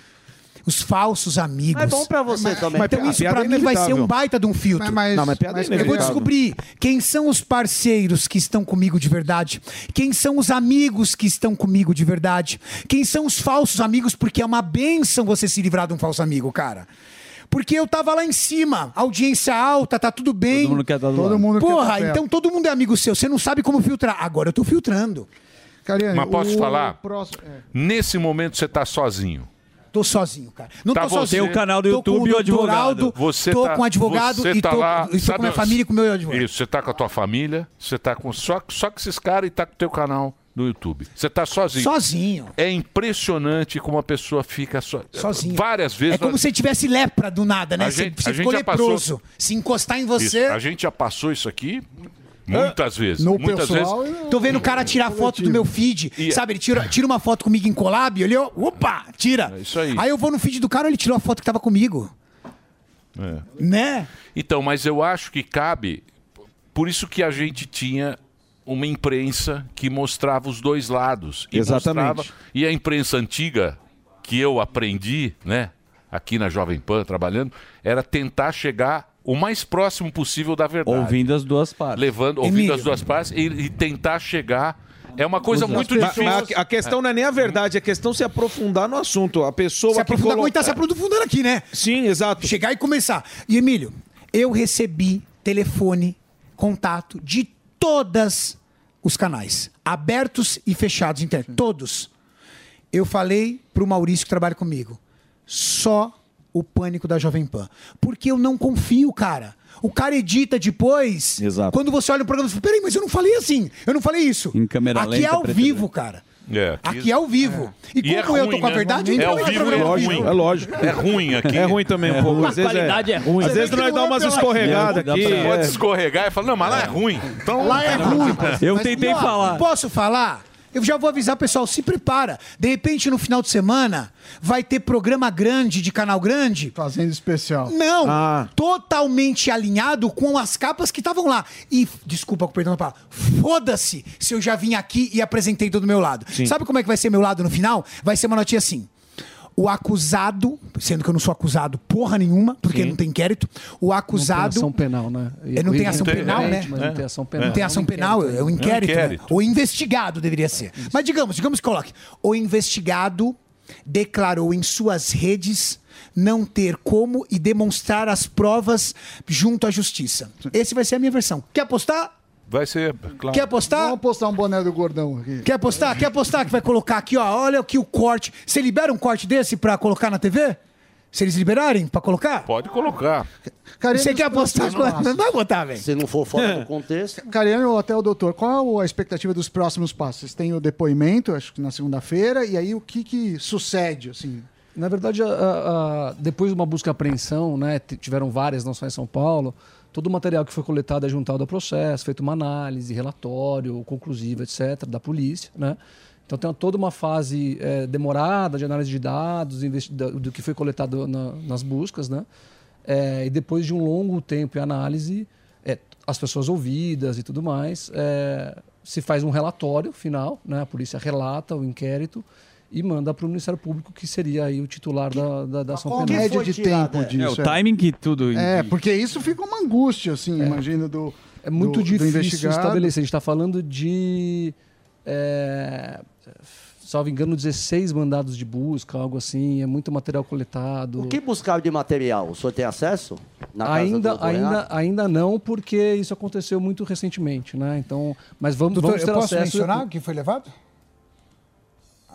Speaker 17: Os falsos amigos.
Speaker 14: Mas É bom pra você também.
Speaker 17: Então
Speaker 14: Mas
Speaker 17: isso
Speaker 14: piada
Speaker 17: pra
Speaker 14: é
Speaker 17: mim vai ser
Speaker 14: inevitável.
Speaker 17: um baita de um filtro.
Speaker 14: Mas- mas- Não, mas piada é
Speaker 17: eu vou
Speaker 14: inevitável.
Speaker 17: descobrir quem são os parceiros que estão comigo de verdade, quem são os amigos que estão comigo de verdade, quem são os falsos amigos, porque é uma benção você se livrar de um falso amigo, cara. Porque eu tava lá em cima, audiência alta, tá tudo bem. Todo mundo
Speaker 12: quer estar do
Speaker 13: Todo lado. mundo quer
Speaker 17: Porra,
Speaker 13: tá perto.
Speaker 17: então todo mundo é amigo seu, você não sabe como filtrar. Agora eu tô filtrando.
Speaker 13: Cariani,
Speaker 4: Mas posso
Speaker 13: o
Speaker 4: falar?
Speaker 13: próximo- é.
Speaker 4: Nesse momento você tá sozinho.
Speaker 17: Tô sozinho, cara. Não
Speaker 4: Tá
Speaker 17: tô
Speaker 4: você.
Speaker 17: sozinho.
Speaker 4: Tem o canal do
Speaker 17: Tô com
Speaker 4: YouTube e o
Speaker 17: Dr.
Speaker 4: advogado.
Speaker 17: Aldo,
Speaker 4: Você
Speaker 17: tô
Speaker 4: tá-
Speaker 17: com o advogado
Speaker 4: você
Speaker 17: e
Speaker 4: tá
Speaker 17: tô,
Speaker 4: lá,
Speaker 17: e tô
Speaker 4: sabe
Speaker 17: com a minha
Speaker 4: os-
Speaker 17: família e com o meu advogado.
Speaker 4: Isso, você tá com a tua família, você tá com só, só com esses caras e tá com o teu canal no YouTube. Você tá sozinho.
Speaker 17: Sozinho.
Speaker 4: É impressionante como a pessoa fica so...
Speaker 17: Sozinho.
Speaker 4: Várias vezes.
Speaker 17: É como se você tivesse lepra do nada,
Speaker 4: A
Speaker 17: né? Você,
Speaker 4: gente- a
Speaker 17: você
Speaker 4: gente
Speaker 17: ficou
Speaker 4: já passou-
Speaker 17: leproso. Se encostar em você.
Speaker 4: Isso, A gente já passou isso aqui muitas vezes. muitas vezes.
Speaker 17: Tô vendo o cara tirar foto do meu feed.
Speaker 4: E- é-
Speaker 17: Sabe, ele tira, tira uma foto comigo em collab, ele, ó, opa, tira.
Speaker 4: É isso aí.
Speaker 17: eu vou no feed do cara, ele tirou a foto que tava comigo.
Speaker 4: É.
Speaker 17: Né?
Speaker 4: Então, mas eu acho que cabe. Por isso que a gente tinha uma imprensa que mostrava os dois lados. E
Speaker 8: Exatamente.
Speaker 4: mostrava- e a imprensa antiga, que eu aprendi, né, aqui na Jovem Pan trabalhando, era tentar chegar o mais próximo possível da verdade.
Speaker 12: Ouvindo as duas partes.
Speaker 4: Levando, ouvindo as duas partes e, e tentar chegar. É uma coisa muito
Speaker 8: Mas-
Speaker 4: difícil.
Speaker 8: mas a a questão
Speaker 4: É.
Speaker 8: não é nem a verdade, a questão é se aprofundar no assunto. A pessoa
Speaker 17: Se aprofundar
Speaker 8: que É.
Speaker 17: muito, tá se aprofundando aqui, né?
Speaker 8: Sim, exato.
Speaker 17: Chegar e começar. E Emílio, eu recebi telefone, contato de todas os canais, abertos e fechados, internet, todos. Eu falei pro Maurício que trabalha comigo, só o pânico da Jovem Pan, porque eu não confio, cara. O cara edita depois.
Speaker 12: Exato.
Speaker 17: Quando você olha o programa, você fala, peraí, mas eu não falei assim, eu não falei isso.
Speaker 12: Em câmera
Speaker 17: Aqui é
Speaker 12: lenta,
Speaker 17: ao
Speaker 12: preto e
Speaker 17: vivo, cara. Aqui é ao vivo. E como
Speaker 4: é
Speaker 17: eu
Speaker 4: ruim,
Speaker 17: tô com a
Speaker 4: né?
Speaker 17: verdade, então
Speaker 4: é ao
Speaker 17: entra
Speaker 4: vivo, é
Speaker 17: programa ao
Speaker 4: ruim.
Speaker 17: vivo.
Speaker 4: É ruim aqui.
Speaker 8: É ruim também, um pouco. Às vezes é- Às vezes nós dá umas escorregadas aqui.
Speaker 4: Você
Speaker 8: é.
Speaker 4: pode escorregar e falar, não, mas lá é ruim. Então,
Speaker 17: Lá é ruim.
Speaker 4: Eu
Speaker 17: Mas, e, ó, Posso falar? Eu já vou avisar, pessoal, se prepara. De repente, no final de semana, vai ter programa grande de canal grande.
Speaker 13: Fazendo especial.
Speaker 17: Não!
Speaker 13: Ah.
Speaker 17: Totalmente alinhado com as capas que estavam lá. E, desculpa, perdão a palavra. Foda-se se eu já vim aqui e apresentei do meu lado.
Speaker 8: Sim.
Speaker 17: Sabe como é que vai ser meu lado no final? Vai ser uma notinha assim. O acusado, sendo que eu não sou acusado porra nenhuma, porque
Speaker 18: Sim.
Speaker 17: não tem inquérito, o
Speaker 18: Não
Speaker 17: acusado.
Speaker 18: tem ação penal, né?
Speaker 17: É, não tem ação
Speaker 18: Não tem,
Speaker 17: penal,
Speaker 18: é,
Speaker 17: né?
Speaker 18: mas não tem ação penal.
Speaker 17: Não tem
Speaker 18: É um
Speaker 17: ação
Speaker 18: inquérito,
Speaker 17: penal,
Speaker 18: né?
Speaker 17: é um inquérito.
Speaker 18: É um inquérito.
Speaker 17: né? O investigado deveria ser. Mas digamos, digamos que coloque. O investigado declarou em suas redes não ter como e demonstrar as provas junto à justiça. Esse vai ser a minha versão. Quer apostar?
Speaker 4: Vai ser, claro.
Speaker 17: Quer apostar? Vamos
Speaker 13: apostar um boné do gordão aqui.
Speaker 17: Quer apostar? Quer apostar que vai colocar aqui, ó. Olha aqui o corte. Você libera um corte desse pra colocar na TV? Se eles liberarem pra colocar?
Speaker 4: Pode colocar.
Speaker 17: Você quer apostar?
Speaker 13: Nossa.
Speaker 17: Não vai botar, velho.
Speaker 14: Se não for fora do contexto.
Speaker 13: Cariano ou até o doutor, qual a expectativa dos próximos passos? Vocês têm o depoimento, acho que na segunda-feira, e aí o que, que sucede, assim?
Speaker 18: Na verdade, a- a- a- depois de uma busca e apreensão, né, t- tiveram várias, não só em São Paulo, todo o material que foi coletado é juntado ao processo, feito uma análise, relatório, conclusivo, etc., da polícia. Né? Então tem toda uma fase eh, demorada de análise de dados, investi- da- do que foi coletado na- nas buscas. Né? Eh, e depois é, de um longo tempo em análise, eh, as pessoas ouvidas e tudo mais, eh, se faz um relatório final, né? A polícia relata o inquérito e manda para o Ministério Público, que seria aí o titular da, da, da ação
Speaker 13: Qual
Speaker 18: penal.
Speaker 13: média de tempo disso?
Speaker 12: É, que tudo.
Speaker 13: É, porque isso fica uma angústia, assim, imagina do.
Speaker 18: É muito
Speaker 13: do, do
Speaker 18: difícil
Speaker 13: investigado.
Speaker 18: estabelecer. A gente está falando de, é, salvo engano, 16 mandados de busca, algo assim. É muito material coletado.
Speaker 14: O que buscar de material? O senhor tem acesso? Na casa
Speaker 18: ainda,
Speaker 14: do- do
Speaker 18: ainda,
Speaker 14: Renato?
Speaker 18: ainda não, porque isso aconteceu muito recentemente, né? Então, mas vamos,
Speaker 17: Doutor,
Speaker 18: vamos ter
Speaker 17: eu posso
Speaker 18: acesso.
Speaker 17: mencionar o que foi levado?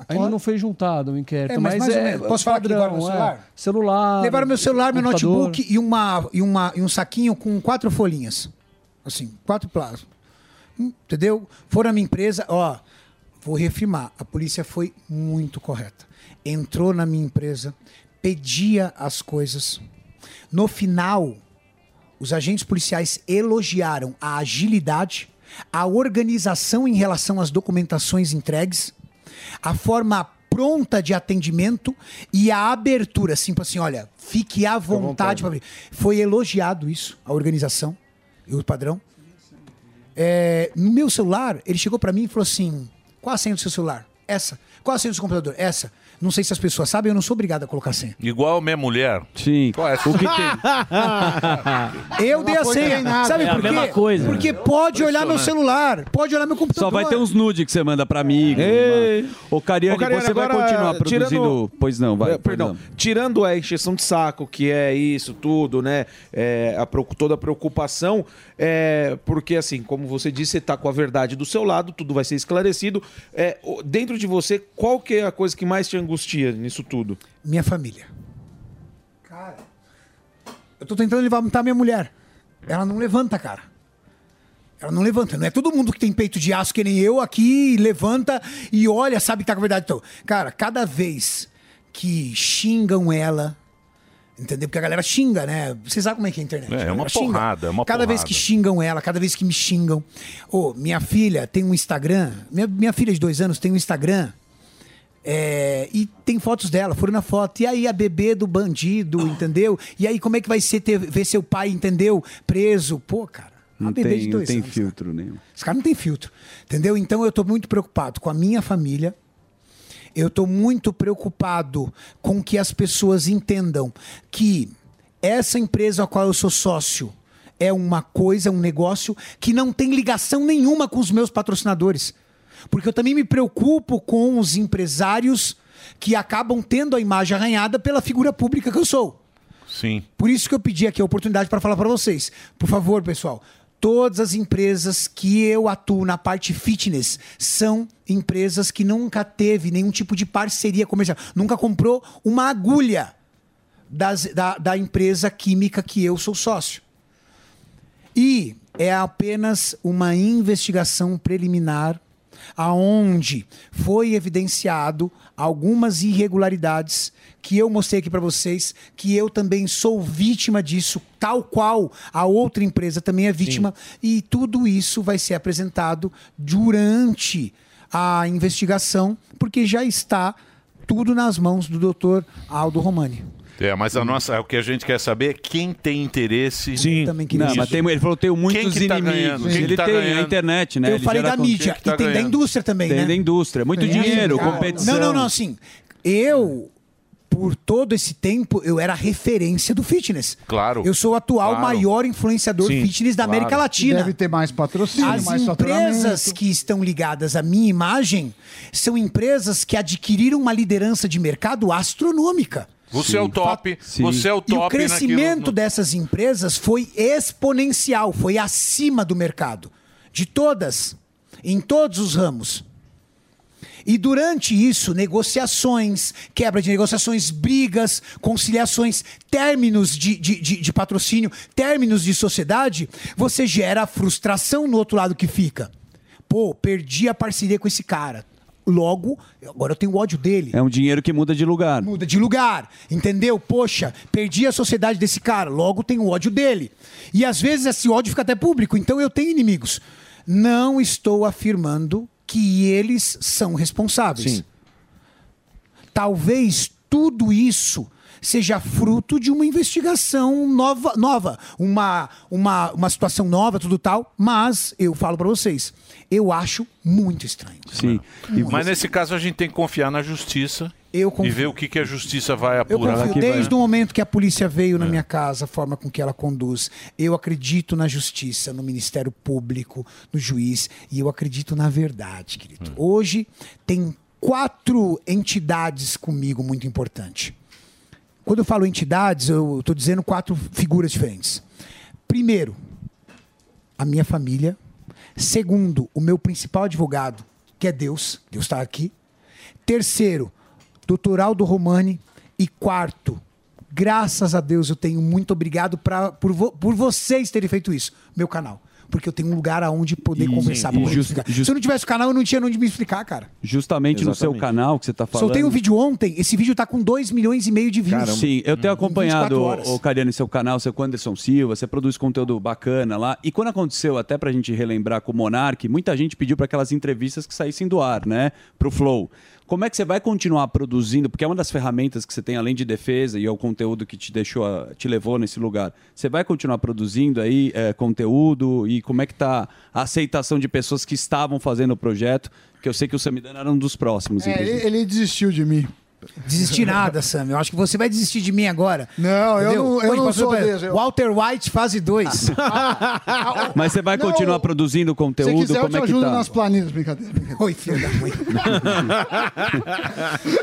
Speaker 18: Ainda não foi juntado o inquérito,
Speaker 17: É, mas
Speaker 18: mas,
Speaker 17: mais ou
Speaker 18: é
Speaker 17: menos. Posso falar que
Speaker 18: padrão,
Speaker 17: guarda
Speaker 18: é.
Speaker 17: meu celular?
Speaker 18: Celular.
Speaker 17: Levaram meu celular, meu
Speaker 18: computador.
Speaker 17: notebook e, uma, e, uma, e um saquinho com quatro folhinhas. Assim, quatro plasmas. Entendeu? Foram à minha empresa, ó. Vou reafirmar, a polícia foi muito correta. Entrou na minha empresa, pedia as coisas. No final, os agentes policiais elogiaram a agilidade, a organização em relação às documentações entregues, a forma pronta de atendimento e a abertura, assim, tipo assim, olha, fique à vontade,
Speaker 13: vontade.
Speaker 17: pra abrir. Foi elogiado isso, a organização e o padrão. É, no meu celular, ele chegou pra mim e falou assim: qual a senha do seu celular? Essa. Qual a senha do seu computador? Essa. Não sei se as pessoas sabem, eu não sou obrigado a colocar a senha.
Speaker 4: Igual minha mulher.
Speaker 12: Sim.
Speaker 4: Qual é?
Speaker 17: O que Eu dei a senha. Sabe por quê? Porque pode olhar meu celular, pode olhar meu computador.
Speaker 12: Só vai ter uns nude que você manda pra amigo. mano. Ô, Cariani,
Speaker 8: Ô, Cariani,
Speaker 12: você vai
Speaker 8: agora,
Speaker 12: continuar produzindo...
Speaker 8: tirando-
Speaker 12: Pois não, vai.
Speaker 8: É, perdão. Tirando a encheção de saco, que é isso tudo, né? É, a preocu- toda a preocupação, é, porque assim, como você disse, você tá com a verdade do seu lado, tudo vai ser esclarecido. É, o- dentro de você, qual que é a coisa que mais te angustia nisso tudo?
Speaker 17: Minha família. Cara. Eu tô tentando levantar minha mulher. Ela não levanta, cara. Ela não levanta. Não é todo mundo que tem peito de aço que nem eu aqui, levanta e olha, sabe que tá com a verdade. Então, cara, cada vez que xingam ela, entendeu? Porque a galera xinga, né? Vocês sabem como é que é a internet.
Speaker 4: É, é
Speaker 17: né?
Speaker 4: uma
Speaker 17: Ela xinga.
Speaker 4: porrada, é uma
Speaker 17: Cada vez
Speaker 4: porrada.
Speaker 17: que xingam ela, cada vez que me xingam. Ô, minha filha tem um Instagram. Minha, minha filha de dois anos tem um Instagram. É, e tem fotos dela, foram na foto. E aí a bebê do bandido, entendeu? E aí como é que vai ser ter- ver seu pai, entendeu? Preso. Pô, cara, a
Speaker 12: Não
Speaker 17: bebê
Speaker 12: tem,
Speaker 17: de
Speaker 12: não
Speaker 17: dois
Speaker 12: tem
Speaker 17: anos.
Speaker 12: filtro nenhum.
Speaker 17: Esse cara não tem filtro, entendeu? Então eu tô muito preocupado com a minha família. Eu tô muito preocupado com que as pessoas entendam que essa empresa a qual eu sou sócio é uma coisa, um negócio que não tem ligação nenhuma com os meus patrocinadores. Porque eu também me preocupo com os empresários que acabam tendo a imagem arranhada pela figura pública que eu sou.
Speaker 4: Sim.
Speaker 17: Por isso que eu pedi aqui a oportunidade para falar para vocês. Por favor, pessoal, todas as empresas que eu atuo na parte fitness são empresas que nunca teve nenhum tipo de parceria comercial, nunca comprou uma agulha das- da, da empresa química que eu sou sócio. E é apenas uma investigação preliminar aonde foi evidenciado algumas irregularidades que eu mostrei aqui para vocês, que eu também sou vítima disso, tal qual a outra empresa também é vítima, e tudo isso vai ser apresentado durante a investigação, porque já está tudo nas mãos do doutor Aldo Romani.
Speaker 4: É, mas a nossa, o que a gente quer saber é quem tem interesse.
Speaker 17: Sim. Também queria
Speaker 12: Não, mas tem- ele falou que tem muitos
Speaker 4: quem que tá
Speaker 12: inimigos.
Speaker 4: ganhando? Quem
Speaker 12: Ele
Speaker 4: que tá
Speaker 12: tem
Speaker 4: ganhando?
Speaker 12: a internet, né?
Speaker 17: Eu
Speaker 12: Ele
Speaker 17: falei
Speaker 12: gera
Speaker 17: da
Speaker 12: conteúdo.
Speaker 17: mídia
Speaker 12: Quem que tá
Speaker 17: e tem da
Speaker 12: ganhando?
Speaker 17: indústria também,
Speaker 12: Tem
Speaker 17: né?
Speaker 12: da indústria. Muito dinheiro,
Speaker 17: cara.
Speaker 12: competição.
Speaker 17: Não, não, não, assim, eu por todo esse tempo eu era referência do fitness.
Speaker 4: Claro.
Speaker 17: Eu sou o atual
Speaker 4: Claro.
Speaker 17: maior influenciador
Speaker 4: Sim,
Speaker 17: fitness da
Speaker 4: claro.
Speaker 17: América Latina.
Speaker 4: Deve
Speaker 13: ter mais patrocínio,
Speaker 17: As
Speaker 13: mais
Speaker 17: empresas
Speaker 13: faturamento.
Speaker 17: que estão ligadas à minha imagem são empresas que adquiriram uma liderança de mercado astronômica.
Speaker 4: Você é o top. Você é o top
Speaker 17: E o
Speaker 4: naquilo-
Speaker 17: crescimento dessas empresas foi exponencial, foi acima do mercado. De todas, em todos os ramos. E durante isso, negociações, quebra de negociações, brigas, conciliações, términos de, de, de- de patrocínio, términos de sociedade, você gera a frustração no outro lado que fica. Pô, perdi a parceria com esse cara. Logo, agora eu tenho ódio dele.
Speaker 12: É um dinheiro que muda de lugar.
Speaker 17: Muda de lugar, entendeu? Poxa, perdi a sociedade desse cara, logo tenho ódio dele. E às vezes esse ódio fica até público, então eu tenho inimigos. Não estou afirmando que eles são responsáveis. Talvez tudo isso seja fruto de uma investigação nova, nova uma, uma, uma situação nova, tudo tal. Mas eu falo pra vocês, eu acho muito estranho.
Speaker 4: Sim. Mas nesse caso a gente tem que confiar na justiça e ver o que, que a justiça vai
Speaker 17: Eu
Speaker 4: apurar.
Speaker 17: confio desde o momento que a polícia veio na minha casa, a forma com que ela conduz. Eu acredito na justiça, no Ministério Público, no juiz, e eu acredito na verdade, querido. Hoje tem quatro entidades comigo muito importante. Quando eu falo entidades, eu estou dizendo quatro figuras diferentes. Primeiro, a minha família. Segundo, o meu principal advogado, que é Deus. Deus está aqui. Terceiro, Dr. Aldo Romani. E quarto, graças a Deus eu tenho muito obrigado pra, por, vo- por vocês terem feito isso, meu canal. Porque eu tenho um lugar aonde poder
Speaker 10: E-
Speaker 17: conversar.
Speaker 10: e
Speaker 17: poder me
Speaker 10: just-
Speaker 17: explicar.
Speaker 10: just-
Speaker 17: Se eu não tivesse o canal, eu não tinha onde me explicar, cara.
Speaker 10: Justamente no seu
Speaker 17: Exatamente.
Speaker 10: canal que você tá falando.
Speaker 17: Soltei um vídeo ontem, esse vídeo tá com 2 milhões e meio de views.
Speaker 10: Sim, eu
Speaker 13: Hum.
Speaker 10: tenho
Speaker 17: Em 24
Speaker 10: acompanhado,
Speaker 17: horas.
Speaker 10: o Cariano, seu canal, seu com Anderson Silva, você produz conteúdo bacana lá. E quando aconteceu, até pra gente relembrar com o Monark, muita gente pediu pra aquelas entrevistas que saíssem do ar, né? Pro Flow. Como é que você vai continuar produzindo? Porque é uma das ferramentas que você tem, além de defesa, e é o conteúdo que te deixou, a- te levou nesse lugar. Você vai continuar produzindo aí eh, conteúdo? E como é que tá a aceitação de pessoas que estavam fazendo o projeto? Que eu sei que o Samidana era um dos próximos,
Speaker 13: É,
Speaker 10: inclusive.
Speaker 13: ele, ele desistiu de mim.
Speaker 17: Desistir nada, Sam. Eu acho que você vai desistir de mim agora.
Speaker 13: Não, eu
Speaker 17: Entendeu?
Speaker 13: não- eu
Speaker 17: Pode
Speaker 13: não
Speaker 17: passar
Speaker 13: sou
Speaker 17: pra-
Speaker 13: desse, eu-
Speaker 17: Walter White, fase 2.
Speaker 10: Mas você vai
Speaker 13: Não,
Speaker 10: continuar produzindo
Speaker 13: Se
Speaker 10: conteúdo?
Speaker 13: quiser, eu
Speaker 10: como
Speaker 13: te
Speaker 10: é que
Speaker 13: ajudo
Speaker 10: tá?
Speaker 13: nas planilhas, brincadeira. brincadeira.
Speaker 17: Oi, filho da mãe.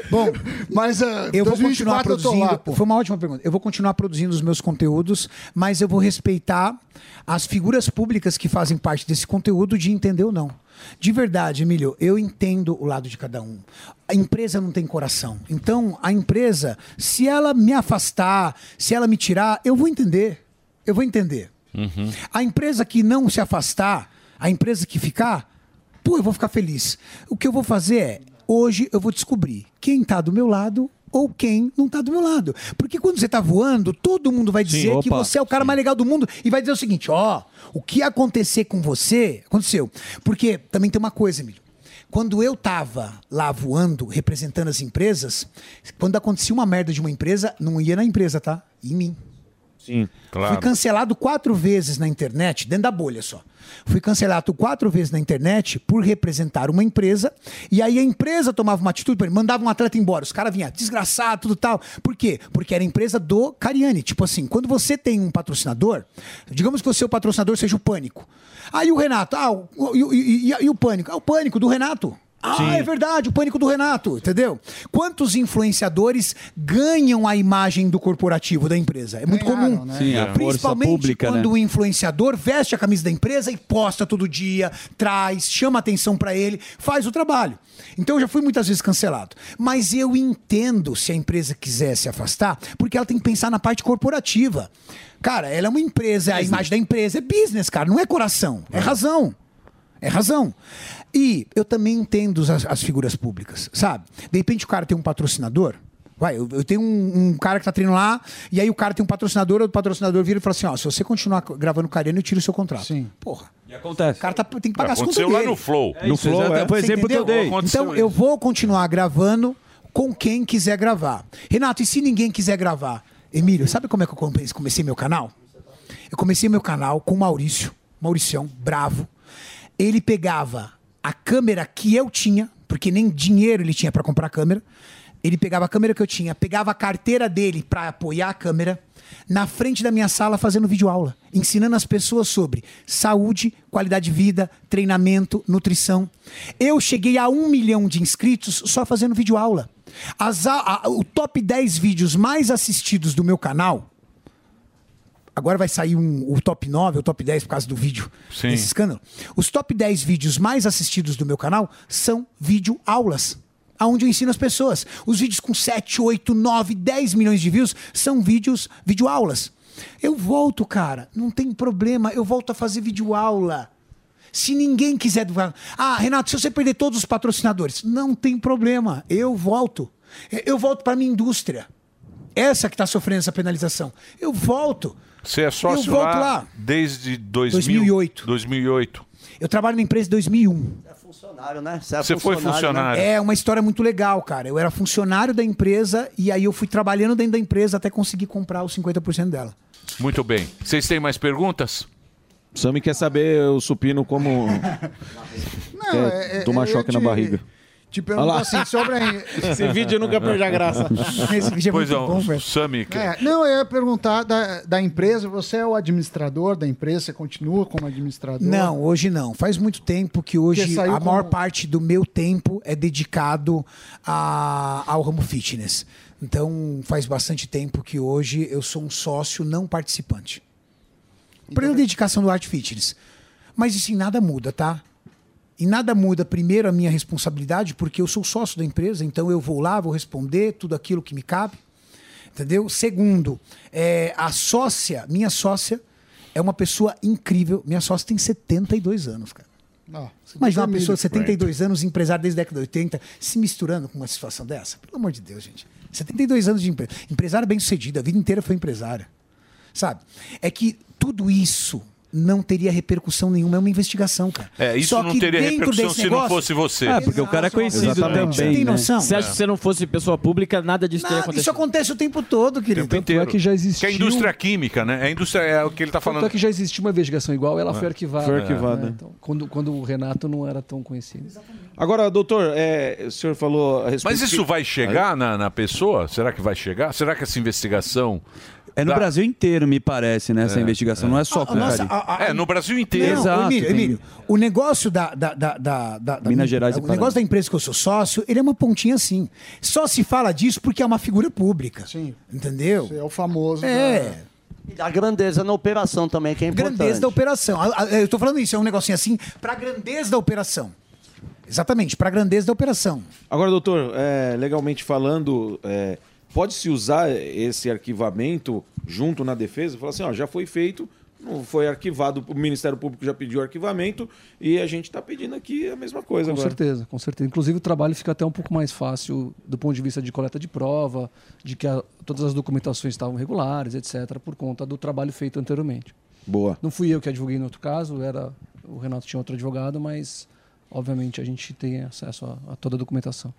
Speaker 13: Bom, mas ah,
Speaker 17: eu vou
Speaker 13: 2024
Speaker 17: continuar
Speaker 13: eu tô
Speaker 17: produzindo.
Speaker 13: lá, pô.
Speaker 17: foi uma ótima pergunta. Eu vou continuar produzindo os meus conteúdos, mas eu vou respeitar as figuras públicas que fazem parte desse conteúdo de entender ou não. De verdade, Emílio, eu entendo o lado de cada um. A empresa não tem coração. Então, a empresa, se ela me afastar, se ela me tirar, eu vou entender. Eu vou entender. A empresa que não se afastar, a empresa que ficar, pô, eu vou ficar feliz. O que eu vou fazer é, hoje eu vou descobrir quem tá do meu lado ou quem não tá do meu lado. Porque quando você tá voando, todo mundo vai dizer que
Speaker 20: opa,
Speaker 17: você é o cara mais legal do mundo e vai dizer o seguinte, ó, o que acontecer com você, aconteceu. Porque também tem uma coisa, Emílio. Quando eu tava lá voando, representando as empresas, quando acontecia uma merda de uma empresa, não ia na empresa, tá? Ia Em mim.
Speaker 8: Sim,
Speaker 17: Fui cancelado quatro vezes na internet, dentro da bolha só. Fui cancelado quatro vezes na internet por representar uma empresa. E aí a empresa tomava uma atitude, por exemplo, mandava um atleta embora. Os caras vinham desgraçado, tudo tal. Por quê? Porque era empresa do Cariani. Tipo assim, quando você tem um patrocinador, digamos que você o patrocinador seja o Pânico. Aí o Renato, ah, o- e, e- e- e o Pânico? Ah, o Pânico do Renato. Ah, é verdade, o pânico do Renato, entendeu? Quantos influenciadores ganham a imagem do corporativo da empresa? É muito comum.
Speaker 10: né? Sim, a força
Speaker 17: Principalmente
Speaker 10: pública,
Speaker 17: quando
Speaker 10: né?
Speaker 17: o influenciador veste a camisa da empresa e posta todo dia, traz, chama atenção pra ele, faz o trabalho. Então eu já fui muitas vezes cancelado. Mas eu entendo se a empresa quiser se afastar, porque ela tem que pensar na parte corporativa. Cara, ela é uma empresa, a imagem da empresa é business, cara, não é coração, é razão. É razão. E eu também entendo as, as figuras públicas, sabe? De repente o cara tem um patrocinador. Vai, eu, eu tenho um, um cara que tá treinando lá, e aí o cara tem um patrocinador, o patrocinador vira e fala assim: ó, se você continuar co- gravando o Cariano, eu tiro o seu contrato. Sim. Porra.
Speaker 10: E acontece.
Speaker 17: O cara tá, tem que pagar as
Speaker 4: Aconteceu
Speaker 17: contas
Speaker 4: lá
Speaker 17: dele.
Speaker 4: no Flow.
Speaker 17: É isso, exatamente. Você entendeu?
Speaker 4: Aconteceu
Speaker 17: Então, eu vou continuar gravando com quem quiser gravar. Renato, e se ninguém quiser gravar? Emílio, sabe como é que eu come- comecei meu canal? Eu comecei meu canal com o Maurício, Mauricião, bravo. Ele pegava a câmera que eu tinha, porque nem dinheiro ele tinha para comprar a câmera. Ele pegava a câmera que eu tinha, pegava a carteira dele para apoiar a câmera, na frente da minha sala fazendo videoaula, ensinando as pessoas sobre saúde, qualidade de vida, treinamento, nutrição. Eu cheguei a um milhão de inscritos só fazendo videoaula. As a- a- o top 10 vídeos mais assistidos do meu canal Agora vai sair um- o top 9, o top 10 por causa do vídeo
Speaker 4: Sim.
Speaker 17: desse escândalo. Os top 10 vídeos mais assistidos do meu canal são vídeo aulas. Onde eu ensino as pessoas. Os vídeos com 7, 8, 9, 10 milhões de views são vídeos, videoaulas. Eu volto, cara. Não tem problema. Eu volto a fazer videoaula. Se ninguém quiser. Ah, Renato, se você perder todos os patrocinadores, não tem problema. Eu volto. Eu volto para minha indústria. Essa que está sofrendo essa penalização. Eu volto.
Speaker 4: Você é sócio
Speaker 17: Eu volto
Speaker 4: lá,
Speaker 17: lá.
Speaker 4: desde 2000,
Speaker 17: 2008.
Speaker 4: 2008.
Speaker 17: Eu trabalho na empresa em 2001.
Speaker 14: funcionário, né? é
Speaker 4: Você foi funcionário.
Speaker 17: É uma história muito legal, cara. Eu era funcionário da empresa e aí eu fui trabalhando dentro da empresa até conseguir comprar os 50% dela.
Speaker 4: Muito bem. Vocês têm mais perguntas?
Speaker 8: Sammy quer saber o supino como.
Speaker 13: Não,
Speaker 8: quer
Speaker 13: é- é-
Speaker 8: tomar
Speaker 13: eu
Speaker 8: choque na
Speaker 13: te-
Speaker 8: barriga.
Speaker 13: Te
Speaker 8: Olha
Speaker 13: pergunto
Speaker 8: lá.
Speaker 13: assim, sobre a...
Speaker 8: Esse vídeo nunca perde a graça.
Speaker 13: Esse vídeo é
Speaker 4: pois
Speaker 13: muito bom,
Speaker 4: o
Speaker 13: velho.
Speaker 4: Sami.
Speaker 13: É, não, eu ia perguntar da, da empresa. Você é o administrador da empresa? Você continua como administrador?
Speaker 17: Não, hoje não. Faz muito tempo que hoje
Speaker 13: Porque
Speaker 17: a
Speaker 13: saiu como-
Speaker 17: maior parte do meu tempo é dedicado a- ao ramo fitness. Então faz bastante tempo que hoje eu sou um sócio não participante. Plena dedicação do Art Fitness. Mas isso em nada muda, tá? E nada muda, primeiro, a minha responsabilidade, porque eu sou sócio da empresa, então eu vou lá, vou responder tudo aquilo que me cabe. Entendeu? Segundo, é, a sócia, minha sócia, é uma pessoa incrível. Minha sócia tem 72 anos, cara.
Speaker 13: Não,
Speaker 17: Mas uma pessoa
Speaker 13: tipo,
Speaker 17: de
Speaker 13: é.
Speaker 17: 72 anos, empresária desde a década de 80, se misturando com uma situação dessa? Pelo amor de Deus, gente. 72 anos de empresa. Empresária bem sucedida, a vida inteira foi empresária. Sabe? É que tudo isso não teria repercussão nenhuma. É uma investigação, cara.
Speaker 4: É, isso não teria
Speaker 17: dentro
Speaker 4: repercussão
Speaker 17: desse
Speaker 4: se não fosse você. É, porque o cara é conhecido
Speaker 17: Exatamente.
Speaker 4: também,
Speaker 17: Você tem
Speaker 4: né?
Speaker 17: noção?
Speaker 4: Você acha
Speaker 6: Se você não fosse pessoa pública, nada disso teria
Speaker 17: Nada,
Speaker 6: acontecido.
Speaker 17: isso acontece o tempo todo, querido.
Speaker 4: Tempo inteiro.
Speaker 18: que já existiu-
Speaker 4: Que é a indústria química, né? É, a indústria, é o que ele tá
Speaker 18: Tanto
Speaker 4: falando.
Speaker 18: é que já existiu uma investigação igual, ela
Speaker 4: É.
Speaker 18: foi arquivada.
Speaker 8: Ah. Foi arquivada.
Speaker 18: Então, quando, quando o Renato não era tão conhecido.
Speaker 8: Agora, doutor, é, o senhor falou a respeito.
Speaker 4: Mas isso vai chegar na, na pessoa? Será que vai chegar? Será que essa investigação.
Speaker 12: É no
Speaker 4: dá-
Speaker 12: Brasil inteiro, me parece, né? Essa
Speaker 4: É,
Speaker 12: investigação. Não é só com o
Speaker 17: Ah, nossa,
Speaker 12: Cari.
Speaker 17: a-
Speaker 4: É, no Brasil inteiro.
Speaker 17: Não,
Speaker 12: Exato,
Speaker 17: Emílio,
Speaker 12: tem-
Speaker 17: Emílio, o negócio da, da, da, da, da- da-
Speaker 12: Minas Gerais e
Speaker 17: o
Speaker 12: Paraná.
Speaker 17: negócio da empresa que eu sou sócio, ele é uma pontinha assim. Só se fala disso porque é uma figura pública. Sim. Entendeu?
Speaker 13: Você é o famoso.
Speaker 17: É.
Speaker 13: né?
Speaker 14: E da grandeza na operação também, que é importante.
Speaker 17: Grandeza da operação. A- a- Eu tô falando isso, é um negocinho assim, pra grandeza da operação. Exatamente, pra grandeza da operação.
Speaker 8: Agora, doutor, é, legalmente falando, é, pode-se usar esse arquivamento junto na defesa? Falar assim, ó, já foi feito, não foi arquivado, o Ministério Público já pediu arquivamento e a gente está pedindo aqui a mesma coisa
Speaker 18: Com
Speaker 8: agora.
Speaker 18: certeza, com certeza. Inclusive o trabalho fica até um pouco mais fácil do ponto de vista de coleta de prova, de que a- todas as documentações estavam regulares, etc., por conta do trabalho feito anteriormente.
Speaker 8: Boa.
Speaker 18: Não fui eu que advoguei no outro caso, era o Renato tinha outro advogado, mas obviamente a gente tem acesso a, a toda a documentação.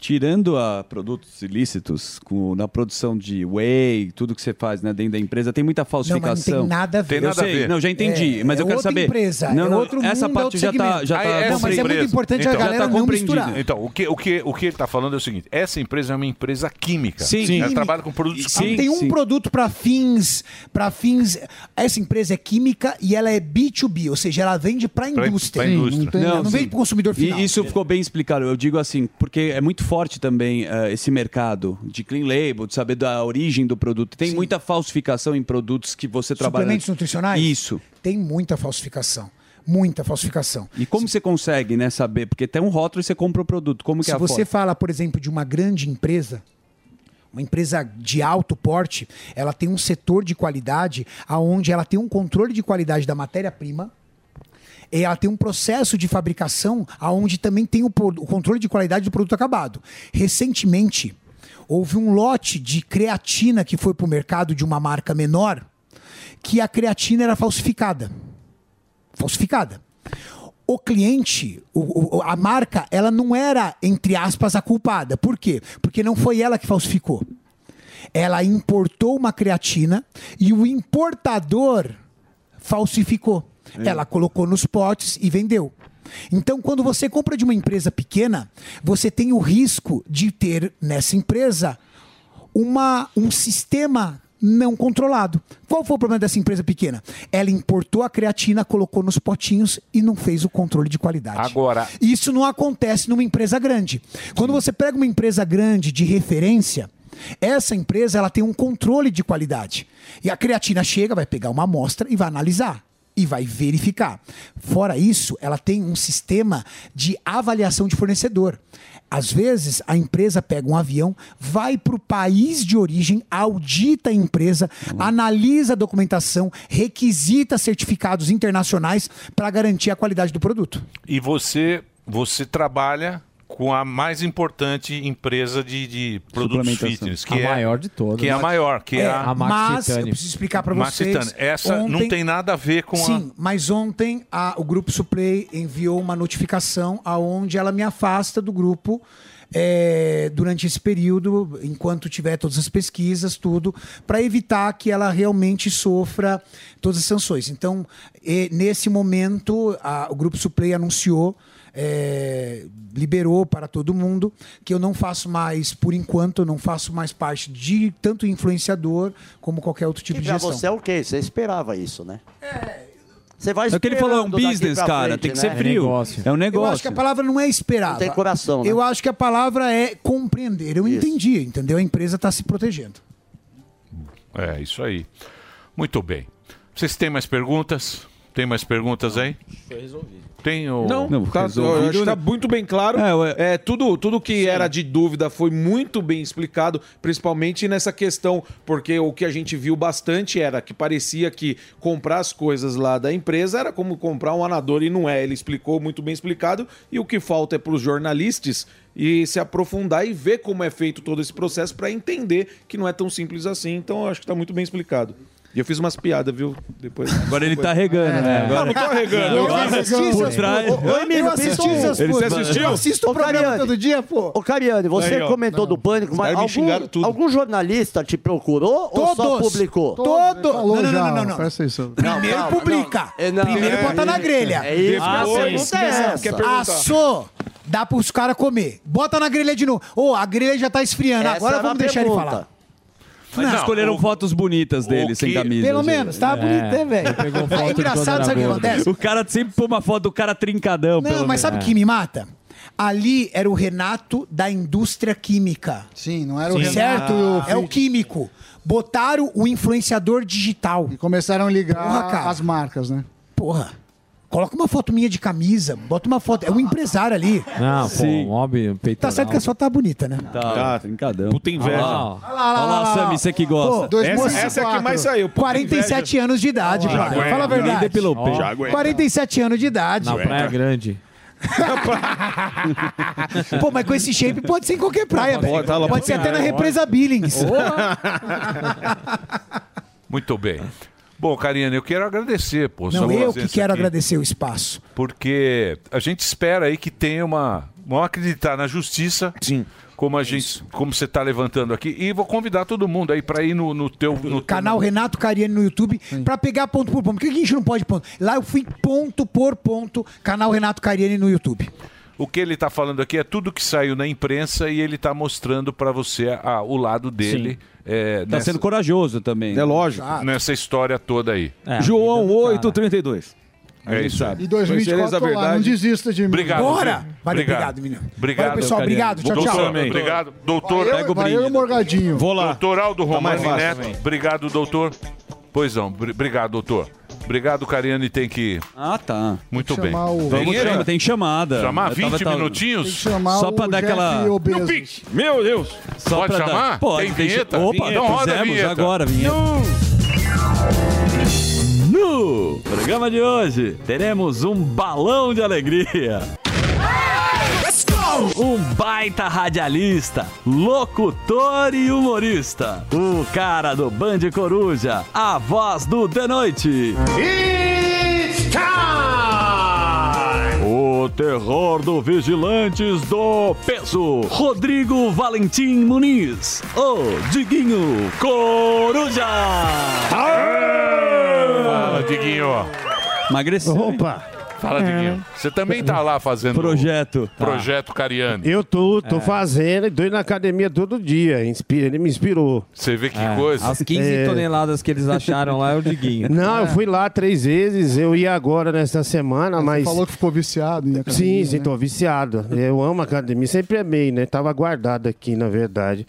Speaker 12: Tirando a produtos ilícitos, com, na produção de whey, tudo que você faz né, dentro da empresa, tem muita
Speaker 17: não
Speaker 12: falsificação.
Speaker 17: tem nada a ver. Tem
Speaker 12: Eu
Speaker 17: nada a
Speaker 12: sei,
Speaker 17: ver.
Speaker 12: Não, já entendi,
Speaker 17: É,
Speaker 12: mas
Speaker 17: é
Speaker 12: eu quero
Speaker 17: outra
Speaker 12: saber.
Speaker 17: empresa,
Speaker 12: não,
Speaker 17: é
Speaker 12: não,
Speaker 17: outro
Speaker 12: essa
Speaker 17: mundo, é
Speaker 12: parte
Speaker 17: outro
Speaker 12: já está
Speaker 17: segmento.
Speaker 12: já
Speaker 17: Ah,
Speaker 12: tá
Speaker 17: é, não, mas é muito importante a
Speaker 12: já
Speaker 17: galera
Speaker 12: tá
Speaker 17: não
Speaker 12: compreendido.
Speaker 17: misturar.
Speaker 4: Então, o que, o, que, o que ele está falando é o seguinte: essa empresa é uma empresa química.
Speaker 17: Sim. Sim.
Speaker 4: Ela trabalha com produtos
Speaker 17: Ela
Speaker 4: químicos.
Speaker 17: tem um produto para fins, para fins. Essa empresa é química e ela é B2B, ou seja, ela vende para
Speaker 12: Pra-
Speaker 17: indústria.
Speaker 12: pra indústria.
Speaker 17: Não, tem- ela não
Speaker 12: sim.
Speaker 17: vende para consumidor final.
Speaker 12: E isso ficou bem explicado. Eu digo assim, porque é muito forte também eh, esse mercado de clean label, de saber da origem do produto. Tem muita falsificação em produtos que você trabalha.
Speaker 17: Suplementos nutricionais?
Speaker 12: Isso.
Speaker 17: Tem muita falsificação, muita falsificação.
Speaker 12: E como você consegue, né, saber? Porque tem um rótulo e você compra o produto. Como que
Speaker 17: Se
Speaker 12: é a
Speaker 17: você
Speaker 12: foto?
Speaker 17: fala, por exemplo, de uma grande empresa, uma empresa de alto porte, ela tem um setor de qualidade aonde ela tem um controle de qualidade da matéria-prima. E ela tem um processo de fabricação aonde também tem o, pro- o controle de qualidade do produto acabado. Recentemente, houve um lote de creatina que foi para o mercado de uma marca menor, que a creatina era falsificada. Falsificada o cliente, o- o- a marca, ela não era, entre aspas, a culpada. Por quê? Porque não foi ela que falsificou. Ela importou uma creatina e o importador falsificou. Ela colocou nos potes e vendeu. Então, quando você compra de uma empresa pequena, você tem o risco de ter nessa empresa uma, um sistema não controlado. Qual foi o problema dessa empresa pequena? Ela importou a creatina, colocou nos potinhos e não fez o controle de qualidade.
Speaker 4: Agora,
Speaker 17: Isso não acontece numa empresa grande. Quando você pega uma empresa grande de referência, essa empresa ela tem um controle de qualidade. E a creatina chega, vai pegar uma amostra e vai analisar. E vai verificar. Fora isso, ela tem um sistema de avaliação de fornecedor. Às vezes, a empresa pega um avião, vai para o país de origem, audita a empresa, analisa a documentação, requisita certificados internacionais para garantir a qualidade do produto.
Speaker 4: E você, você trabalha com a mais importante empresa de, de produtos
Speaker 20: Suplementação.
Speaker 4: fitness.
Speaker 20: A
Speaker 4: Que é,
Speaker 20: maior de todas.
Speaker 4: Que é a maior, que é,
Speaker 17: É,
Speaker 4: a...
Speaker 17: mas eu preciso explicar para
Speaker 4: Max
Speaker 17: vocês.
Speaker 4: Titânio. Essa não
Speaker 17: ontem-
Speaker 4: tem nada a ver com a...
Speaker 17: Sim, mas ontem a- o grupo Suplay enviou uma notificação aonde ela me afasta do grupo é, durante esse período, enquanto tiver todas as pesquisas, tudo, para evitar que ela realmente sofra todas as sanções. Então, e- nesse momento, a- o grupo Suplay anunciou. é, liberou para todo mundo que eu não faço mais, por enquanto, eu não faço mais parte de tanto influenciador como qualquer outro tipo
Speaker 14: E
Speaker 17: de
Speaker 14: pra
Speaker 17: gestão.
Speaker 14: você é o quê? Você esperava isso, né? Você vai
Speaker 17: É o que ele
Speaker 14: esperando
Speaker 17: falou, é um
Speaker 14: daqui
Speaker 17: business,
Speaker 14: pra
Speaker 17: cara,
Speaker 14: frente,
Speaker 17: tem que
Speaker 14: né?
Speaker 17: ser frio. É negócio.
Speaker 12: É um
Speaker 17: Eu acho que a palavra não é esperava.
Speaker 14: Não tem coração, né?
Speaker 17: Eu acho que a palavra é compreender. Eu entendi, entendeu? A empresa está se protegendo.
Speaker 4: É, isso aí. Muito bem. Vocês têm mais perguntas? Tem mais perguntas aí?
Speaker 6: Foi resolvido.
Speaker 4: Tem o...
Speaker 8: Não, tá, eu acho que tá muito bem claro. É, tudo, tudo que era de dúvida foi muito bem explicado, principalmente nessa questão, porque o que a gente viu bastante era que parecia que comprar as coisas lá da empresa era como comprar um anador e não é. Ele explicou muito bem explicado e o que falta é para os jornalistas e se aprofundar e ver como é feito todo esse processo para entender que não é tão simples assim. Então, eu acho que tá muito bem explicado. E eu fiz umas piadas, viu? Depois. É.
Speaker 12: Agora ele tá regando, né?
Speaker 8: Não, não tô regando.
Speaker 12: Não,
Speaker 8: Eu
Speaker 12: agora- tá
Speaker 8: assisti essas
Speaker 12: por
Speaker 8: coisas.
Speaker 12: trás.
Speaker 8: Ô, ô, Emílio,
Speaker 14: Eu
Speaker 8: assisti
Speaker 14: pensou-
Speaker 8: essas Ele coisas. se assistiu? Eu assisto o programa
Speaker 14: todo
Speaker 17: dia, pô.
Speaker 14: Ô, Cariane, você
Speaker 8: Aí, ó.
Speaker 14: comentou
Speaker 8: Não.
Speaker 14: do pânico,
Speaker 8: Os
Speaker 14: mas
Speaker 8: caras me xingaram
Speaker 14: algum,
Speaker 8: tudo.
Speaker 14: algum jornalista te procurou ou só publicou?
Speaker 17: Todo.
Speaker 13: Falou
Speaker 17: não, não,
Speaker 13: já,
Speaker 17: não, não,
Speaker 13: ó,
Speaker 17: não.
Speaker 13: Presta atenção.
Speaker 17: Primeiro publica. Primeiro
Speaker 13: É,
Speaker 17: bota na
Speaker 13: é,
Speaker 17: grelha.
Speaker 13: é isso.
Speaker 17: A
Speaker 13: Depois,
Speaker 17: pergunta é
Speaker 13: quer-
Speaker 17: essa.
Speaker 13: quer perguntar.
Speaker 17: Assou. Dá para os caras comer. Bota na grelha de novo. Ô, a grelha já tá esfriando.
Speaker 12: Essa
Speaker 17: Agora
Speaker 20: é
Speaker 14: é
Speaker 12: era
Speaker 17: vamos
Speaker 12: a
Speaker 17: deixar ele
Speaker 12: pergunta.
Speaker 17: falar.
Speaker 12: Mas
Speaker 17: Não,
Speaker 12: escolheram fotos bonitas dele, sem camisa. assim.
Speaker 17: Pelo
Speaker 12: gente.
Speaker 17: menos, tava bonito, né, velho? É engraçado, sabe o que acontece?
Speaker 12: O cara sempre põe uma foto do cara trincadão.
Speaker 17: Não, mas sabe o
Speaker 12: é.
Speaker 17: que me mata? Ali era o Renato da indústria química.
Speaker 13: Sim, não era o
Speaker 17: Renato.
Speaker 13: Renato.
Speaker 17: Certo?
Speaker 13: Ah.
Speaker 17: é o químico. Botaram o influenciador digital. E
Speaker 13: começaram a ligar
Speaker 17: Porra, cara.
Speaker 13: as marcas, né?
Speaker 17: Porra. Coloca uma foto minha de camisa, bota uma foto. É um empresário ali.
Speaker 20: Não, pô,
Speaker 12: Sim.
Speaker 20: um homem peitoral.
Speaker 17: Tá certo que
Speaker 12: então.
Speaker 17: a sua tá bonita, né?
Speaker 12: Tá, trincadão.
Speaker 20: Puta inveja.
Speaker 12: Olha lá, olha lá, Sammy, você é que gosta. é
Speaker 17: Pô, Pô, 47 anos de idade,
Speaker 12: Já
Speaker 17: brother.
Speaker 12: aguenta.
Speaker 17: Fala a
Speaker 12: Ninguém
Speaker 17: verdade.
Speaker 12: depilou o peito. Já aguenta.
Speaker 17: 47 anos de idade.
Speaker 3: é
Speaker 20: Na Praia Grande.
Speaker 17: Pô, mas com esse shape pode ser em qualquer praia, velho.
Speaker 4: tá lá
Speaker 17: Pode ser
Speaker 4: pra
Speaker 17: até na
Speaker 4: caralho.
Speaker 17: represa Billings.
Speaker 4: Muito bem. Bom, Karina, eu quero agradecer, pô. sua
Speaker 17: Não, eu que
Speaker 4: presença
Speaker 17: quero
Speaker 4: aqui.
Speaker 17: agradecer o espaço.
Speaker 4: Porque a gente espera aí que tenha uma. Vamos acreditar na justiça. Sim. Como a gente, como você está levantando aqui. E vou convidar todo mundo aí para ir no, no teu. No
Speaker 17: Canal Renato Cariani no YouTube pra pegar ponto por ponto. Por que a gente não pode ponto? Lá eu fui ponto por ponto, canal Renato Cariani no YouTube.
Speaker 4: O que ele está falando aqui é tudo que saiu na imprensa e ele está mostrando para você ah, o lado dele. É,
Speaker 12: Tá sendo corajoso também. É
Speaker 8: lógico.
Speaker 4: Nessa história toda aí.
Speaker 8: João 832.
Speaker 4: É isso aí.
Speaker 13: E 2024
Speaker 8: Conhecereis a
Speaker 13: tô lá, não
Speaker 8: verdade.
Speaker 13: desista de mim.
Speaker 4: Obrigado.
Speaker 13: Bora!
Speaker 4: Felipe.
Speaker 13: Valeu,
Speaker 4: obrigado,
Speaker 17: menino.
Speaker 4: Obrigado.
Speaker 13: Valeu, pessoal, obrigado. Tchau,
Speaker 4: doutor,
Speaker 13: tchau.
Speaker 4: Obrigado. Doutor,
Speaker 13: Valeu, valeu, Morgadinho.
Speaker 8: Vou lá.
Speaker 4: Doutor Aldo Romani
Speaker 8: Tá mais fácil
Speaker 4: Neto.
Speaker 8: também.
Speaker 4: Obrigado, doutor. Pois não. br- Obrigado, doutor. Obrigado, Cariani tem que...
Speaker 12: Ah, tá.
Speaker 4: Muito
Speaker 12: Tem que
Speaker 4: bem.
Speaker 12: chamar o- Vamos
Speaker 4: Vinheta?
Speaker 12: chamar, tem chamada.
Speaker 4: Chamar
Speaker 12: Eu
Speaker 4: 20
Speaker 12: tava- tava-
Speaker 4: minutinhos?
Speaker 12: Tem que chamar Só pra o dar Jeff aquela-
Speaker 4: Meu pique. Meu Deus.
Speaker 12: Só
Speaker 4: Pode
Speaker 12: pra dar-
Speaker 4: chamar?
Speaker 12: Pode,
Speaker 4: Tem
Speaker 12: deixa-
Speaker 4: vinheta?
Speaker 12: Opa,
Speaker 4: Vinheta.
Speaker 12: então
Speaker 4: roda a
Speaker 12: fizemos
Speaker 4: vinheta.
Speaker 12: agora a vinheta. No programa de hoje, teremos um balão de alegria. Um baita radialista, locutor e humorista. O cara do Band Coruja, a voz do The Noite.
Speaker 7: It's time!
Speaker 12: O terror do Vigilantes do Peso. Rodrigo Valentim Muniz. O Diguinho Coruja.
Speaker 20: Ah!
Speaker 4: Fala, Diguinho.
Speaker 12: Emagreceu.
Speaker 20: Opa. É, né?
Speaker 4: Fala, Diguinho. Você também tá lá fazendo...
Speaker 12: Projeto.
Speaker 4: Projeto Cariani.
Speaker 20: Eu tô, tô
Speaker 4: É.
Speaker 20: fazendo e tô indo na academia todo dia. Inspira, ele me inspirou.
Speaker 4: Você vê
Speaker 10: É,
Speaker 4: que coisa.
Speaker 20: As
Speaker 4: 15
Speaker 20: toneladas
Speaker 4: que eles acharam lá é o Diguinho.
Speaker 20: É. Não, eu fui lá três vezes, eu ia agora nesta semana, mas.
Speaker 13: Falou que ficou viciado em academia,
Speaker 20: Sim, sim,
Speaker 13: né?
Speaker 20: tô viciado. Eu amo academia, sempre amei, né? Tava guardado aqui, na verdade.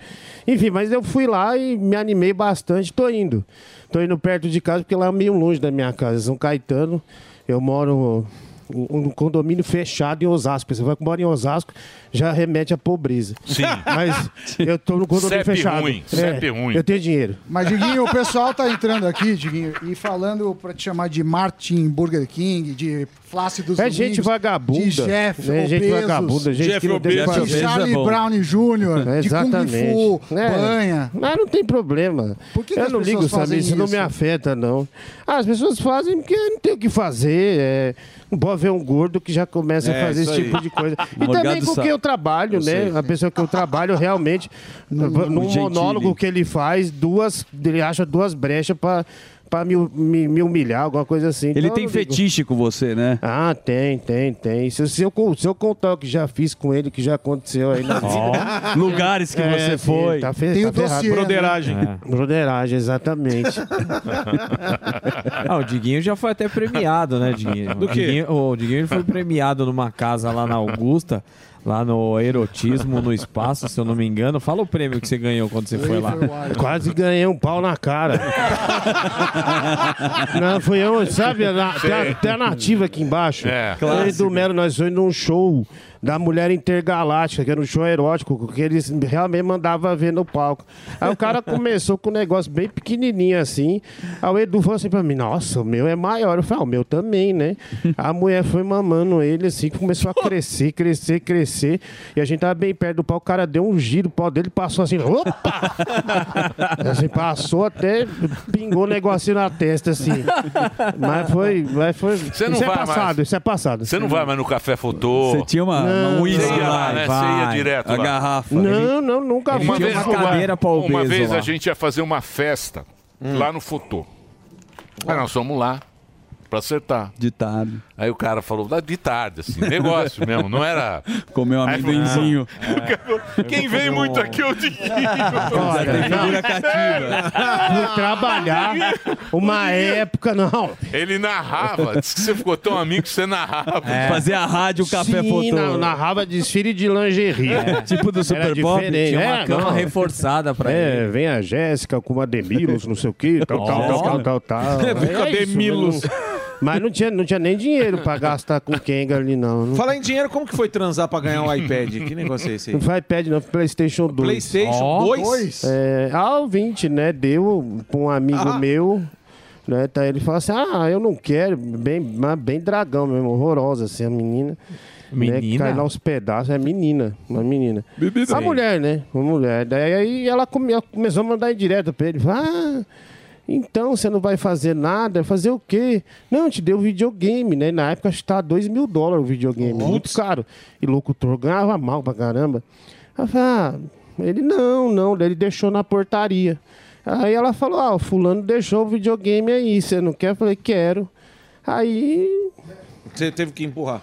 Speaker 20: Enfim, mas eu fui lá e me animei bastante, tô indo. Tô indo perto de casa, porque lá é meio longe da minha casa, São Caetano. Eu moro um, um condomínio fechado em Osasco. Você vai que mora em Osasco, já remete à pobreza.
Speaker 4: Sim.
Speaker 20: Mas eu tô no condomínio
Speaker 4: CEP
Speaker 20: fechado. É.
Speaker 4: ruim, CEP ruim.
Speaker 20: Eu tenho dinheiro.
Speaker 13: Mas, Diguinho, o pessoal tá entrando aqui, Diguinho, e falando pra te chamar de Martin Burger King, de Flácido dos
Speaker 20: É gente vagabunda.
Speaker 13: De Jeff,
Speaker 20: É gente
Speaker 13: Obesos,
Speaker 20: vagabunda, gente Jeff que não tem Obesos. que
Speaker 13: De
Speaker 20: fazer.
Speaker 13: Charlie
Speaker 20: É bom.
Speaker 13: Brown Jr., de Kung
Speaker 20: Exatamente.
Speaker 13: Fu,
Speaker 20: É.
Speaker 13: Banha.
Speaker 20: Mas não tem problema.
Speaker 13: Por que que
Speaker 20: eu
Speaker 13: as
Speaker 20: não
Speaker 13: pessoas
Speaker 20: ligo, sabe?
Speaker 13: fazem
Speaker 20: Isso não
Speaker 13: isso?
Speaker 20: me afeta, não. Ah, As pessoas fazem porque não tem o que fazer. É... Não pode ver um gordo que já começa
Speaker 7: É,
Speaker 20: a fazer
Speaker 7: isso
Speaker 20: esse
Speaker 7: aí.
Speaker 20: tipo de coisa. E
Speaker 7: Morgado
Speaker 20: também porque
Speaker 7: sabe.
Speaker 20: eu trabalho,
Speaker 7: Eu
Speaker 20: né?
Speaker 7: sei.
Speaker 20: A pessoa que eu trabalho realmente, num
Speaker 7: Gentili.
Speaker 10: né?
Speaker 20: monólogo que ele faz, duas, ele acha duas brechas para para me, me- me humilhar, alguma coisa assim.
Speaker 10: Ele
Speaker 20: Então, eu
Speaker 10: tem
Speaker 20: não ligo.
Speaker 10: fetiche com você, né?
Speaker 20: Ah, tem, tem, tem. Se, se eu, con- se eu contar o que já fiz com ele, o que já aconteceu aí na vida.
Speaker 10: Ó, lugares que você
Speaker 20: filho,
Speaker 10: foi.
Speaker 20: Tá fe,
Speaker 10: Tem
Speaker 20: tá
Speaker 10: o dossiê,
Speaker 20: ferrado.
Speaker 10: né? Broderagem.
Speaker 20: É. Broderagem, exatamente.
Speaker 3: Ah, o Diguinho já foi até premiado, né, Diguinho?
Speaker 20: Do
Speaker 3: O
Speaker 20: quê?
Speaker 3: Diguinho, o Diguinho ele foi premiado numa casa lá na Augusta, lá no Erotismo no Espaço, se eu não me engano. Fala o prêmio que você ganhou quando você foi lá.
Speaker 20: Quase ganhei um pau na cara. Não, foi eu, sabe? Na, tem, a, tem a nativa aqui embaixo. É,
Speaker 7: clássico.
Speaker 20: Eu e do Melo, nós fomos num show da Mulher Intergaláctica, que era um show erótico, que eles realmente mandavam ver no palco. Aí o cara começou com um negócio bem pequenininho assim. Aí o Edu falou assim pra mim: Nossa, o meu é maior. Eu falei: ah, O meu também, né? A mulher foi mamando ele assim, começou a crescer, crescer, crescer. E a gente tava bem perto do palco. O cara deu um giro, o pau dele passou assim: Opa! Assim, passou até pingou um negocinho na testa, assim. Mas foi. Mas foi
Speaker 4: Você não
Speaker 20: isso
Speaker 4: vai
Speaker 20: é passado,
Speaker 4: mais.
Speaker 20: isso é passado.
Speaker 4: Você não vai mais no café fotô.
Speaker 10: Você tinha uma- uma
Speaker 4: Você
Speaker 10: uísque
Speaker 4: ia lá,
Speaker 10: lá,
Speaker 4: né? Você
Speaker 10: vai.
Speaker 4: ia direto
Speaker 10: A
Speaker 4: lá.
Speaker 10: garrafa.
Speaker 20: Não, não, nunca
Speaker 4: Uma
Speaker 20: vi.
Speaker 4: vez,
Speaker 20: Uma cadeira pra obeso
Speaker 4: uma vez a
Speaker 20: lá.
Speaker 4: gente ia fazer uma festa
Speaker 10: Hum.
Speaker 4: lá no Fotô. Aí nós fomos lá pra acertar.
Speaker 10: De tarde.
Speaker 4: Aí o cara falou, "Ah, de tarde, assim, negócio mesmo, não era...
Speaker 10: Comeu um
Speaker 4: Aí falou,
Speaker 10: amendoinzinho.
Speaker 4: Quem vem
Speaker 20: um-
Speaker 4: muito aqui é o Diguinho.
Speaker 20: figura Por trabalhar uma época, não.
Speaker 4: Ele narrava, disse que você ficou tão amigo que você narrava.
Speaker 3: É.
Speaker 20: Sim, na, narrava desfile de lingerie.
Speaker 3: É, tipo do Super
Speaker 20: Era
Speaker 3: Bowl,
Speaker 20: diferente.
Speaker 3: tinha uma
Speaker 20: É,
Speaker 3: cama
Speaker 20: não.
Speaker 3: reforçada pra
Speaker 20: É,
Speaker 3: ele.
Speaker 20: vem a Jéssica com a Demilos, não sei o quê, tal, tal,
Speaker 3: Jéssica?
Speaker 20: tal, tal, tal, tal.
Speaker 3: É,
Speaker 20: É
Speaker 3: com a
Speaker 20: isso,
Speaker 3: Demilos.
Speaker 20: mas não- Mas não tinha, não tinha nem dinheiro pra gastar com Kenga ali, não. não
Speaker 8: Falar em dinheiro, como que foi transar pra ganhar um iPad? Que negócio é esse aí?
Speaker 20: Não foi iPad, não, foi PlayStation 2.
Speaker 8: PlayStation Ó. dois? Dois?
Speaker 20: É, ao 20, né? Deu pra um amigo
Speaker 8: Ah.
Speaker 20: meu. Né, tá, ele falou assim: Ah, eu não quero. Bem, mas bem dragão mesmo, horrorosa assim, a menina. Né,
Speaker 3: Menina?
Speaker 20: cai lá uns pedaços, é menina, uma menina.
Speaker 3: Bebida.
Speaker 20: A mulher, né? Uma mulher. Daí aí ela come- ela começou a mandar direto pra ele. Ah, então você não vai fazer nada? Fazer o quê? Não, eu te deu videogame, né? Na época acho que tá 2 mil dólares o videogame. Muito caro. E locutor ganhava mal pra caramba. Ela falou, ah, ele não, não. Daí Ele deixou na portaria. Aí ela falou, ah, o fulano deixou o videogame aí. Você não quer? Eu falei, quero. Aí
Speaker 8: Você teve que empurrar.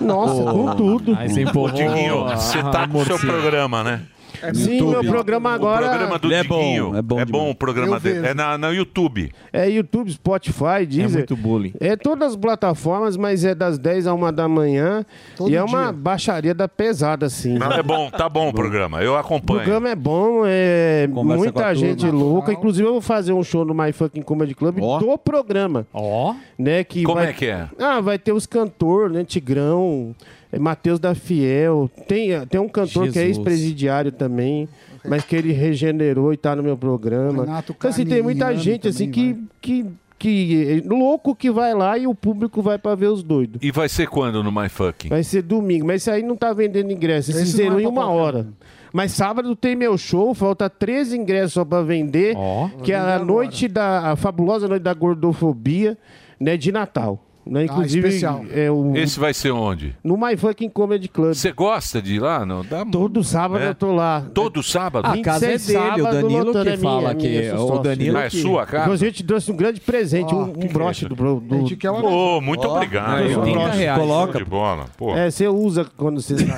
Speaker 20: nossa, com tudo.
Speaker 3: Aí você empurrou.
Speaker 4: Diguinho,
Speaker 3: a-
Speaker 4: você
Speaker 3: a
Speaker 4: tá com o seu
Speaker 3: morcega.
Speaker 4: programa, né?
Speaker 20: É Sim, meu YouTube. programa agora-
Speaker 4: O programa do
Speaker 20: Ele é bom,
Speaker 4: Diguinho.
Speaker 20: é bom
Speaker 4: o programa
Speaker 20: Eu
Speaker 4: dele.
Speaker 20: vejo.
Speaker 4: É na, na YouTube.
Speaker 20: É YouTube, Spotify, Deezer.
Speaker 4: muito bullying.
Speaker 20: É todas as plataformas, mas é das 10 a 1 da manhã.
Speaker 4: Todo
Speaker 20: e
Speaker 4: dia.
Speaker 20: é uma baixaria da pesada, assim.
Speaker 4: Não, é bom, tá bom o programa. Eu
Speaker 20: O
Speaker 4: acompanho.
Speaker 20: programa é bom, é
Speaker 4: Conversa com a
Speaker 20: muita gente
Speaker 4: turma.
Speaker 20: louca. Inclusive, eu vou fazer um show no My Fucking Comedy Club do programa.
Speaker 3: Ó.
Speaker 20: Né, que
Speaker 4: Como
Speaker 20: vai-
Speaker 4: é que é?
Speaker 20: Ah, vai ter os cantores, né? Tigrão, eh, Matheus da Fiel. Tem, eh, tem um cantor que é
Speaker 7: Jesus.
Speaker 20: ex-presidiário também, mas que ele regenerou e tá no meu programa.
Speaker 7: Renato
Speaker 20: então, assim, tem muita
Speaker 7: Carnignani
Speaker 20: gente assim que, que, que eh, louco que vai lá e o público vai pra ver os doidos.
Speaker 4: E vai ser quando no My Fucking?
Speaker 20: Vai ser domingo, mas isso aí não tá vendendo ingresso. Esse,
Speaker 4: Esse não
Speaker 20: zerou
Speaker 4: é
Speaker 20: em
Speaker 4: pra
Speaker 20: uma
Speaker 4: qualquer
Speaker 20: hora. Mas sábado tem meu show, falta três ingressos só pra vender, que é a noite da a fabulosa noite da gordofobia, né, de Natal, né? Inclusive
Speaker 4: Ah, especial.
Speaker 20: é o
Speaker 4: Esse vai ser onde?
Speaker 20: no My Fucking Comedy Club.
Speaker 4: Você gosta de ir lá? Não? Dá...
Speaker 20: Todo sábado
Speaker 4: É.
Speaker 20: eu tô lá.
Speaker 4: Todo sábado?
Speaker 20: A casa é 26 dele, o sábado, Danilo lotando, que é minha, fala é minha, que- eu sou o sócio. Danilo
Speaker 4: Ah, é
Speaker 20: que-
Speaker 4: sua casa? Ah,
Speaker 20: Inclusive, eu te trouxe um grande presente, um, um broche do, do, do
Speaker 4: Ô, muito obrigado.
Speaker 20: Aí, ó.
Speaker 4: Show de
Speaker 20: 30 reais.
Speaker 4: bola, show um De bola. Pô.
Speaker 20: É, você usa quando você sair.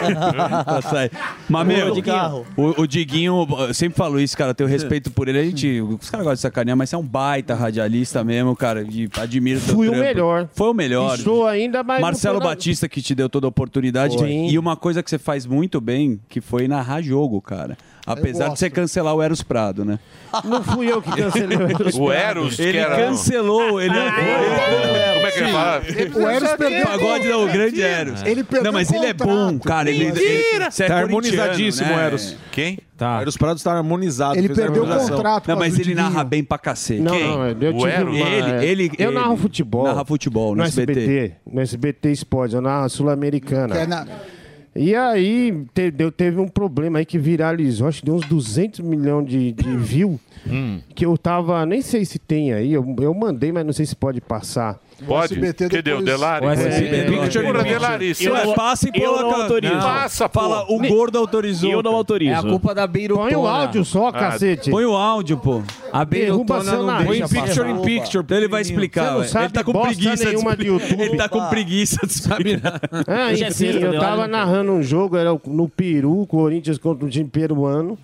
Speaker 4: Tá
Speaker 10: Pra sair. Mas, meu, Tá o, o Diguinho, eu sempre falo isso, cara, eu tenho respeito por ele. A gente, os caras gostam de sacanear, mas você é um baita radialista mesmo, cara. E admiro o teu
Speaker 20: Fui o
Speaker 10: trampo.
Speaker 20: melhor.
Speaker 10: Foi o melhor.
Speaker 20: E sou ainda, mas não
Speaker 10: Marcelo
Speaker 20: tô na-
Speaker 10: Batista que te deu toda a oportunidade.
Speaker 20: Foi.
Speaker 10: E uma coisa que você faz muito bem, que foi narrar jogo, cara. Apesar de você cancelar o Eros Prado, né?
Speaker 20: Não fui eu que cancelei o Eros.
Speaker 10: O Eros que
Speaker 20: Ele
Speaker 10: era-
Speaker 20: cancelou, ele não
Speaker 10: Como é que ele fala?
Speaker 20: O Eros
Speaker 10: O
Speaker 20: perdeu
Speaker 10: pagode
Speaker 20: o
Speaker 10: não, o grande Eros.
Speaker 20: Ele perdeu
Speaker 10: Não, mas
Speaker 20: o
Speaker 10: ele é bom,
Speaker 20: contrato.
Speaker 10: cara. Ele, ele,
Speaker 20: Mentira!
Speaker 10: você é
Speaker 8: tá
Speaker 10: corintiano,
Speaker 8: harmonizadíssimo,
Speaker 10: né?
Speaker 8: Eros.
Speaker 4: Quem?
Speaker 8: Tá. Eros Prado está harmonizado.
Speaker 10: Ele
Speaker 8: fez a
Speaker 10: perdeu o
Speaker 8: harmonização.
Speaker 10: contrato Não, com mas as ele narra bem pra cacete.
Speaker 20: Não,
Speaker 10: Quem?
Speaker 20: não, eu tive
Speaker 10: O Eros?
Speaker 20: uma- é,
Speaker 10: Ele- ele-
Speaker 20: eu
Speaker 10: ele
Speaker 20: narro futebol.
Speaker 10: narra futebol no SBT.
Speaker 20: No SBT Esporte, eu narro a Sul-Americana.
Speaker 17: Que é na-
Speaker 20: E aí te- deu- teve um problema aí que viralizou, acho que deu uns 200 milhões de, de view,
Speaker 10: Hum.
Speaker 20: que eu tava, nem sei se tem aí, eu, eu mandei, mas não sei se pode passar.
Speaker 4: Pode?
Speaker 20: SBT
Speaker 4: que deu?
Speaker 20: depois-
Speaker 4: Delari?
Speaker 20: O SBT depois-
Speaker 4: Porra, Delari.
Speaker 20: Eu
Speaker 4: você-
Speaker 20: não- passa e
Speaker 4: Eu não
Speaker 20: coloca-
Speaker 4: autorizo.
Speaker 20: Não.
Speaker 4: Passa,
Speaker 10: Fala,
Speaker 4: porra.
Speaker 10: o gordo autorizou.
Speaker 20: Eu não autorizo. Ah,
Speaker 10: É a culpa
Speaker 20: da Põe o áudio só, cacete.
Speaker 10: Põe o áudio, pô.
Speaker 20: A Derruba seu nariz. Põe picture in picture,
Speaker 10: Então ele vai
Speaker 20: pequenininho.
Speaker 10: explicar.
Speaker 20: Você não
Speaker 10: ué.
Speaker 20: sabe
Speaker 10: ele tá com
Speaker 20: bosta
Speaker 10: preguiça
Speaker 20: nenhuma de YouTube.
Speaker 10: Ele tá com preguiça de explicar.
Speaker 20: Ah, enfim, eu
Speaker 10: né?
Speaker 20: tava narrando um jogo, era o- no Peru, Corinthians contra um time peruano.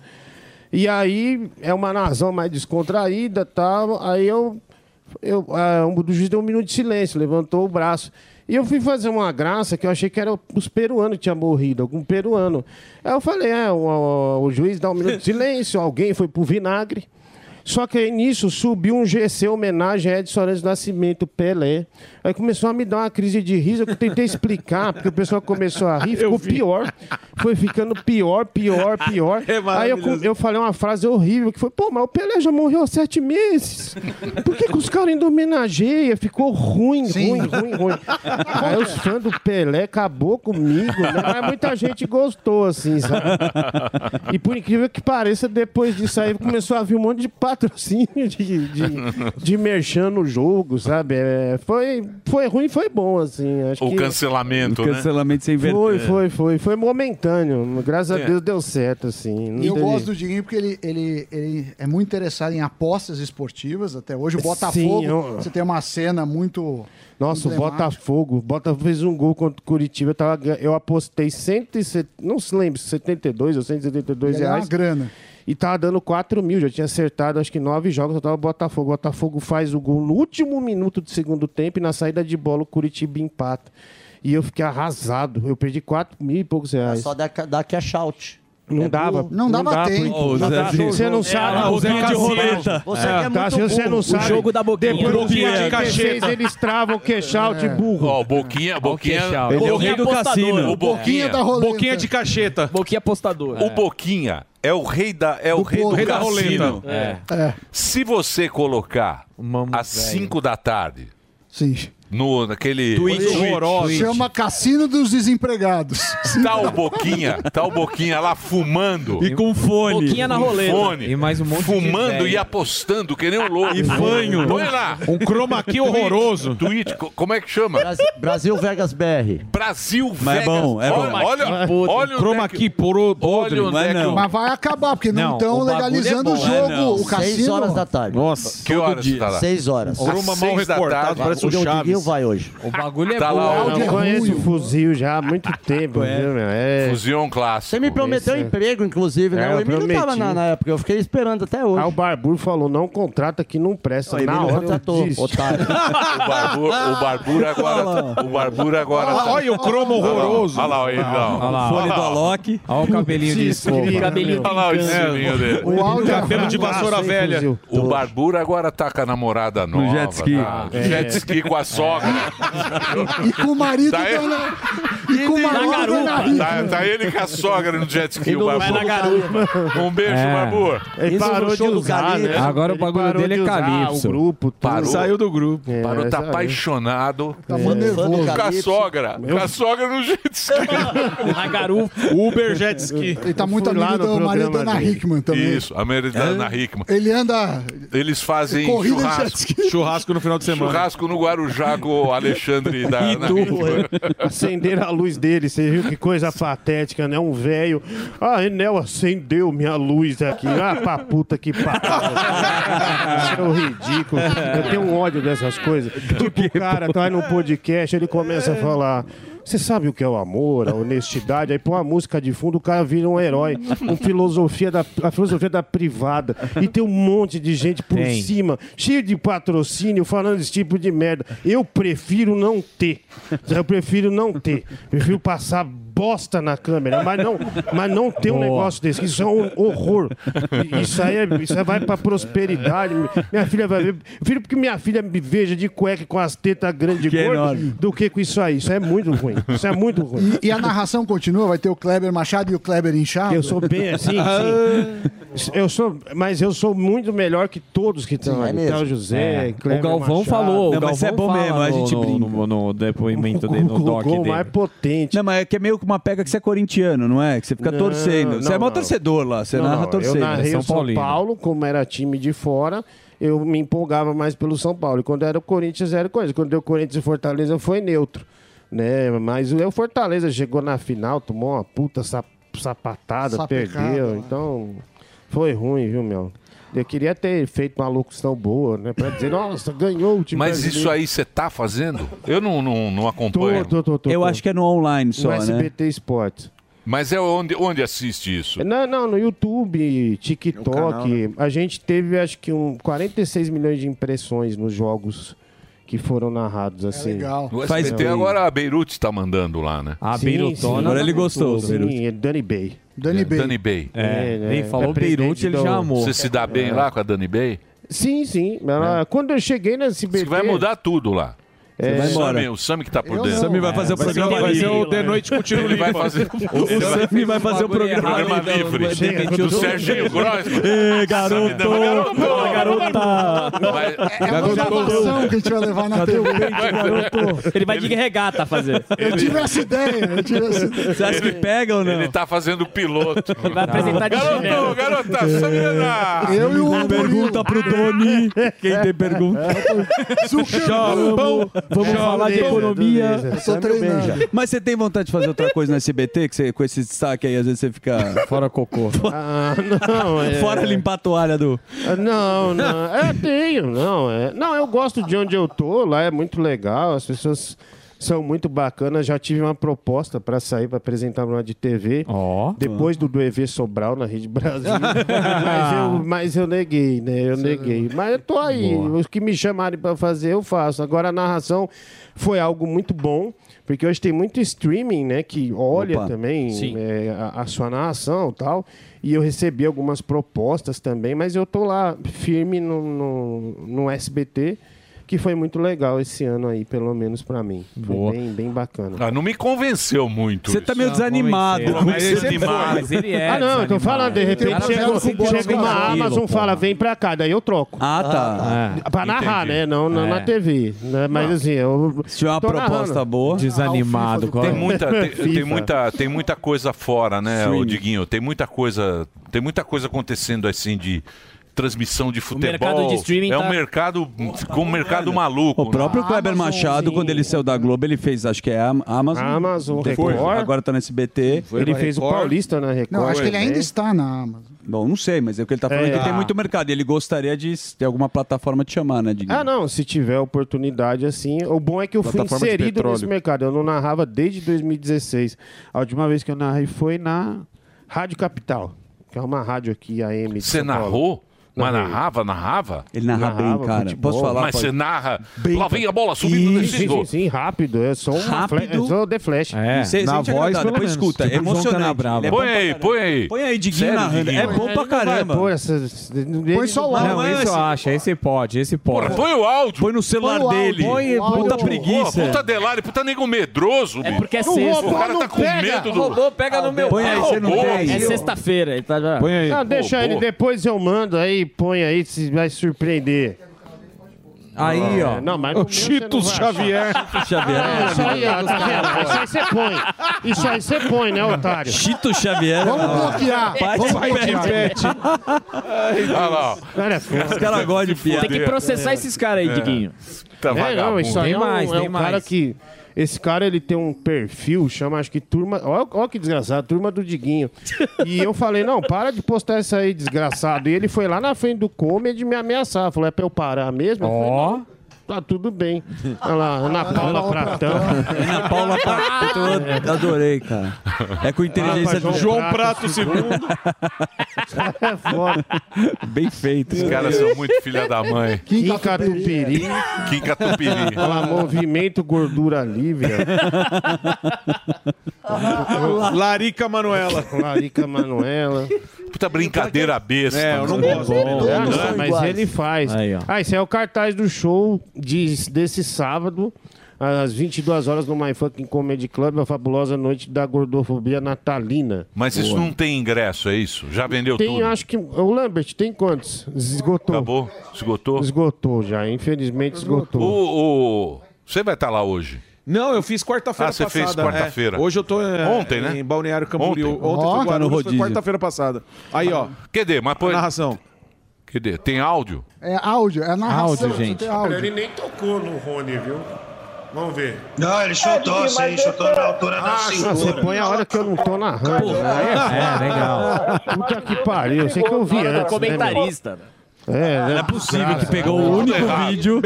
Speaker 20: E aí é uma narração mais descontraída tal. Aí eu. eu ah, um do juiz deu um minuto de silêncio, levantou o braço. E eu fui fazer uma graça que eu achei que era os peruanos que tinham morrido, algum peruano. Aí eu falei, é, o, o- o juiz dá um minuto de silêncio, alguém foi pro vinagre. Só que aí nisso subiu um GC homenagem a Edson Arantes do Nascimento Pelé. Aí começou a me dar uma crise de riso. Eu tentei explicar, porque o pessoal começou a rir, ficou pior. Foi ficando pior, pior, pior. aí eu, com- eu falei uma frase horrível que foi: pô, mas o Pelé já morreu há sete meses. Por que, que os caras ainda homenageiam? Ficou ruim, ruim, ruim, ruim. Aí os fãs do Pelé acabou comigo, né? mas muita gente gostou, assim, sabe? E por incrível que pareça, depois disso aí começou a vir um monte de patrocínio de, de, de merchan no jogo, sabe? É, foi, foi ruim, foi bom, assim. Acho
Speaker 4: O
Speaker 20: que-
Speaker 4: cancelamento, né?
Speaker 20: Foi, foi, foi. Foi momentâneo. Graças
Speaker 4: É.
Speaker 20: a Deus deu certo, assim. Não
Speaker 13: E eu
Speaker 20: teve-
Speaker 13: gosto do Diguinho porque ele, ele, ele é muito interessado em apostas esportivas até hoje. O
Speaker 20: Sim,
Speaker 13: Botafogo,
Speaker 20: eu-
Speaker 13: você tem uma cena muito.
Speaker 20: Nossa, o
Speaker 13: emblemática.
Speaker 20: Botafogo. O Botafogo fez um gol contra o Curitiba. Eu, tava gan- eu apostei 170, não se lembro, 72 ou 172
Speaker 13: Ele é uma
Speaker 20: reais.
Speaker 13: grana.
Speaker 20: E tava dando 4 mil, já tinha acertado acho que 9 jogos, só tava o Botafogo. O Botafogo faz o gol no último minuto do segundo tempo e na saída de bola o Curitiba empata. E eu fiquei arrasado. Eu perdi 4 mil e poucos reais.
Speaker 14: É Só dá, dá cash out. É
Speaker 20: Não dava.
Speaker 14: não dava
Speaker 20: dá,
Speaker 14: tempo.
Speaker 20: pô.
Speaker 14: Ô,
Speaker 20: Não dá,
Speaker 14: Zezinho.
Speaker 20: Você não
Speaker 14: É,
Speaker 20: sabe.
Speaker 14: a
Speaker 20: o Zé
Speaker 14: boquinha de
Speaker 20: Cassiano.
Speaker 14: roleta. Você que é muito
Speaker 20: Cassiano, Você
Speaker 14: burro.
Speaker 20: não
Speaker 14: O
Speaker 20: sabe.
Speaker 14: jogo da boquinha.
Speaker 20: Depois do
Speaker 14: Boquinha de
Speaker 20: 16,
Speaker 14: cacheta.
Speaker 20: eles travam o
Speaker 14: é
Speaker 20: queixal de burro.
Speaker 4: Ó, o Boquinha, Boquinha.
Speaker 20: queixal. Ele é o rei do cassino.
Speaker 4: O Boquinha.
Speaker 8: Boquinha de cacheta.
Speaker 6: Boquinha apostador.
Speaker 4: O Boquinha é o rei da, é o rei do
Speaker 8: rei da
Speaker 4: cassino.
Speaker 8: roleta. É.
Speaker 4: Se você colocar às 5 da tarde
Speaker 13: Sim.
Speaker 4: no, naquele...
Speaker 13: Chama Cassino dos Desempregados.
Speaker 4: Tá o Boquinha, tá o Boquinha lá fumando.
Speaker 13: E com fone. Boquinha na
Speaker 4: Com
Speaker 13: roleta.
Speaker 4: Fone.
Speaker 13: E mais um monte de
Speaker 4: Fumando
Speaker 13: ideia.
Speaker 4: e apostando, que
Speaker 14: Ah,
Speaker 4: nem um louco.
Speaker 13: E fanho.
Speaker 4: Põe lá.
Speaker 14: Um chroma key horroroso.
Speaker 4: Tweet, co- como é que chama?
Speaker 14: Brasil Vegas BR.
Speaker 4: Brasil
Speaker 14: Mas é
Speaker 4: Vegas.
Speaker 14: bom, é
Speaker 4: olha,
Speaker 14: bom.
Speaker 4: Olha,
Speaker 14: Podre.
Speaker 4: olha
Speaker 14: Chroma
Speaker 4: onde é
Speaker 14: key
Speaker 4: poro, podre. Olha onde é
Speaker 13: Mas,
Speaker 4: que eu-
Speaker 13: vai acabar, porque não
Speaker 14: Não, o
Speaker 13: estão
Speaker 14: bagulho é
Speaker 13: legalizando
Speaker 14: bom.
Speaker 13: o jogo,
Speaker 14: É, não.
Speaker 13: o cassino.
Speaker 14: Seis horas da tarde.
Speaker 8: Nossa.
Speaker 14: Que horas
Speaker 4: dia? tá lá?
Speaker 14: Seis horas.
Speaker 4: Às Aroma mal seis da recortado, tarde. parece
Speaker 14: o
Speaker 4: o Chaves.
Speaker 14: Diguinho vai hoje.
Speaker 4: O bagulho é Tá bom. lá, ó.
Speaker 20: Eu
Speaker 4: É
Speaker 20: conheço
Speaker 4: ruim.
Speaker 20: o fuzil já há muito tempo. viu, meu? É...
Speaker 4: Fuzil é um clássico.
Speaker 14: Você me prometeu
Speaker 20: Esse é-
Speaker 14: emprego, inclusive, né?
Speaker 20: É,
Speaker 14: o
Speaker 20: eu
Speaker 14: Emílio
Speaker 20: prometi.
Speaker 14: tava na, na época, eu fiquei esperando até hoje.
Speaker 20: Ah, o Barburo falou, não contrata que não presta.
Speaker 14: Ó, Emílio
Speaker 20: Na hora
Speaker 14: contratou,
Speaker 20: eu desisto.
Speaker 14: otário.
Speaker 4: O Barbu- o Barbura agora. tá- O Barbura agora. tá-
Speaker 20: Olha o cromo
Speaker 4: Olha lá,
Speaker 20: horroroso.
Speaker 4: Olha lá, olha lá.
Speaker 20: Olha lá.
Speaker 4: Olha lá.
Speaker 10: Alok.
Speaker 3: Olha o cabelinho de escova.
Speaker 4: Olha lá o estilinho dele.
Speaker 3: O áudio é
Speaker 8: cabelo de vassoura velha.
Speaker 4: O Barbura agora tá com a namorada nova.
Speaker 8: jet ski.
Speaker 4: tá?
Speaker 8: É.
Speaker 4: Jet ski com a sogra.
Speaker 13: E com o marido
Speaker 4: Tá aí-
Speaker 13: dando- E com o
Speaker 3: é
Speaker 13: marido na
Speaker 4: Tá, tá ele com a sogra no jet
Speaker 3: né?
Speaker 4: ski,
Speaker 3: E
Speaker 4: o
Speaker 3: no
Speaker 4: Barbu.
Speaker 3: show do Calypso.
Speaker 4: Um beijo,
Speaker 3: É.
Speaker 4: Barbu.
Speaker 3: Ele Isso parou no show de do usar, Calypso. né? Agora o É,
Speaker 4: Ele
Speaker 3: bagulho
Speaker 4: parou
Speaker 3: dele é
Speaker 4: de usar
Speaker 3: Calypso.
Speaker 4: parou.
Speaker 8: Saiu do grupo.
Speaker 4: Parou, tá
Speaker 8: saiu.
Speaker 4: apaixonado.
Speaker 13: É.
Speaker 8: Tá mó nervoso.
Speaker 3: um
Speaker 4: Com a
Speaker 8: Calypso.
Speaker 4: sogra. Com a sogra no
Speaker 13: Tá
Speaker 4: jet ski.
Speaker 8: Na garupa. Uber jet ski.
Speaker 13: Ele tá muito
Speaker 8: fui lá
Speaker 13: amigo
Speaker 8: no
Speaker 13: do marido da
Speaker 8: programa
Speaker 13: Ana
Speaker 8: dele.
Speaker 13: Hickman também.
Speaker 4: Isso, a Meredith Ana Hickman.
Speaker 13: Ele anda.
Speaker 4: Eles fazem
Speaker 13: Corrida de jet
Speaker 4: churrasco.
Speaker 13: ski.
Speaker 8: Churrasco no final de semana.
Speaker 4: Churrasco no Guarujá com o Alexandre da Ana
Speaker 20: é.
Speaker 4: Hickman.
Speaker 20: Acenderam a luz dele, você viu que coisa patética, né? Um velho. Ah, Enel acendeu minha luz aqui. Ah, pra puta que pariu. É um ridículo. Eu tenho um ódio dessas coisas. Tipo, o cara tá no podcast, ele começa a falar. Você sabe o que é o amor, a honestidade? Aí põe uma música de fundo, o cara vira um herói. Com filosofia da, a filosofia da privada. E tem um monte de gente por
Speaker 3: Tem.
Speaker 20: cima, cheio de patrocínio, falando esse tipo de merda. Eu prefiro não ter. Eu prefiro não ter. Prefiro passar bosta na câmera, mas não, mas não tem um
Speaker 19: Boa.
Speaker 20: negócio desse. Isso é um horror. Isso aí, é- isso aí vai pra prosperidade. Minha filha vai ver. Filho, porque minha filha me veja de cueca com as tetas grandes e
Speaker 3: é
Speaker 13: Que
Speaker 20: gordas
Speaker 13: enorme.
Speaker 20: do que com isso aí. Isso é muito ruim. Isso é muito ruim.
Speaker 13: E, e a narração continua? Vai ter o Kleber Machado e o Kleber Inchado?
Speaker 20: Eu sou bem assim,
Speaker 3: Ah.
Speaker 20: sim. Eu sou, mas eu sou muito melhor que todos que estão aí. Tá o José,
Speaker 3: É.
Speaker 20: Kleber
Speaker 3: o Galvão
Speaker 20: Machado.
Speaker 3: falou. o
Speaker 20: é
Speaker 12: é
Speaker 3: Galvão fala no, no, no, no depoimento dele, no doc
Speaker 20: Gol
Speaker 3: dele.
Speaker 20: mais potente.
Speaker 12: Não, mas é que é meio que uma pega que você é corintiano, não é? Que você fica
Speaker 20: Não,
Speaker 12: torcendo. Você
Speaker 20: não,
Speaker 12: é maior
Speaker 20: não.
Speaker 12: torcedor lá, você narra torcendo. né?
Speaker 10: né?
Speaker 20: Eu narrei
Speaker 12: São
Speaker 20: o São
Speaker 12: Paulino.
Speaker 20: Paulo, como era time de fora, eu me empolgava mais pelo São Paulo. E quando era o Corinthians, era coisa. Quando deu Corinthians e Fortaleza, foi neutro. Né? Mas o Fortaleza chegou na final, tomou uma puta sap- sapatada,
Speaker 13: Sapecada,
Speaker 20: perdeu.
Speaker 13: né?
Speaker 20: Então, foi ruim, viu, meu? Eu queria ter feito uma locução boa, né? Pra dizer, nossa, ganhou o time
Speaker 4: Mas
Speaker 20: brasileiro.
Speaker 4: isso aí você tá fazendo? Eu não, não, não acompanho.
Speaker 20: Tô, tô, tô, tô,
Speaker 4: Eu
Speaker 20: tô.
Speaker 4: acho que é no online só,
Speaker 20: No
Speaker 4: né?
Speaker 20: SBT Esportes.
Speaker 4: Mas é onde, onde assiste isso?
Speaker 20: Não, não, no YouTube, TikTok.
Speaker 4: canal, né?
Speaker 20: A gente teve, acho que, um 46 milhões de impressões nos jogos que foram narrados,
Speaker 4: É
Speaker 20: assim.
Speaker 13: legal.
Speaker 4: O SBT agora a Beirute tá mandando lá, né?
Speaker 20: A Sim, Beirutona tá sim. Agora ele gostou do
Speaker 4: Sim,
Speaker 20: Beirute. é Dani Bay.
Speaker 13: Dani
Speaker 4: Bay. Dani Bay.
Speaker 20: É, É, nem é. falou É presidente Beirute, ele do- já amou.
Speaker 4: Você se dá bem
Speaker 20: É.
Speaker 4: lá com a Dani Bay?
Speaker 20: Sim, sim. Ela- Quando eu cheguei na SBT...
Speaker 4: Você vai mudar tudo lá.
Speaker 20: É.
Speaker 4: O
Speaker 20: Vai embora.
Speaker 4: Sammy- o Sami que tá por
Speaker 20: Eu
Speaker 4: dentro.
Speaker 20: não. Sammy vai fazer o Vai ser programa o- vai ser o livre.
Speaker 4: de
Speaker 20: De Noite com Tiro
Speaker 4: Ele vai
Speaker 20: Limpa.
Speaker 4: fazer
Speaker 20: O
Speaker 4: ele vai-
Speaker 20: Sammy vai fazer o programa
Speaker 4: programa
Speaker 20: ali,
Speaker 3: então,
Speaker 20: não, vai
Speaker 4: livre.
Speaker 13: é
Speaker 20: demitir
Speaker 4: Do
Speaker 20: o-
Speaker 4: Serginho Grossman.
Speaker 3: Ê, É, garoto! É Garota!
Speaker 13: é Garoto! que a gente vai levar na TV.
Speaker 17: um
Speaker 3: Ele vai de regata fazer.
Speaker 13: Eu tive essa ideia, eu tive essa ideia.
Speaker 4: pega ou não? Ele tá fazendo piloto. Ele vai
Speaker 3: apresentar de
Speaker 4: Garoto,
Speaker 3: chinelo. É.
Speaker 4: garota, Sammy Leonardo.
Speaker 13: Eu e o
Speaker 3: Pergunta pro Doni. Quem tem pergunta?
Speaker 12: Vamos,
Speaker 3: vamos falar de economia.
Speaker 13: É. Eu tô treinando.
Speaker 12: Mas você tem vontade de fazer outra coisa no SBT? Que você, com esse destaque aí, às vezes você fica.
Speaker 3: Fora cocô.
Speaker 20: Ah, não, é-
Speaker 12: Fora limpar a toalha do.
Speaker 20: Ah, Não, não. É, tenho, não. É. Não, eu gosto de onde eu tô, lá é muito legal, as pessoas são muito bacanas. Já tive uma proposta para sair para apresentar uma de TV. Depois do, do EV Sobral na Rede Brasil. mas,
Speaker 12: Ah.
Speaker 20: eu, mas eu neguei, né? Eu neguei. Mas eu tô aí. Os que me chamarem para fazer, eu faço. Agora a narração foi algo muito bom. Porque hoje tem muito streaming, né? Que olha
Speaker 12: Opa.
Speaker 20: também
Speaker 12: Sim.
Speaker 20: é, a, a sua narração e tal. E eu recebi algumas propostas também, mas eu tô lá firme no, no, no SBT, que foi muito legal esse ano aí, pelo menos para mim.
Speaker 4: Boa.
Speaker 20: Foi bem, bem bacana.
Speaker 4: Ah, não me convenceu muito.
Speaker 20: Você tá meio desanimado.
Speaker 4: Mas
Speaker 20: Você foi.
Speaker 4: desanimado.
Speaker 20: Mas é ele é Ah, não, eu tô desanimado. é falando, de repente
Speaker 4: Cara,
Speaker 20: chega-
Speaker 4: eu fico
Speaker 20: chega uma
Speaker 4: tranquilo,
Speaker 20: Amazon,
Speaker 4: pô.
Speaker 20: fala, vem pra cá, daí eu troco.
Speaker 12: Ah, tá.
Speaker 20: Ah, Pra narrar,
Speaker 12: Entendi.
Speaker 20: né? Não, não
Speaker 12: É.
Speaker 20: na TV. né? Mas
Speaker 12: Não.
Speaker 20: assim, eu.
Speaker 12: Se tiver uma
Speaker 20: tô
Speaker 12: proposta
Speaker 20: narrando. é?
Speaker 12: boa.
Speaker 3: Desanimado.
Speaker 4: Tem muita, tem, tem
Speaker 20: FIFA.
Speaker 4: muita, tem muita coisa fora, né,
Speaker 3: Streaming.
Speaker 4: ô Diguinho? Tem muita coisa, tem muita coisa acontecendo assim de transmissão de futebol.
Speaker 12: mercado de streaming
Speaker 4: é um
Speaker 12: tá-
Speaker 4: mercado, ficou um mercado maluco.
Speaker 12: O próprio Kleber Machado, quando ele saiu da Globo, ele fez, acho que é a Amazon.
Speaker 20: Amazon,
Speaker 12: Depois,
Speaker 20: Record.
Speaker 12: Agora tá no SBT.
Speaker 20: Ele fez o Paulista na Record.
Speaker 13: Não, acho que ele ainda
Speaker 20: né?
Speaker 13: está na Amazon.
Speaker 12: Bom, não sei, mas é o que ele tá falando
Speaker 20: É.
Speaker 12: é que tem
Speaker 20: Ah.
Speaker 12: muito mercado. e Ele gostaria de s- ter alguma plataforma de chamar, né, Diguinho?
Speaker 20: Ah, não, se tiver oportunidade assim. O bom é que eu fui
Speaker 12: Plataforma de
Speaker 20: inserido
Speaker 12: petróleo.
Speaker 20: nesse mercado. Eu não narrava desde 2016. A última vez que eu narrei foi na Rádio Capital, que é uma rádio aqui, AM. de
Speaker 4: Você
Speaker 20: São Paulo.
Speaker 4: narrou? Mas narrava, narrava?
Speaker 12: Ele narra
Speaker 20: Narrava, bem, cara. futebol. Posso falar,
Speaker 4: Mas
Speaker 20: pode?
Speaker 4: você narra. Lá vem a bola subindo
Speaker 20: Sim,
Speaker 4: nesse
Speaker 20: sim,
Speaker 4: gol.
Speaker 20: sim, sim, rápido. É só um
Speaker 4: Rápido.
Speaker 20: flash, é só o The Flash.
Speaker 4: É, Cê- na sente voz, agradado, pelo depois menos. escuta, é Tipo o João emocionante, Canabrava. ele é bom
Speaker 20: põe
Speaker 4: pra
Speaker 20: aí,
Speaker 4: caramba. põe aí.
Speaker 12: Põe aí, Diguinho
Speaker 20: Sério,
Speaker 12: narrando.
Speaker 20: Diguinho?
Speaker 12: É bom
Speaker 20: Ele
Speaker 12: pra
Speaker 20: não vai
Speaker 12: caramba.
Speaker 20: pôr essas- ele não vai-
Speaker 3: Não, esse eu acho. Esse pode, esse pode.
Speaker 4: Põe o áudio.
Speaker 12: Põe no
Speaker 3: celular Põe o áudio, dele. põe, põe Puta o- preguiça.
Speaker 4: Pô, puta Delari, puta nego medroso. É
Speaker 3: porque é
Speaker 4: o
Speaker 3: sexta.
Speaker 4: O cara
Speaker 3: Não
Speaker 4: tá com
Speaker 3: pega.
Speaker 4: medo do...
Speaker 3: Roubou, pega no meu- Põe aí, você não tem. É sexta-feira,
Speaker 6: ele tá já.
Speaker 20: Não, deixa ele, depois eu mando aí, põe aí, se vai surpreender.
Speaker 3: Aí,
Speaker 20: Não,
Speaker 3: ó.
Speaker 20: é, Não, mas no meu você não vai achar.
Speaker 3: Cheetos Xavier.
Speaker 20: É, isso aí, ó, tá vendo? Isso aí você põe. Isso aí você põe, né, otário?
Speaker 12: Chito Xavier.
Speaker 20: Vamos bloquear.
Speaker 12: Pai
Speaker 20: Vamos
Speaker 12: de
Speaker 20: bloquear. é
Speaker 12: pet.
Speaker 4: Olha lá. ó.
Speaker 12: Os caras gostam de piada.
Speaker 4: Tem que processar esses caras aí, Diguinho. É. Tá
Speaker 20: é, não,
Speaker 4: vagabundo.
Speaker 20: isso aí
Speaker 4: Tem
Speaker 20: é um,
Speaker 4: mais,
Speaker 20: é
Speaker 4: tem
Speaker 20: um
Speaker 4: mais.
Speaker 20: cara que... Esse cara, ele tem um perfil, chama, acho que turma... Olha, olha que desgraçado, turma do Diguinho. E eu falei, não, para de postar isso aí, desgraçado. E ele foi lá na frente do comedy me ameaçar. Falou, é pra eu parar mesmo? Ó... Tá tudo bem. Olha lá, Ana Paula Pratão.
Speaker 12: Ana
Speaker 20: É
Speaker 12: Paula Pratão. Eu adorei, cara. É com inteligência do
Speaker 8: João Prato segundo.
Speaker 20: É foda.
Speaker 12: Bem feito.
Speaker 4: Os caras são muito filha da mãe.
Speaker 20: Kim Catupiry.
Speaker 4: Kim Catupiry.
Speaker 20: Olha lá, movimento gordura livre.
Speaker 8: Larica Manuela.
Speaker 20: Larica Manuela.
Speaker 4: Puta brincadeira besta.
Speaker 8: É, eu não gosto.
Speaker 20: Ah,
Speaker 8: Todos
Speaker 20: não,
Speaker 8: são
Speaker 20: mas
Speaker 8: iguais.
Speaker 20: ele faz.
Speaker 8: Aí, ó.
Speaker 20: Ah, esse é o cartaz do show de- desse sábado, às 22 horas no My Fucking Comedy Club, a fabulosa noite da gordofobia natalina.
Speaker 4: Mas isso
Speaker 20: Boa.
Speaker 4: não tem ingresso, é isso? Já vendeu
Speaker 20: Tem,
Speaker 4: tudo?
Speaker 20: acho que. O Lambert, tem quantos? Esgotou.
Speaker 4: Acabou? Esgotou?
Speaker 20: Esgotou já, infelizmente esgotou.
Speaker 4: O, o- Você vai estar lá hoje?
Speaker 8: Não, eu fiz quarta-feira
Speaker 4: Ah, você
Speaker 8: passada.
Speaker 4: fez quarta-feira.
Speaker 8: é. Hoje eu tô é,
Speaker 4: Ontem, né?
Speaker 8: em Balneário Camboriú.
Speaker 4: Ontem.
Speaker 8: Ontem,
Speaker 4: Ó,
Speaker 8: foi
Speaker 4: tá no
Speaker 8: Guarulhos, foi
Speaker 4: rodízio.
Speaker 8: quarta-feira passada. Aí, ó.
Speaker 4: Cadê? Mas põe...
Speaker 8: Narração.
Speaker 4: Cadê? Tem áudio?
Speaker 13: É áudio, é narração.
Speaker 4: Áudio,
Speaker 13: você
Speaker 4: gente.
Speaker 13: tem áudio.
Speaker 21: Ele nem tocou no Rony, viu? Vamos ver. Ah,
Speaker 20: Não, ele
Speaker 21: chutou,
Speaker 20: chutou,
Speaker 21: É, sim,
Speaker 20: sim,
Speaker 21: mas chutou
Speaker 20: chutou
Speaker 21: eu-
Speaker 20: na altura da
Speaker 21: cintura.
Speaker 20: Você põe a hora que eu não tô narrando.
Speaker 3: é, é, legal.
Speaker 20: Puta que pariu, eu sei que eu vi
Speaker 3: Hora do
Speaker 20: antes.
Speaker 3: comentarista,
Speaker 20: Né, meu? é, né?
Speaker 3: Não é possível que pegou o único vídeo.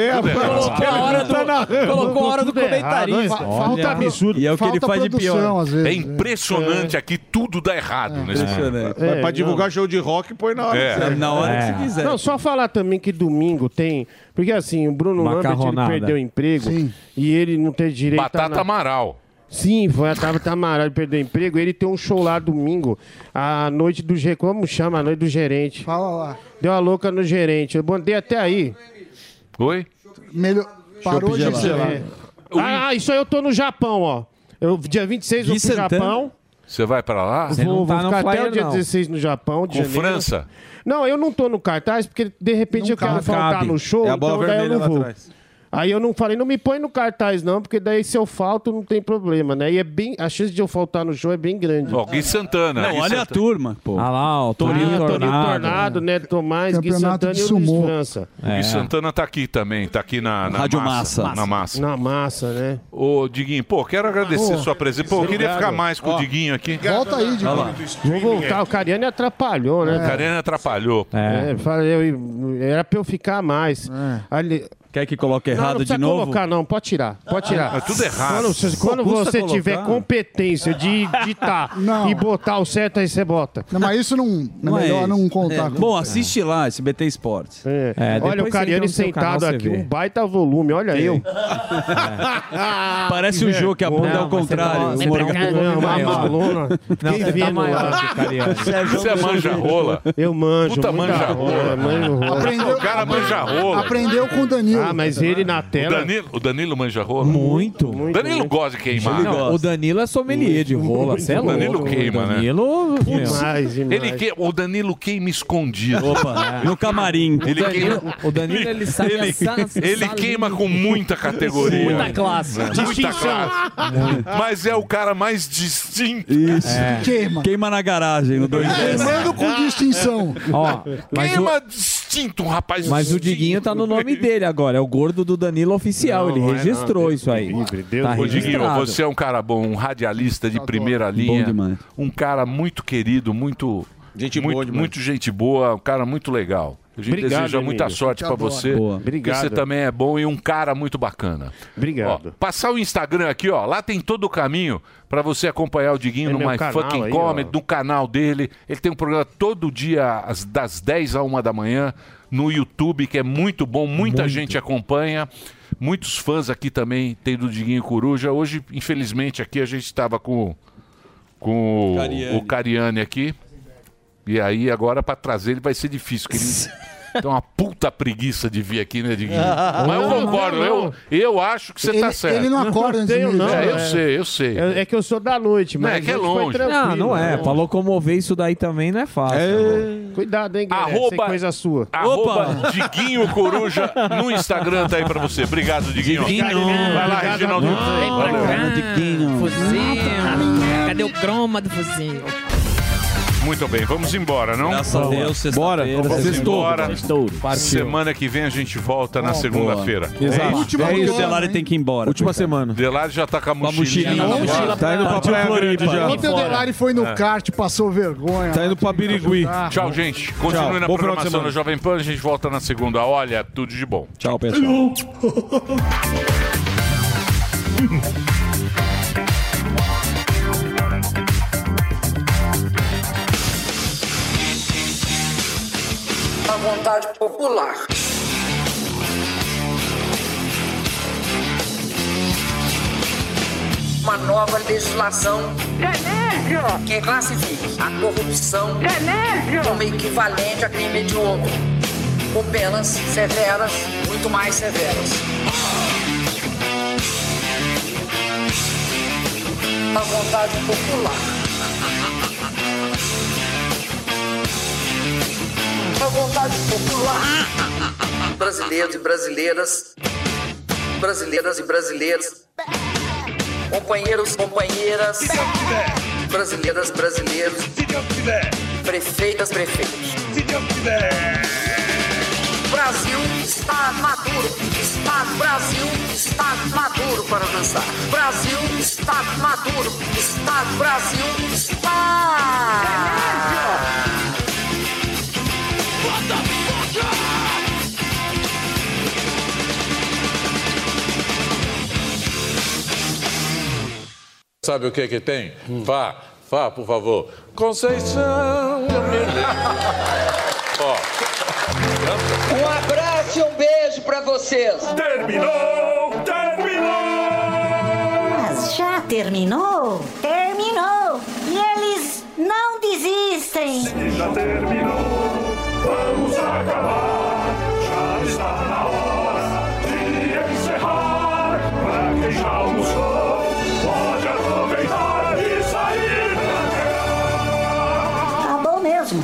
Speaker 3: Colocou a hora
Speaker 20: Tá
Speaker 3: do- colocou a hora do comentarista. Olha.
Speaker 20: Falta absurdo.
Speaker 12: E é o que ele
Speaker 20: Falta
Speaker 12: faz de pior.
Speaker 20: produção, às vezes. É.
Speaker 4: é impressionante aqui, tudo dá errado nesse
Speaker 12: Impressionante.
Speaker 4: programa.
Speaker 8: pra divulgar show de rock, põe na hora.
Speaker 4: É.
Speaker 8: certa.
Speaker 4: Na hora que você quiser.
Speaker 20: Não, só falar também que domingo tem. Porque assim, o Bruno Lambert ele
Speaker 4: Macarronada.
Speaker 20: perdeu o emprego e ele não tem direito a
Speaker 4: Batata
Speaker 20: na-
Speaker 4: Amaral.
Speaker 20: Sim, foi a Tabata Amaral, ele perdeu o emprego. Ele tem um show lá domingo, a noite do gerente. Como chama? A noite do gerente.
Speaker 13: Fala lá.
Speaker 20: Deu a louca no gerente. Eu mandei até aí.
Speaker 4: Oi?
Speaker 13: Melhor... Parou de
Speaker 20: Gelado.
Speaker 13: ser.
Speaker 20: Ah, ah, isso aí eu tô no Japão, ó. Eu, dia 26 eu
Speaker 4: Gui
Speaker 20: fui pro
Speaker 4: Santana?
Speaker 20: Japão.
Speaker 4: Ah, Você tá vai pra lá?
Speaker 20: Vou,
Speaker 12: tá
Speaker 20: vou ficar até o dia 16 no Japão. De
Speaker 4: Com
Speaker 20: janeiro.
Speaker 4: França?
Speaker 20: Não, eu não tô no cartaz, porque de repente eu quero
Speaker 4: cabe.
Speaker 20: faltar no show,
Speaker 4: É a bola
Speaker 20: então daí eu
Speaker 4: vermelha
Speaker 20: não
Speaker 4: lá
Speaker 20: vou.
Speaker 4: atrás.
Speaker 20: Aí eu não falei, não me põe no cartaz não, porque daí se eu falto não tem problema, né? E é bem, a chance de eu faltar no show é bem grande.
Speaker 4: Ó, Gui Santana.
Speaker 12: Não,
Speaker 4: Gui
Speaker 12: olha a
Speaker 4: Santana.
Speaker 12: turma, pô.
Speaker 3: Ah lá, ó, Torinho
Speaker 20: Ah, Torinho
Speaker 3: Tornado.
Speaker 20: Tornado, né? Tomás, Gui
Speaker 3: Campeonato
Speaker 20: Santana
Speaker 3: de
Speaker 20: e o Luiz
Speaker 3: sumô.
Speaker 20: França.
Speaker 4: Gui Santana tá aqui também, tá aqui na, na
Speaker 12: É. Rádio
Speaker 4: massa,
Speaker 12: Massa.
Speaker 4: Na massa.
Speaker 20: Na massa, né?
Speaker 4: Ô, Diguinho, pô, quero agradecer
Speaker 20: Pô,
Speaker 4: sua presença. Pô, eu queria
Speaker 20: obrigado.
Speaker 4: ficar mais com
Speaker 20: Ó,
Speaker 4: o Diguinho aqui.
Speaker 20: volta aí, Diguinho.
Speaker 4: Olha lá.
Speaker 20: Vou voltar, o Cariani atrapalhou, né?
Speaker 4: O Carena atrapalhou.
Speaker 20: É, falei, eu- era pra eu ficar mais.
Speaker 13: É.
Speaker 20: Ali-
Speaker 12: Quer que coloque
Speaker 20: Não, não
Speaker 12: errado
Speaker 20: precisa
Speaker 12: de novo?
Speaker 20: colocar, não. Pode tirar. Pode tirar.
Speaker 12: É tudo errado.
Speaker 20: Quando, você- quando
Speaker 12: Custa
Speaker 20: você
Speaker 12: colocar?
Speaker 20: tiver competência de ditar e botar o certo, aí você bota.
Speaker 13: Não, mas isso não. não é melhor não contar
Speaker 12: É,
Speaker 13: com né?
Speaker 12: Bom, assiste lá, SBT Esportes. É,
Speaker 20: Olha o Cariani sentado aqui, um baita volume, olha eu.
Speaker 12: Parece o jogo que a bunda é
Speaker 20: Não,
Speaker 12: ao
Speaker 20: mas você tá-
Speaker 12: contrário.
Speaker 20: você
Speaker 12: o morango com
Speaker 20: tá-
Speaker 12: o
Speaker 20: não,
Speaker 12: volume
Speaker 20: uma
Speaker 12: maior.
Speaker 20: malona.
Speaker 3: Não,
Speaker 20: Fiquei
Speaker 3: você tá
Speaker 20: vendo
Speaker 3: maior
Speaker 20: lá.
Speaker 3: que o Cariani.
Speaker 4: Você é manja rola?
Speaker 20: Eu manjo.
Speaker 4: Puta
Speaker 20: muita
Speaker 4: manja rola.
Speaker 20: manjo rola.
Speaker 4: O cara manja rola.
Speaker 13: Aprendeu com o Danilo.
Speaker 20: Ah, mas ele na
Speaker 4: O
Speaker 20: tela.
Speaker 4: Danilo, o Danilo manja rola?
Speaker 3: Muito.
Speaker 4: Danilo gosta de queimar.
Speaker 3: Não, o Danilo é sommelier de rola,
Speaker 4: Muito.
Speaker 3: você é
Speaker 4: O
Speaker 3: louco.
Speaker 4: Danilo queima, né?
Speaker 3: Danilo, meu.
Speaker 20: Demais, demais.
Speaker 4: Ele que... O Danilo queima escondido.
Speaker 12: Opa, no camarim.
Speaker 4: O Ele Danilo-
Speaker 3: queima- o Danilo, ele sabe
Speaker 4: ele,
Speaker 3: assar-
Speaker 4: ele
Speaker 3: assar
Speaker 4: queima com muita categoria.
Speaker 3: Muita classe.
Speaker 4: Muita
Speaker 3: Distinção.
Speaker 4: classe. Mas é o cara mais distinto.
Speaker 12: Isso.
Speaker 4: É.
Speaker 12: Queima. na garagem, no 2
Speaker 13: Queimando com distinção.
Speaker 3: Ó, mas
Speaker 4: Queima
Speaker 3: o-
Speaker 4: distinto, um rapaz.
Speaker 3: Mas o Diguinho tá no nome dele agora. É o gordo do Danilo oficial.
Speaker 4: Não,
Speaker 3: ele
Speaker 4: não é
Speaker 3: registrou
Speaker 4: não.
Speaker 3: isso aí. Tá
Speaker 4: Ô, Diguinho,
Speaker 3: registrado.
Speaker 4: você é um cara bom, um radialista
Speaker 20: Tá
Speaker 4: de primeira linha.
Speaker 12: demais.
Speaker 4: Um cara muito querido, muito.
Speaker 8: Gente
Speaker 4: muito,
Speaker 8: boa demais.
Speaker 4: Muito gente boa, um cara muito legal. A gente
Speaker 20: Obrigado,
Speaker 4: deseja muita
Speaker 20: Emílio.
Speaker 4: sorte
Speaker 20: Te
Speaker 4: pra
Speaker 20: adoro.
Speaker 4: você.
Speaker 20: Boa.
Speaker 4: porque
Speaker 20: Obrigado.
Speaker 4: Você também é bom e um cara muito bacana.
Speaker 20: Obrigado.
Speaker 4: Ó, passar o Instagram aqui, ó. Lá tem todo o caminho pra você acompanhar o Diguinho
Speaker 20: É
Speaker 4: no
Speaker 20: meu
Speaker 4: My
Speaker 20: canal
Speaker 4: Fucking
Speaker 20: aí,
Speaker 4: Comedy,
Speaker 20: ó.
Speaker 4: no canal dele. Ele tem um programa todo dia, às- das 10 à 1 da manhã, no YouTube, que é muito bom, muita gente acompanha. Muitos fãs aqui também tem do Diguinho Coruja. Hoje, infelizmente, aqui a gente estava com, com o-
Speaker 12: Cariani.
Speaker 4: o Cariani aqui. E aí, agora, pra trazer ele vai ser difícil, que ele tem uma puta preguiça de vir aqui, né, Diguinho? Mas eu
Speaker 20: Não,
Speaker 4: concordo,
Speaker 20: não,
Speaker 4: eu, eu acho que você tá certo.
Speaker 20: tenho, não.
Speaker 4: É, eu
Speaker 20: é.
Speaker 4: sei, eu sei.
Speaker 20: É, é que eu sou da noite,
Speaker 4: Não,
Speaker 20: mas.
Speaker 4: é que é
Speaker 20: hoje foi
Speaker 4: longe.
Speaker 20: tranquilo.
Speaker 3: Não, não é. Pra locomover isso daí também não é fácil.
Speaker 20: Cuidado, hein, galera.
Speaker 4: Arroba-
Speaker 20: Isso é coisa sua.
Speaker 4: Arroba Diguinho Coruja no Instagram tá aí pra você. Obrigado, Diguinho.
Speaker 20: Diguinho.
Speaker 4: Vai lá, Reginaldo.
Speaker 6: Ah,
Speaker 4: Valeu.
Speaker 6: tá
Speaker 22: Fuzinho. Cadê o croma do fuzinho?
Speaker 4: Muito bem, vamos embora, não?
Speaker 10: Graças a Deus, sexta-feira.
Speaker 4: Bora, vamos
Speaker 10: Sextou.
Speaker 4: embora.
Speaker 10: Sextou. Partiu.
Speaker 4: Semana que vem a gente volta na segunda-feira.
Speaker 10: Boa. Exato. É Última isso. do ano,
Speaker 4: O Delari
Speaker 10: hein? tem que ir embora.
Speaker 4: Última
Speaker 8: semana.
Speaker 4: Delari já tá com a mochilinha.
Speaker 8: mochilinha. Tá
Speaker 4: na mão.
Speaker 8: pra- Tá indo pra Praia Grande já.
Speaker 13: Ontem o Delari foi no
Speaker 4: É.
Speaker 13: kart, passou vergonha.
Speaker 8: Tá indo pra Birigui.
Speaker 4: Tchau, gente. Continue
Speaker 8: Tchau.
Speaker 4: na
Speaker 8: Bom final de
Speaker 4: programação
Speaker 8: semana.
Speaker 4: da Jovem Pan. A gente volta na segunda. Olha, tudo de bom.
Speaker 10: Tchau,
Speaker 11: A vontade popular. Uma nova legislação que classifique a corrupção como equivalente a crime hediondo, com penas severas, muito mais severas. A vontade popular. A vontade popular. Brasileiros e brasileiras. Brasileiras e brasileiros. Companheiros, companheiras. Brasileiras, brasileiros. Se Deus quiser. Prefeitas, prefeitos. Se Deus quiser. Brasil está maduro. Está, Brasil está maduro para dançar. Brasil está maduro. Está, Brasil está.
Speaker 22: Sabe o que que tem? Vá, vá, por favor. Conceição, eu me lembro. Ó.
Speaker 11: Um abraço e um beijo pra vocês. Terminou, terminou.
Speaker 23: Mas já terminou? Terminou! E eles não desistem!
Speaker 11: Já terminou, vamos acabar. Já está na hora de encerrar. Pra quem já almoçou, pode aproveitar e sair
Speaker 23: Acabou mesmo!